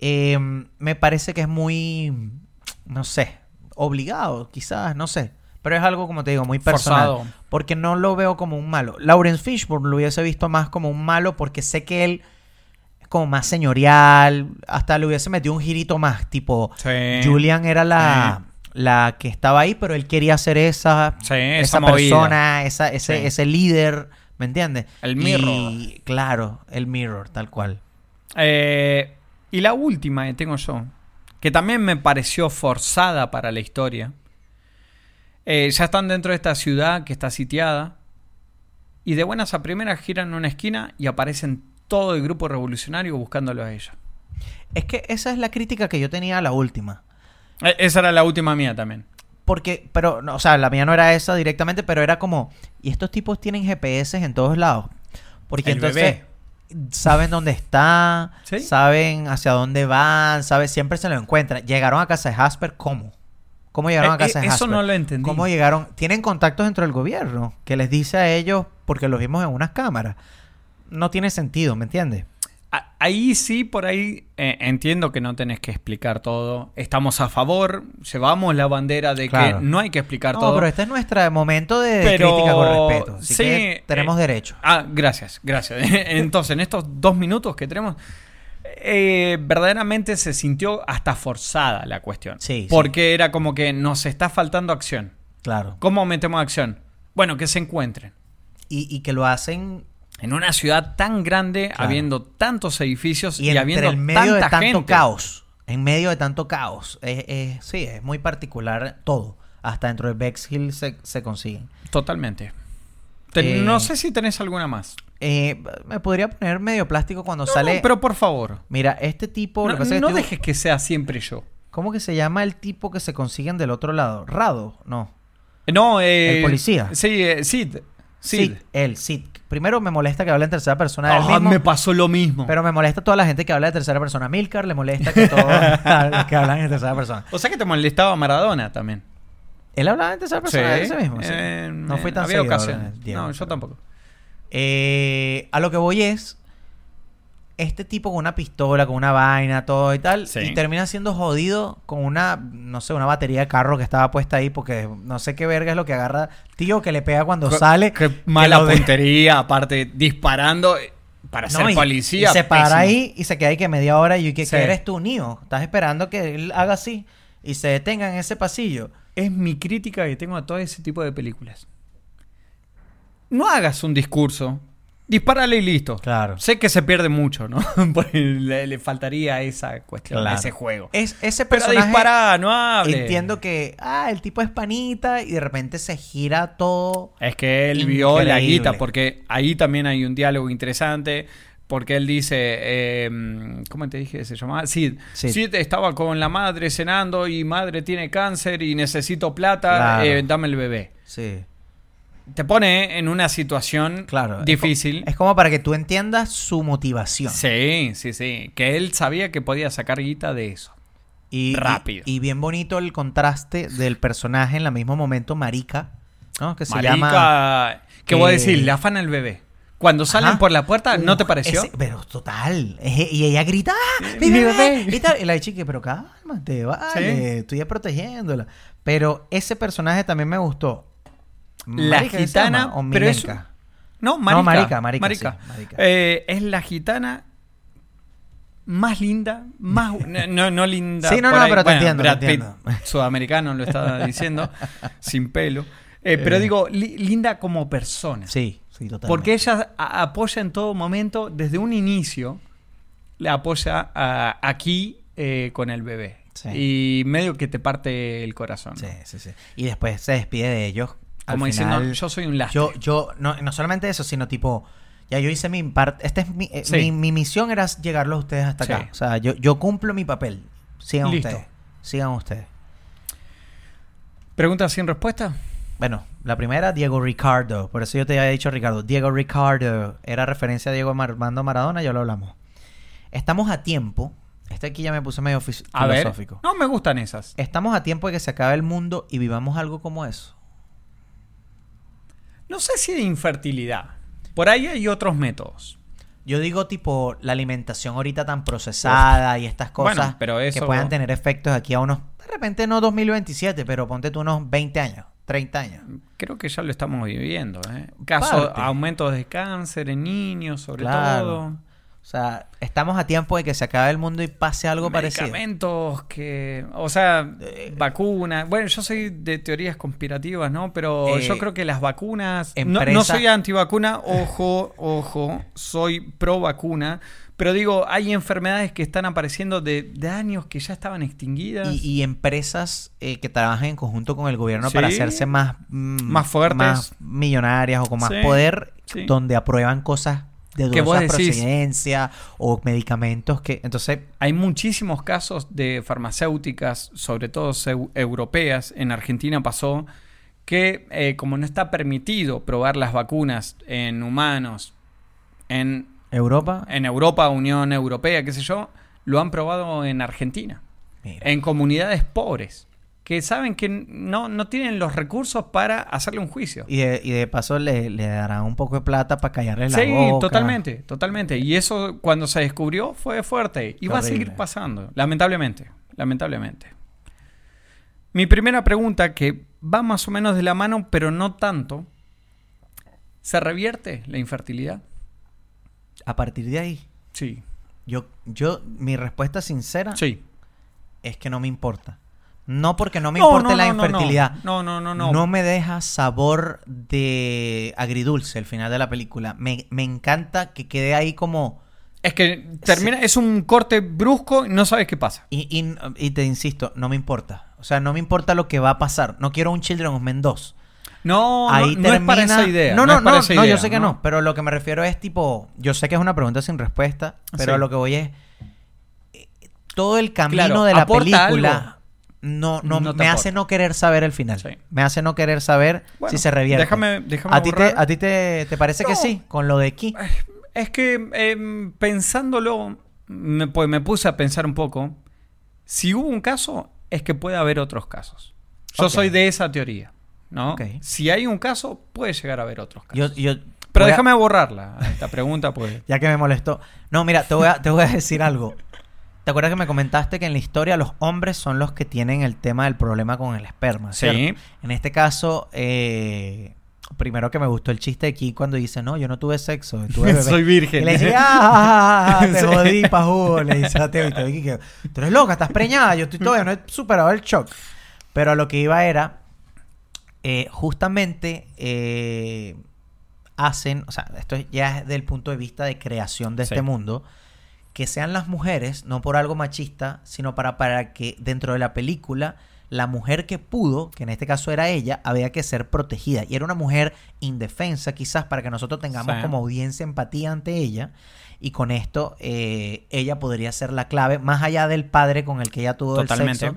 B: Eh, me parece que es muy. No sé. Obligado, quizás, no sé. Pero es algo, como te digo, muy personal.
C: Forzado.
B: Porque no lo veo como un malo. Lawrence Fishburne lo hubiese visto más como un malo porque sé que él es como más señorial. Hasta le hubiese metido un girito más. Tipo,
C: Sí.
B: Julian era la, la que estaba ahí, pero él quería ser esa,
C: Sí,
B: esa,
C: esa movida.
B: persona, esa, ese,
C: Sí.
B: ese líder. ¿Me entiendes?
C: El
B: Y, claro, el mirror, tal cual.
C: Eh, y la última que tengo yo, que también me pareció forzada para la historia. Eh, ya están dentro de esta ciudad que está sitiada. Y de buenas a primeras giran una esquina y aparecen todo el grupo revolucionario buscándolo a ella.
B: Es que esa es la crítica que yo tenía a la última.
C: Eh, esa era la última mía también.
B: Porque, pero, no, o sea, la mía no era esa directamente, pero era como, y estos tipos tienen GPS en todos lados. Porque
C: El
B: entonces
C: bebé.
B: saben dónde está,
C: Sí.
B: saben hacia dónde van, saben, siempre se lo encuentran. Llegaron a casa de Hasper, ¿cómo? ¿Cómo llegaron
C: Eh,
B: a casa
C: eh,
B: de
C: eso
B: Hasper?
C: no lo entendí.
B: ¿Cómo llegaron? Tienen contactos dentro del gobierno que les dice a ellos, porque los vimos en unas cámaras. No tiene sentido, ¿me entiendes?
C: A- Ahí sí, por ahí eh, entiendo que no tenés que explicar todo. Estamos a favor, llevamos la bandera de
B: Claro.
C: que no hay que explicar
B: No,
C: todo.
B: pero este es nuestro momento de
C: Pero-
B: crítica con respeto. Así
C: sí,
B: que tenemos
C: eh,
B: derecho.
C: Ah, gracias, gracias. [laughs] Entonces, en estos dos minutos que tenemos, eh, verdaderamente se sintió hasta forzada la cuestión.
B: Sí, sí.
C: Porque era como que nos está faltando acción.
B: Claro.
C: ¿Cómo metemos acción? Bueno, que se encuentren.
B: Y, y que lo hacen
C: En una ciudad tan grande,
B: Claro.
C: habiendo tantos edificios y,
B: y, entre
C: habiendo
B: el medio de
C: tanta
B: tanto
C: gente.
B: caos. En medio de tanto caos. Es- es- sí, es muy particular todo. Hasta dentro de Bexhill se, se consiguen.
C: Totalmente. Te-
B: Eh,
C: no sé si tenés alguna más.
B: Eh, me podría poner medio plástico cuando
C: No,
B: sale.
C: no, pero por favor.
B: Mira, este tipo.
C: No,
B: lo que pasa es que
C: no
B: este tipo-
C: dejes que sea siempre yo.
B: ¿Cómo que se llama el tipo que se consiguen del otro lado? Rado, no.
C: No, eh,
B: ¿El policía?
C: Sí, eh, Sid. Sid.
B: Sid, él, Sid. Primero me molesta que hable en tercera persona del
C: Ah,
B: mismo,
C: me pasó lo mismo.
B: Pero me molesta toda la gente que habla de tercera persona. Milcar le molesta que
C: [laughs]
B: todos los que hablan en tercera persona.
C: O sea que te molestaba Maradona también.
B: Él hablaba en tercera persona, ese mismo. sí.
C: Eh,
B: no fui
C: eh,
B: tan
C: Había
B: seguidor,
C: ocasiones.
B: Diego,
C: no,
B: pero-
C: yo tampoco.
B: Eh, a lo que voy es. Este tipo con una pistola, con una vaina, todo y tal.
C: Sí.
B: Y termina siendo jodido con una, no sé, una batería de carro que estaba puesta ahí. Porque no sé qué verga es lo que agarra tío que le pega cuando
C: Qué-
B: sale.
C: Qué
B: que
C: mala
B: lo de- [laughs]
C: puntería, aparte, disparando eh, para
B: No,
C: ser
B: y-
C: policía.
B: Y se para
C: pésimo.
B: ahí y se queda ahí que media hora. Y yo, ¿qué,
C: Sí.
B: qué eres tú, Nio? Estás esperando que él haga así y se detenga en ese pasillo.
C: Es mi crítica que tengo a todo ese tipo de películas. No hagas un discurso Dispárale y listo.
B: Claro.
C: Sé que se pierde mucho, ¿no? [laughs] Porque le, le faltaría esa cuestión,
B: Claro.
C: ese juego.
B: Es, ese
C: Pero
B: personaje...
C: dispara, no hable.
B: Entiendo que, ah, el tipo es panita y de repente se gira todo.
C: Es que él vio la
B: Increíble.
C: guita, porque ahí también hay un diálogo interesante. Porque él dice, eh, ¿cómo te dije? que Se llamaba Sid.
B: Sid.
C: Sid. estaba con la madre cenando y madre tiene cáncer y necesito plata,
B: Claro.
C: eh, dame el bebé.
B: Sí.
C: Te pone en una situación
B: Claro. es
C: difícil.
B: co- Es como para que tú entiendas su motivación.
C: sí, sí, sí. Que él sabía que podía sacar guita de eso.
B: Y,
C: Rápido.
B: Y, y bien bonito el contraste del personaje en el mismo momento, Marica, ¿no? Que se
C: Marica,
B: llama...
C: ¿qué voy a
B: eh,
C: decir? Le afana el bebé. Cuando salen
B: Ajá.
C: por la puerta, ¿no te
B: Uh,
C: pareció?
B: ese- pero total. Eje- Y ella grita, ¡Ah, mi
C: Mi
B: bebé!
C: bebé.
B: Y, tal. Y la chica, pero cálmate, vale, estoy ya protegiéndola. Pero ese personaje también me gustó.
C: La
B: ¿Marica que se
C: gitana,
B: llama? ¿O
C: pero es-
B: Milenka?
C: No, marica.
B: marica, marica, sí, marica.
C: Eh, es la gitana más linda, más... no- No, no linda.
B: Sí, no,
C: por
B: no,
C: ahí.
B: pero te
C: Bueno,
B: entiendo, te
C: Brad Pitt,
B: entiendo.
C: sudamericano
B: [laughs]
C: lo estaba diciendo, sin pelo. Eh, pero
B: Eh.
C: digo, li- linda como persona.
B: Sí, sí, totalmente.
C: Porque ella a- apoya en todo momento, desde un inicio, le apoya a- aquí eh, con el bebé.
B: Sí.
C: Y medio que te parte el corazón.
B: Sí,
C: ¿no?
B: sí, sí. Y después se despide de ellos. Al
C: Como diciendo,
B: final,
C: yo soy un lastre.
B: Yo, yo, no, no solamente eso, sino tipo, ya yo hice mi parte. Esta es mi, eh,
C: Sí.
B: mi, mi misión era llegarlos a ustedes hasta acá.
C: Sí.
B: O sea, yo, yo cumplo mi papel. Sigan
C: Listo.
B: ustedes. Sigan ustedes.
C: ¿Pregunta sin respuesta?
B: Bueno, la primera, Diego Ricardo. Por eso yo te había dicho Ricardo. Diego Ricardo era referencia a Diego Mar- Armando Maradona, ya lo hablamos. Estamos a tiempo. Este aquí ya me puse medio fis-
C: A ver.
B: filosófico.
C: No, me gustan esas.
B: Estamos a tiempo de que se acabe el mundo y vivamos algo como eso.
C: No sé si de infertilidad. Por ahí hay otros métodos.
B: Yo digo tipo la alimentación ahorita tan procesada y estas cosas
C: Bueno, pero
B: que
C: eso-
B: puedan tener efectos aquí a unos, de repente no 2027, pero ponte tú unos 20 años, 30 años.
C: Creo que ya lo estamos viviendo. ¿eh? Casos,
B: Parte.
C: aumentos de cáncer en niños, sobre
B: Claro.
C: todo.
B: O sea, estamos a tiempo de que se acabe el mundo y pase algo parecido.
C: Medicamentos que. O sea, vacunas. Bueno, yo soy de teorías conspirativas, ¿no? Pero
B: Eh,
C: yo creo que las vacunas. no- No,
B: empresa-
C: soy antivacuna, ojo, ojo. Soy pro vacuna. Pero digo, hay enfermedades que están apareciendo de, de años que ya estaban extinguidas.
B: Y, y empresas eh, que trabajan en conjunto con el gobierno para
C: Sí.
B: hacerse más, mm,
C: Más fuertes.
B: más millonarias o con más
C: Sí,
B: poder,
C: sí.
B: donde aprueban cosas de
C: Que vos
B: dudosa
C: decís.
B: procedencia o medicamentos que... Entonces,
C: Hay muchísimos casos de farmacéuticas, sobre todo seu- europeas, en Argentina pasó, que eh, como no está permitido probar las vacunas en humanos en,
B: Europa...
C: en Europa, Unión Europea, qué sé yo, lo han probado en Argentina,
B: mira.
C: en comunidades pobres, que saben que no, no tienen los recursos para hacerle un juicio.
B: Y de, y de paso le, le darán un poco de plata para callarle la
C: Sí,
B: boca.
C: totalmente, totalmente. Y eso cuando se descubrió fue fuerte. Y va a
B: Terrible.
C: seguir pasando, lamentablemente, lamentablemente. Mi primera pregunta, que va más o menos de la mano, pero no tanto. ¿Se revierte la infertilidad?
B: A partir de ahí,
C: Sí.
B: yo, yo, mi respuesta sincera
C: Sí.
B: es que no me importa. No porque no me
C: No,
B: importe
C: no,
B: la
C: no, no, no.
B: infertilidad.
C: No, no, no, no.
B: No me deja sabor de agridulce el final de la película. Me, me encanta que quede ahí como...
C: Es que termina, es un corte brusco y no sabes qué pasa.
B: Y, y- y te insisto, no me importa. O sea, no me importa lo que va a pasar. No quiero un Children of Men 2.
C: No,
B: Ahí
C: no, no
B: termina...
C: es para esa idea.
B: No, no,
C: es para
B: no,
C: esa
B: no, yo
C: idea,
B: sé que no. Pero lo que me refiero es tipo... Yo sé que es una pregunta sin respuesta, pero
C: Sí.
B: a lo que voy es... eh, Todo el camino
C: Claro,
B: de la
C: aporta
B: película
C: algo.
B: no, no,
C: No te
B: me hace
C: aporta.
B: no querer saber el final.
C: Sí.
B: Me hace no querer saber
C: Bueno,
B: si se revierte.
C: déjame- déjame
B: ¿A ti, te,
C: borrar.
B: a ti te, te parece que
C: No.
B: sí? Con lo de Ki.
C: Es que em, pensándolo, me, pues me puse a pensar un poco. Si hubo un caso, es que puede haber otros casos. Yo
B: Ok.
C: soy de esa teoría, ¿no?
B: Ok.
C: Si hay un caso, puede llegar a haber otros
B: Yo,
C: casos.
B: yo, voy
C: Pero
B: a-
C: déjame borrarla, esta pregunta, pues.
B: Ya que me molestó. No, mira, te voy a, te voy a decir algo. ¿Te acuerdas que me comentaste que en la historia los hombres son los que tienen el tema del problema con el esperma?
C: Sí.
B: [laughs] ¿cierto? En este caso, eh, primero que me gustó el chiste de aquí cuando dice, no, yo no tuve sexo, tuve
C: [laughs]
B: bebé".
C: Soy virgen.
B: Y le dice,
C: [laughs]
B: ah, te
C: Sí.
B: jodí, pajú. Le dice a Teo y Teo, y que, tú eres loca, estás preñada, yo estoy todavía no he superado el shock. Pero a lo que iba era, eh, justamente, eh, hacen, o sea, esto ya es del punto de vista de creación de
C: Sí.
B: este mundo, que sean las mujeres, no por algo machista, sino para, para que dentro de la película la mujer que pudo, que en este caso era ella, había que ser protegida. Y era una mujer indefensa quizás para que nosotros tengamos
C: Sí.
B: como audiencia empatía ante ella. Y con esto eh, ella podría ser la clave, más allá del padre con el que ella tuvo el
C: Totalmente.
B: sexo,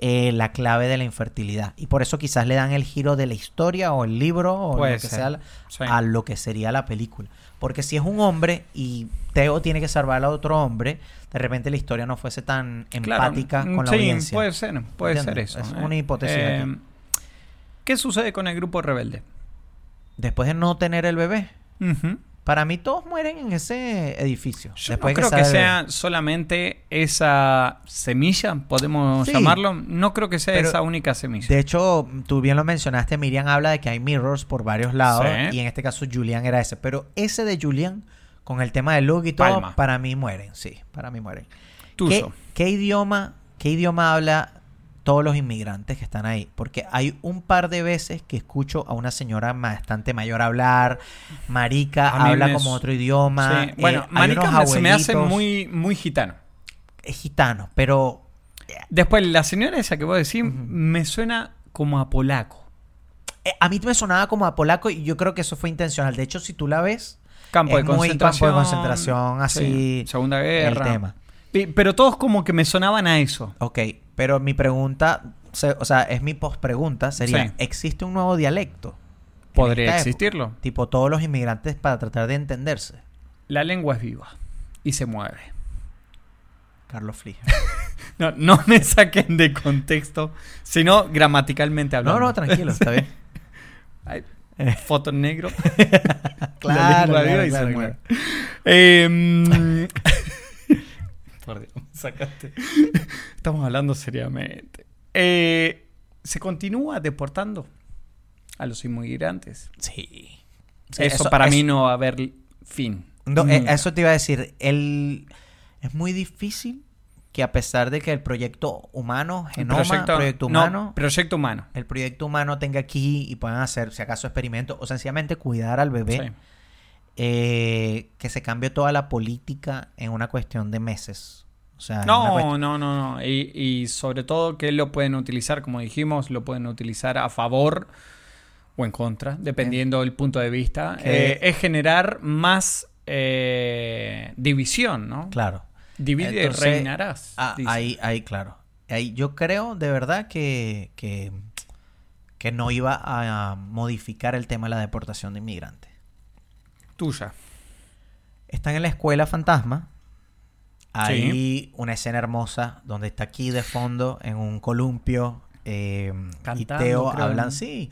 B: eh, la clave de la infertilidad. Y por eso quizás le dan el giro de la historia o el libro o
C: Puede
B: lo que
C: ser.
B: sea la-
C: Sí.
B: a lo que sería la película. Porque si es un hombre y Teo tiene que salvar a otro hombre, de repente la historia no fuese tan
C: Claro, Mm,
B: empática con la
C: sí,
B: audiencia.
C: puede ser, puede ser
B: ¿Entiendes?
C: eso.
B: Es
C: eh.
B: una hipótesis
C: Eh,
B: aquí.
C: ¿Qué sucede con el grupo rebelde?
B: Después de no tener el bebé,
C: Ujú.
B: para mí todos mueren en ese edificio.
C: Yo
B: después
C: no creo
B: sale
C: que
B: el bebé.
C: sea solamente esa semilla, podemos
B: Sí.
C: llamarlo. No creo que sea
B: Pero,
C: esa única semilla.
B: De hecho, tú bien lo mencionaste, Miriam habla de que hay mirrors por varios lados.
C: Sí.
B: Y en este caso Julian era ese. Pero ese de Julian, con el tema de Luke y todo,
C: Palma.
B: para mí mueren, sí, para mí mueren. ¿Qué,
C: Tuyo.
B: qué idioma, ¿Qué idioma habla todos los inmigrantes que están ahí? Porque hay un par de veces que escucho a una señora bastante mayor hablar, marica,
C: A mí
B: habla
C: me
B: como
C: su-
B: otro idioma.
C: Sí.
B: eh,
C: Bueno,
B: hay
C: Marica
B: unos
C: me- se me hace
B: abuelitos,
C: muy, muy gitano.
B: eh, gitanos, pero
C: Después, la señora esa que vos decís me suena como a polaco.
B: eh, a mí me sonaba como a polaco y yo creo que eso fue intencional. De hecho, si tú la ves,
C: Campo
B: Es
C: de
B: muy
C: concentración.
B: campo de concentración, así,
C: Sí, Segunda guerra.
B: el tema.
C: Pi- Pero todos como que me sonaban a eso.
B: Ok, pero mi pregunta, se- o sea, es mi pospregunta, sería,
C: Sí.
B: ¿existe un nuevo dialecto? en
C: Podría
B: esta época?
C: existirlo.
B: Tipo todos los inmigrantes para tratar de entenderse.
C: La lengua es viva y se mueve.
B: Carlos
C: [laughs]
B: Flija.
C: No, no me saquen de contexto, sino gramaticalmente
B: No,
C: hablando.
B: no, tranquilo, está bien.
C: Ay, [laughs] Foto en negro.
B: Claro,
C: La lengua
B: claro,
C: viva
B: claro,
C: y se
B: claro.
C: mueve. Eh, mm, [laughs] Por Dios, me sacaste. [laughs] Estamos hablando seriamente. Eh, ¿Se continúa deportando a los inmigrantes?
B: Sí.
C: eso, para
B: es-
C: mí no va a haber fin.
B: no, eh,
C: Nunca.
B: eso te iba a decir. El, es muy difícil que a pesar de que el proyecto humano,
C: El
B: genoma, proyecto,
C: no,
B: humano,
C: proyecto humano.
B: el proyecto humano tenga aquí y puedan hacer, si acaso, experimentos o sencillamente cuidar al bebé.
C: Sí.
B: eh, que se cambie toda la política en una cuestión de meses. O sea, en una cuestión-
C: No, no, no, no. Y, y sobre todo que lo pueden utilizar, como dijimos, lo pueden utilizar a favor o en contra, dependiendo del punto de vista.
B: Que-
C: Eh, es generar más eh, división, ¿no?
B: claro.
C: Divide
B: Entonces,
C: y reinarás.
B: Ah,
C: dice.
B: ahí, ahí, claro. Ahí yo creo de verdad que, que, que no iba a modificar el tema de la deportación de inmigrantes.
C: Tuya.
B: Están en la escuela fantasma. Hay una escena hermosa donde está aquí de fondo en un columpio. eh,
C: Cantando,
B: y Teo
C: creo,
B: hablan,
C: ¿no?
B: sí.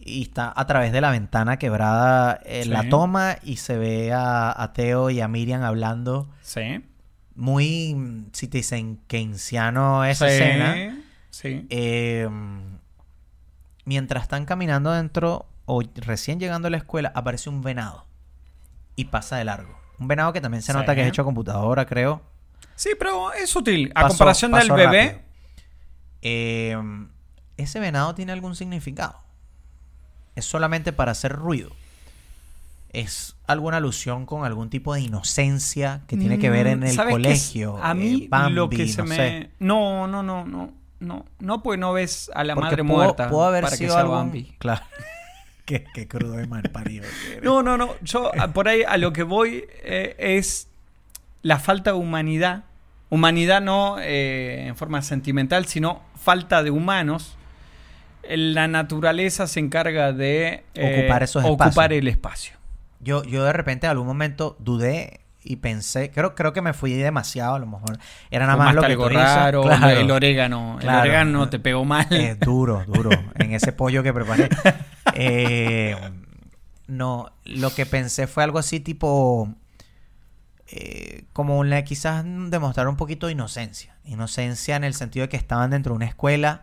B: Y está a través de la ventana quebrada eh,
C: Sí.
B: la toma y se ve a, a Teo y a Miriam hablando.
C: Sí.
B: Muy, mm, si te dicen, keynesiano esa
C: Sí,
B: escena.
C: Sí.
B: Eh, mientras están caminando dentro o recién llegando a la escuela, aparece un venado y pasa de largo. Un venado que también se
C: Sí.
B: nota que es hecho a computadora, creo.
C: Sí, pero es útil. A
B: Pasó-
C: comparación del
B: pasó
C: bebé,
B: rápido. Eh, ¿Ese venado tiene algún significado? ¿Es solamente para hacer ruido? ¿Es alguna alusión con algún tipo de inocencia que tiene que ver en
C: Mm,
B: el
C: ¿sabes qué?
B: colegio?
C: A
B: Eh,
C: mí lo
B: Bambi,
C: que se
B: no
C: me...
B: sé.
C: No, no, no, no. No, no, pues no ves a la
B: Porque
C: madre
B: pudo-
C: muerta
B: pudo haber
C: para
B: sido
C: que sea
B: algún-
C: Bambi.
B: Claro. [laughs] qué, qué crudo y mal parido. que eres.
C: No, no, no.
B: [laughs]
C: Yo a- por ahí a lo que voy eh, es la falta de humanidad. Humanidad no eh, en forma sentimental, sino falta de humanos. Eh, La naturaleza se encarga de eh,
B: Ocupar esos espacios.
C: ocupar el espacio.
B: Yo, yo de repente en algún momento dudé y pensé, creo, creo que me fui demasiado, a lo mejor era nada más lo
C: Fumaste
B: que
C: algo
B: tú dices.
C: raro,
B: Claro.
C: el orégano.
B: Claro. Eh.
C: El orégano te pegó mal.
B: Es duro, duro. En ese pollo que preparé. Eh, no, lo que pensé fue algo así tipo. eh, como una, quizás demostrar un poquito de inocencia. Inocencia en el sentido de que estaban dentro de una escuela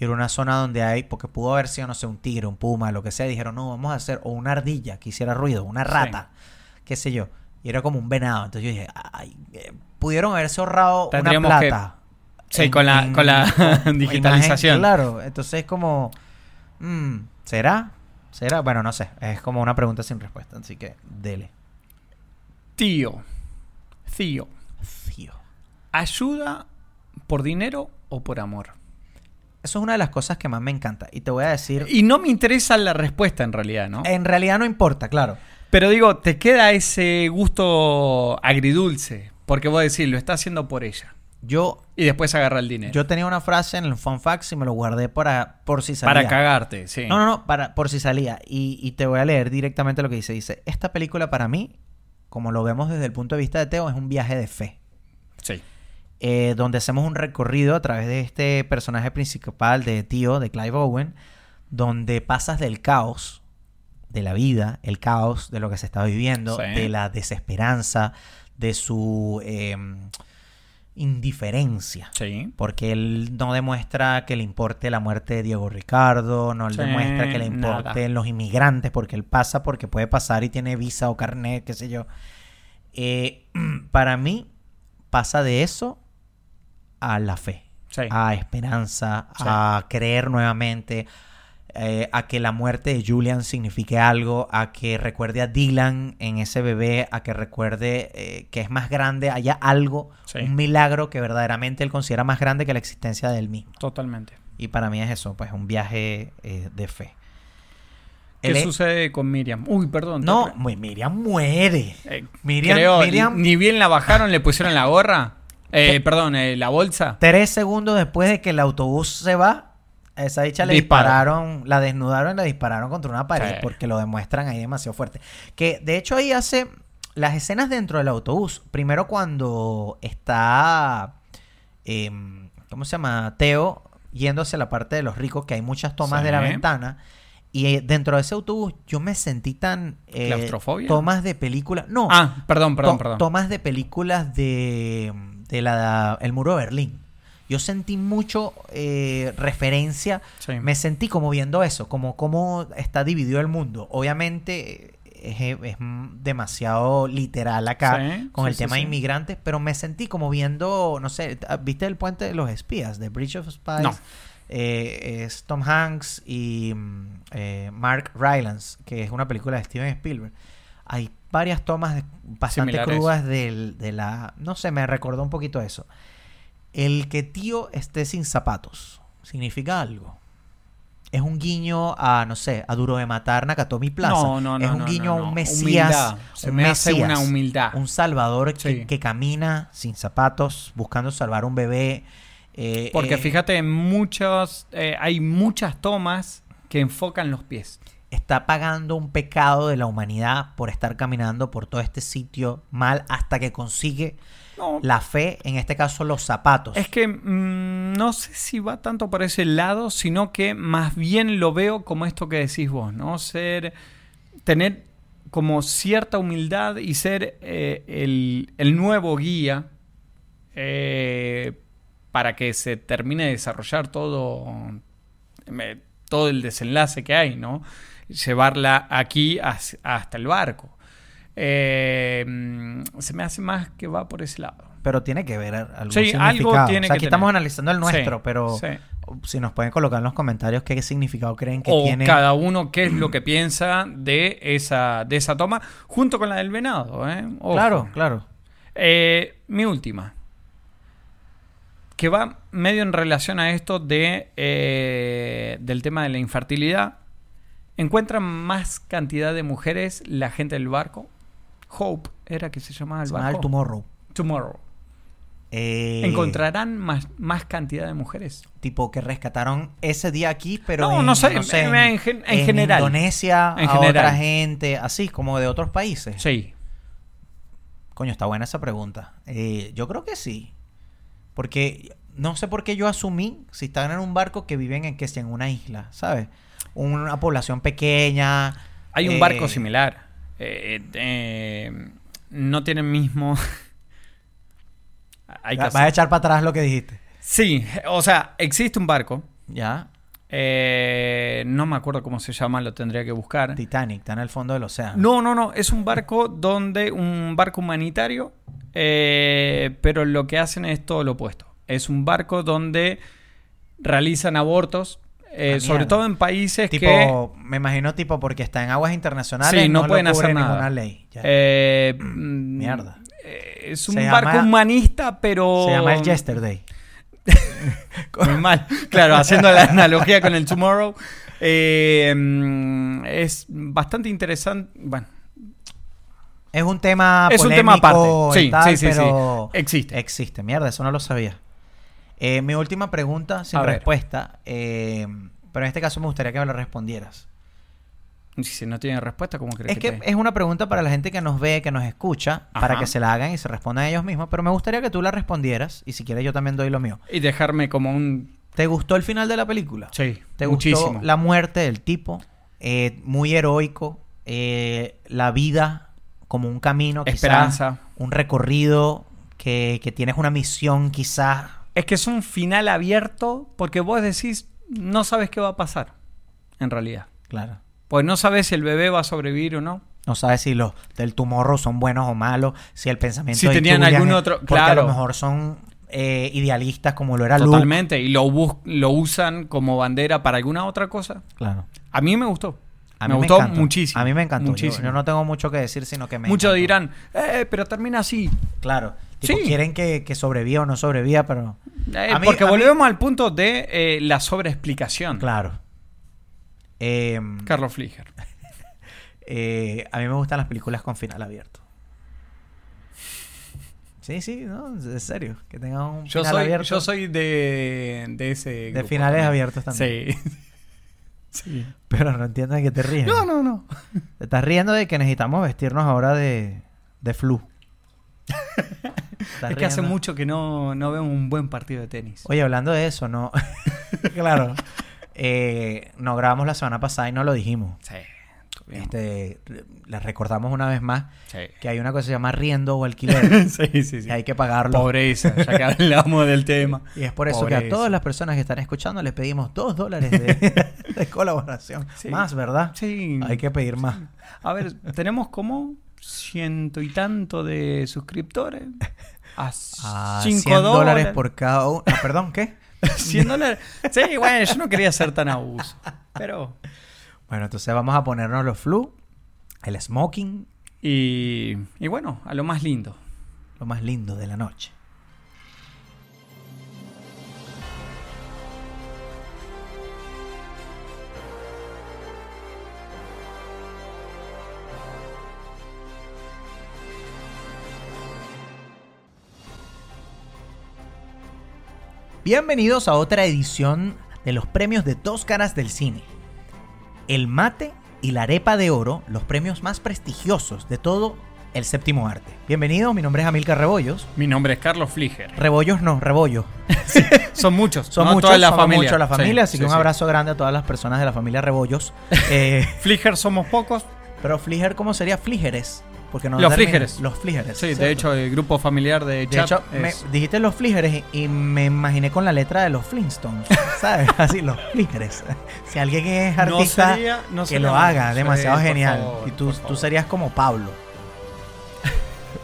B: y era una zona donde hay, porque pudo haber sido, no sé, un tigre, un puma, lo que sea. y Dijeron, no, vamos a hacer, o una ardilla que hiciera ruido, una
C: Sí.
B: rata, qué sé yo. Y era como un venado. Entonces yo dije, ay, eh, pudieron haberse ahorrado una
C: Tendríamos que-
B: plata.
C: Sí, con la-
B: [laughs]
C: con la
B: con
C: [laughs] digitalización.
B: imagen, claro, entonces es como, mm, ¿será? ¿Será? Bueno, no sé. Es como una pregunta sin respuesta, así que dele.
C: Tío. Tío.
B: Tío.
C: ¿Ayuda por dinero o por amor?
B: Eso es una de las cosas que más me encanta. Y te voy a decir.
C: Y no me interesa la respuesta en realidad, ¿no?
B: En realidad no importa, claro.
C: Pero digo, te queda ese gusto agridulce. Porque vos decís, lo está haciendo por ella.
B: Yo,
C: Y después agarra el dinero.
B: yo tenía una frase en el fun facts y me lo guardé para, por si salía.
C: para cagarte, sí.
B: No, no, no, para, por si salía. Y, y te voy a leer directamente lo que dice. Dice, esta película para mí, como lo vemos desde el punto de vista de Teo, es un viaje de fe.
C: Sí.
B: eh, donde hacemos un recorrido a través de este personaje principal de tío, de Clive Owen, donde pasas del caos de la vida, el caos de lo que se está viviendo,
C: Sí.
B: de la desesperanza, de su eh, indiferencia.
C: Sí.
B: Porque él no demuestra que le importe la muerte de Diego Ricardo, no
C: Sí,
B: demuestra que le
C: nada.
B: importen los inmigrantes, porque él pasa, porque puede pasar y tiene visa o carnet, qué sé yo. Eh, [clears throat] para mí, pasa de eso a la fe,
C: Sí.
B: a esperanza,
C: Sí.
B: a creer nuevamente, eh, a que la muerte de Julian signifique algo, a que recuerde a Dylan en ese bebé, a que recuerde eh, que es más grande, haya algo,
C: Sí.
B: un milagro que verdaderamente él considera más grande que la existencia de él mismo.
C: Totalmente.
B: Y para mí es eso, pues un viaje eh, de fe.
C: ¿Qué
B: Él es-
C: sucede con Miriam? Uy, perdón.
B: e-
C: te
B: No,
C: pre-
B: mu- Miriam muere.
C: Eh,
B: Miriam-
C: creo,
B: Miriam-
C: ni bien la bajaron, le pusieron la gorra. Eh, perdón, eh, la bolsa.
B: Tres segundos después de que el autobús se va, a esa dicha le
C: Disparo.
B: dispararon, la desnudaron y la dispararon contra una pared
C: Sí.
B: porque lo demuestran ahí demasiado fuerte. Que de hecho ahí hace las escenas dentro del autobús. Primero cuando está, em, ¿cómo se llama? Teo yendo hacia la parte de los ricos, que hay muchas tomas
C: Sí.
B: de la ventana. Y eh, dentro de ese autobús yo me sentí tan... eh,
C: ¿Claustrofobia?
B: Tomas de película. No.
C: Ah, perdón, perdón,
B: to-
C: perdón.
B: Tomas de películas de, de la, El Muro de Berlín. Yo sentí mucho eh, referencia.
C: Sí.
B: Me sentí como viendo eso, como cómo está dividido el mundo. Obviamente eh, es, es demasiado literal acá
C: Sí,
B: con
C: sí,
B: el
C: sí,
B: tema de
C: sí.
B: inmigrantes, pero me sentí como viendo, no sé, ah, ¿viste el puente de los espías? The Bridge of Spies.
C: No.
B: Eh, es Tom Hanks y mm, eh, Mark Rylance, que es una película de Steven Spielberg. Hay varias tomas de- bastante
C: Similares.
B: crudas del- de la... No sé, me recordó un poquito eso. El que tío esté sin zapatos significa algo. Es un guiño a, no sé, a Duro de Matar Nakatomi Plaza.
C: No, no, no.
B: es un
C: no,
B: guiño
C: no,
B: a
C: no.
B: un Mesías.
C: Humildad. Se
B: un
C: me hace
B: mesías,
C: una humildad.
B: Un salvador que,
C: Ah. Sí.
B: que camina sin zapatos, buscando salvar un bebé. eh,
C: Porque
B: eh,
C: fíjate, en muchos, eh, hay muchas tomas que enfocan los pies.
B: está pagando un pecado de la humanidad por estar caminando por todo este sitio mal hasta que consigue
C: No,
B: la fe, en este caso los zapatos.
C: es que mm, no sé si va tanto por ese lado, sino que más bien lo veo como esto que decís vos, ¿no? Ser, tener como cierta humildad y ser eh, el, el nuevo guía eh, para que se termine de desarrollar todo, me- todo el desenlace que hay, ¿no? Llevarla aquí has- hasta el barco. Eh, mm, se me hace más que va por ese lado.
B: Pero tiene que ver algún
C: Sí, algo
B: significado.
C: tiene
B: O sea,
C: que
B: aquí estamos
C: tener.
B: analizando el nuestro,
C: Sí,
B: pero
C: sí.
B: si nos pueden colocar en los comentarios qué significado creen que
C: o
B: tiene.
C: cada uno qué es lo que piensa de esa, de esa toma, junto con la del venado. ¿eh? Ojo.
B: Claro, claro.
C: Eh, mi última, que va medio en relación a esto de, eh, del tema de la infertilidad. ¿Encuentran más cantidad de mujeres la gente del barco? Hope era que se llamaba el
B: Se llama el
C: barco.
B: tomorrow.
C: Tomorrow.
B: Eh,
C: ¿Encontrarán más, más cantidad de mujeres?
B: Tipo que rescataron ese día aquí, pero
C: No,
B: en,
C: no sé, en- en gen- en general.
B: Indonesia,
C: En
B: a
C: general.
B: otra gente, así como de otros países.
C: Sí.
B: Coño, está buena esa pregunta. Eh, yo creo que sí. Porque no sé por qué yo asumí, si están en un barco, que viven en que sea en una isla, ¿sabes? Una población pequeña.
C: Hay un
B: eh,
C: barco similar. Eh, eh, no tiene el mismo. [laughs] Hay que
B: Va-
C: hacer-
B: Vas a echar para atrás lo que dijiste.
C: Sí, o sea, existe un barco.
B: Ya.
C: eh, no me acuerdo cómo se llama, lo tendría que buscar.
B: Titanic, está en el fondo del océano.
C: Eh. No, no, no. Es un barco donde. Un barco humanitario. eh, pero lo que hacen es todo lo opuesto. Es un barco donde realizan abortos. eh,
B: Ah,
C: sobre
B: mierda.
C: todo en países que
B: Tipo, me imagino tipo porque está en aguas internacionales.
C: Sí, no,
B: lo
C: pueden
B: cubre
C: hacer
B: ninguna
C: nada.
B: ley. Ya. [clears throat]
C: Eh, mm,
B: Mierda.
C: eh, Es un
B: Se
C: barco
B: llama-
C: humanista, pero.
B: Se llama el Yesterday.
C: [laughs] Muy mal. Claro, haciendo la analogía con el Tomorrow. eh, mm, es bastante interesante. Bueno,
B: Es un tema
C: Es un tema
B: Ah, polémico
C: aparte.
B: y
C: Sí,
B: tal,
C: sí, sí, sí.
B: pero eh,
C: Existe.
B: Existe. Mierda, eso no lo sabía. Eh, mi última pregunta sin
C: A ver.
B: respuesta. eh, pero en este caso me gustaría que me lo respondieras.
C: si no tiene respuesta, ¿cómo crees
B: Es que
C: te-
B: es una pregunta para la gente que nos ve, que nos escucha,
C: Ajá.
B: para que se la hagan y se respondan ellos mismos. Pero me gustaría que tú la respondieras. Y si quieres, yo también doy lo mío.
C: Y dejarme como un.
B: ¿Te gustó el final de la película?
C: Sí,
B: ¿Te
C: muchísimo.
B: gustó la muerte del tipo? Eh, muy heroico. eh, la vida como un camino, quizás.
C: Esperanza.
B: Un recorrido que, que tienes una misión, quizás.
C: Es que es un final abierto porque vos decís, no sabes qué va a pasar. En realidad.
B: Claro.
C: Pues no sabes si el bebé va a sobrevivir o no.
B: No sabes si los del tumorro son buenos o malos, si el pensamiento.
C: Si
B: de
C: tenían
B: Julian
C: algún
B: es-
C: otro-
B: Porque a
C: claro.
B: lo mejor son eh, idealistas como lo era Luke.
C: Totalmente. Y lo, bus- lo usan como bandera para alguna otra cosa.
B: Claro.
C: A mí me gustó.
B: A
C: me,
B: mí
C: gustó
B: encantó.
C: muchísimo.
B: A mí me encantó. Yo-
C: Muchísimo.
B: Yo, no tengo mucho que decir, sino que me.
C: Muchos
B: encantó.
C: dirán, eh, pero termina así.
B: Claro. Tipo,
C: Sí.
B: Quieren que, que sobreviva o no sobreviva, pero.
C: Eh,
B: A mí-
C: porque
B: a mí-
C: volvemos al punto de eh, la sobreexplicación.
B: Claro. Eh,
C: Carlos Fliger.
B: eh, a mí me gustan las películas con final abierto. Sí, sí, no, en serio. Que tengan un
C: Yo
B: final
C: soy,
B: abierto.
C: yo soy de, de ese.
B: de
C: grupo
B: finales
C: también.
B: abiertos también. [laughs]
C: Sí. Sí.
B: [laughs] Pero no entiendo de qué te ríes.
C: No, no, no.
B: Te estás riendo de que necesitamos vestirnos ahora de, de
C: [laughs]
B: flu. Estás
C: Es que hace
B: riendo.
C: mucho que no, no veo un buen partido de tenis.
B: Oye, hablando de eso,
C: [laughs]
B: no. claro. Eh, no grabamos la semana pasada y no lo dijimos.
C: Sí. estuvimos.
B: Este, les recordamos una vez más
C: Sí. [laughs]
B: que hay una cosa que se llama riendo o alquiler.
C: sí, [laughs] sí, sí.
B: y hay que pagarlo.
C: Pobreza,
B: [laughs]
C: ya que hablamos del tema.
B: Y es por eso que a
C: Pobreza.
B: todas las personas que están escuchando les pedimos dos dólares
C: [laughs]
B: de, de colaboración.
C: Sí.
B: Más, ¿verdad?
C: Sí.
B: Hay que pedir más.
C: A ver, tenemos como ciento y tanto de suscriptores.
B: [laughs]
C: A
B: A
C: 5
B: 100
C: dólares.
B: dólares
C: [laughs]
B: por cada uno. Ah, perdón, ¿qué?
C: 100 dólares. Sí,
B: [laughs]
C: bueno, yo no quería ser tan abuso. Pero.
B: Bueno, entonces vamos a ponernos los flu, el smoking,
C: Y, y bueno, a lo más lindo.
B: lo más lindo de la noche. Bienvenidos a otra edición de los premios de dos caras del cine. El mate y la arepa de oro, los premios más prestigiosos de todo el séptimo arte. Bienvenidos, mi nombre es Amilcar Rebollos.
C: Mi nombre es Carlos Fliger.
B: Rebollos no, Rebollo.
C: Son muchos.
B: Son
C: no
B: muchos,
C: toda la
B: somos
C: familia.
B: mucho la
C: Sí,
B: familia, así
C: sí,
B: que un
C: sí.
B: abrazo grande a todas las personas de la familia
C: [laughs]
B: Rebollos. Eh,
C: Fliger somos pocos.
B: pero Fliger, ¿cómo sería? Flígeres. Porque no
C: Los
B: termina-
C: Flígeres.
B: Los Flígeres.
C: Sí, de
B: ¿cierto?
C: hecho, el grupo familiar
B: De
C: de Chat.
B: hecho,
C: es-
B: me este dijiste los Flígeres y, y me imaginé con la letra de los Flintstones,
C: [laughs]
B: ¿sabes? Así, los Flígeres. [laughs] Si alguien es
C: No
B: artista,
C: sería- no
B: que
C: sería
B: lo
C: malo.
B: haga,
C: Sí,
B: demasiado
C: por
B: genial.
C: favor,
B: y tú,
C: por
B: tú
C: favor.
B: serías como
C: [laughs]
B: Pablo.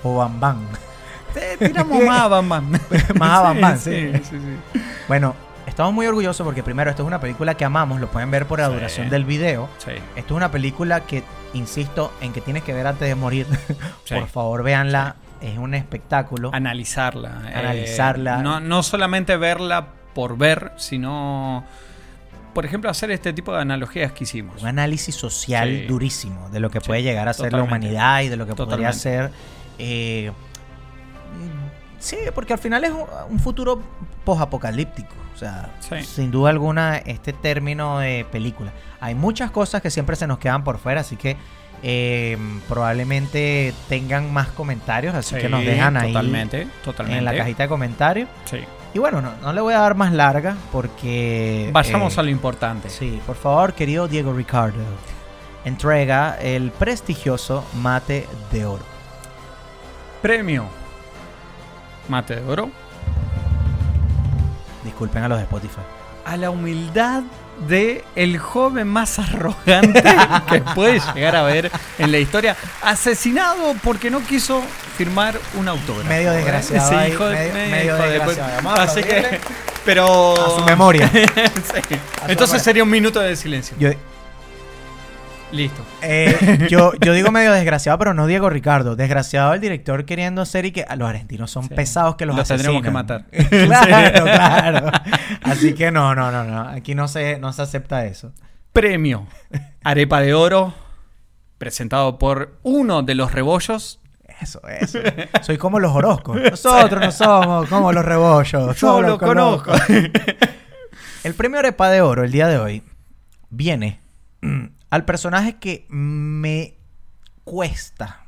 B: O Bambán.
C: Eh, tiramos más a Bambam.
B: [laughs] Más a Bam Bam, sí.
C: sí, sí, sí.
B: Bueno, estamos muy orgullosos porque primero, esto es una película que amamos, lo pueden ver por la
C: Sí.
B: duración del video.
C: Sí.
B: Esto es una película que, insisto, en que tienes que ver antes de morir. [laughs]
C: Sí.
B: Por favor, véanla. Es un espectáculo.
C: analizarla. eh,
B: Analizarla.
C: no, no solamente verla por ver, sino, por ejemplo, hacer este tipo de analogías que hicimos.
B: Un análisis social
C: Sí.
B: durísimo de lo que
C: Sí,
B: puede llegar a ser la
C: totalmente.
B: humanidad y de lo que podría
C: Totalmente.
B: ser. eh, mm, sí, porque al final es un- un futuro posapocalíptico. O sea,
C: Sí.
B: sin duda alguna, este término de película. Hay muchas cosas que siempre se nos quedan por fuera, así que. eh, probablemente tengan más comentarios, así
C: Sí,
B: que nos dejan ahí
C: Totalmente, totalmente.
B: en la cajita de comentarios.
C: Sí.
B: Y bueno, no, no le voy a dar más larga porque.
C: Vayamos
B: eh,
C: a lo importante.
B: Sí, por favor, querido Diego Ricardo. Entrega el prestigioso mate de oro.
C: Premio Mate de Oro.
B: Disculpen a los de Spotify.
C: a la humildad de el joven más arrogante que puede llegar a ver en la historia, asesinado porque no quiso firmar un autógrafo.
B: Medio desgraciado
C: Ese
B: ahí,
C: hijo de-
B: medio-
C: medio
B: medio
C: hijo de-
B: desgraciado. Vamos a
C: Así que,
B: aplaudirle.
C: pero
B: A su memoria.
C: [laughs] Sí.
B: su
C: Entonces
B: memoria.
C: sería un minuto de silencio.
B: Yo,
C: Listo.
B: [laughs] eh, yo, yo digo medio desgraciado, pero no Diego Ricardo. Desgraciado el director queriendo hacer y que ah, los argentinos son
C: Sí.
B: pesados que los,
C: Los tendremos
B: asesinan.
C: que matar.
B: [laughs]
C: [laughs]
B: claro, claro. Así que no, no, no, no. Aquí no se, no se acepta eso.
C: Premio Arepa de Oro presentado por uno de los rebollos.
B: Eso, eso. Soy como los Orozcos. Nosotros no somos como los rebollos.
C: Yo
B: solo
C: lo
B: conozco.
C: conozco. [laughs]
B: El premio Arepa de Oro el día de hoy viene mm, al personaje que me cuesta.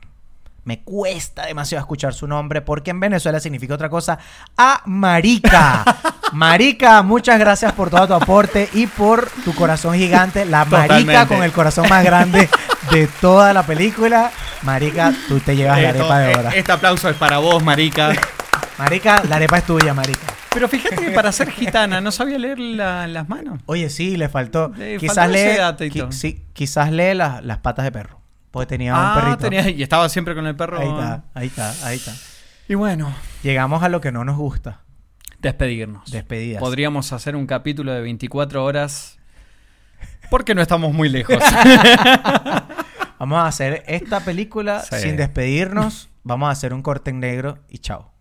B: Me cuesta demasiado escuchar su nombre porque en Venezuela significa otra cosa. A
C: [laughs]
B: Marica. Marica, muchas gracias por todo tu aporte y por tu corazón gigante. La Marica
C: Totalmente.
B: con el corazón más grande de toda la película. Marica, tú te llevas la
C: Esto-
B: arepa de
C: eh,
B: oro.
C: este aplauso es para vos, marica.
B: Marica, la arepa es tuya, Marica.
C: Pero fíjate que para ser gitana no sabía leer la- las manos.
B: Oye, sí, le faltó.
C: Le
B: quizás
C: faltó ese
B: lee,
C: dato y
B: qui-
C: todo.
B: sí, quizás lee las, las patas de perro. Porque tenía un perrito.
C: Ah, tenía- y estaba siempre con el perro.
B: Ahí está, ahí está, ahí está.
C: Y bueno,
B: Llegamos a lo que no nos gusta.
C: despedirnos.
B: Despedidas.
C: Podríamos hacer un capítulo de 24 horas porque no estamos muy lejos.
B: Vamos a hacer esta película
C: Sí.
B: sin despedirnos. Vamos a hacer un corte en negro y chao.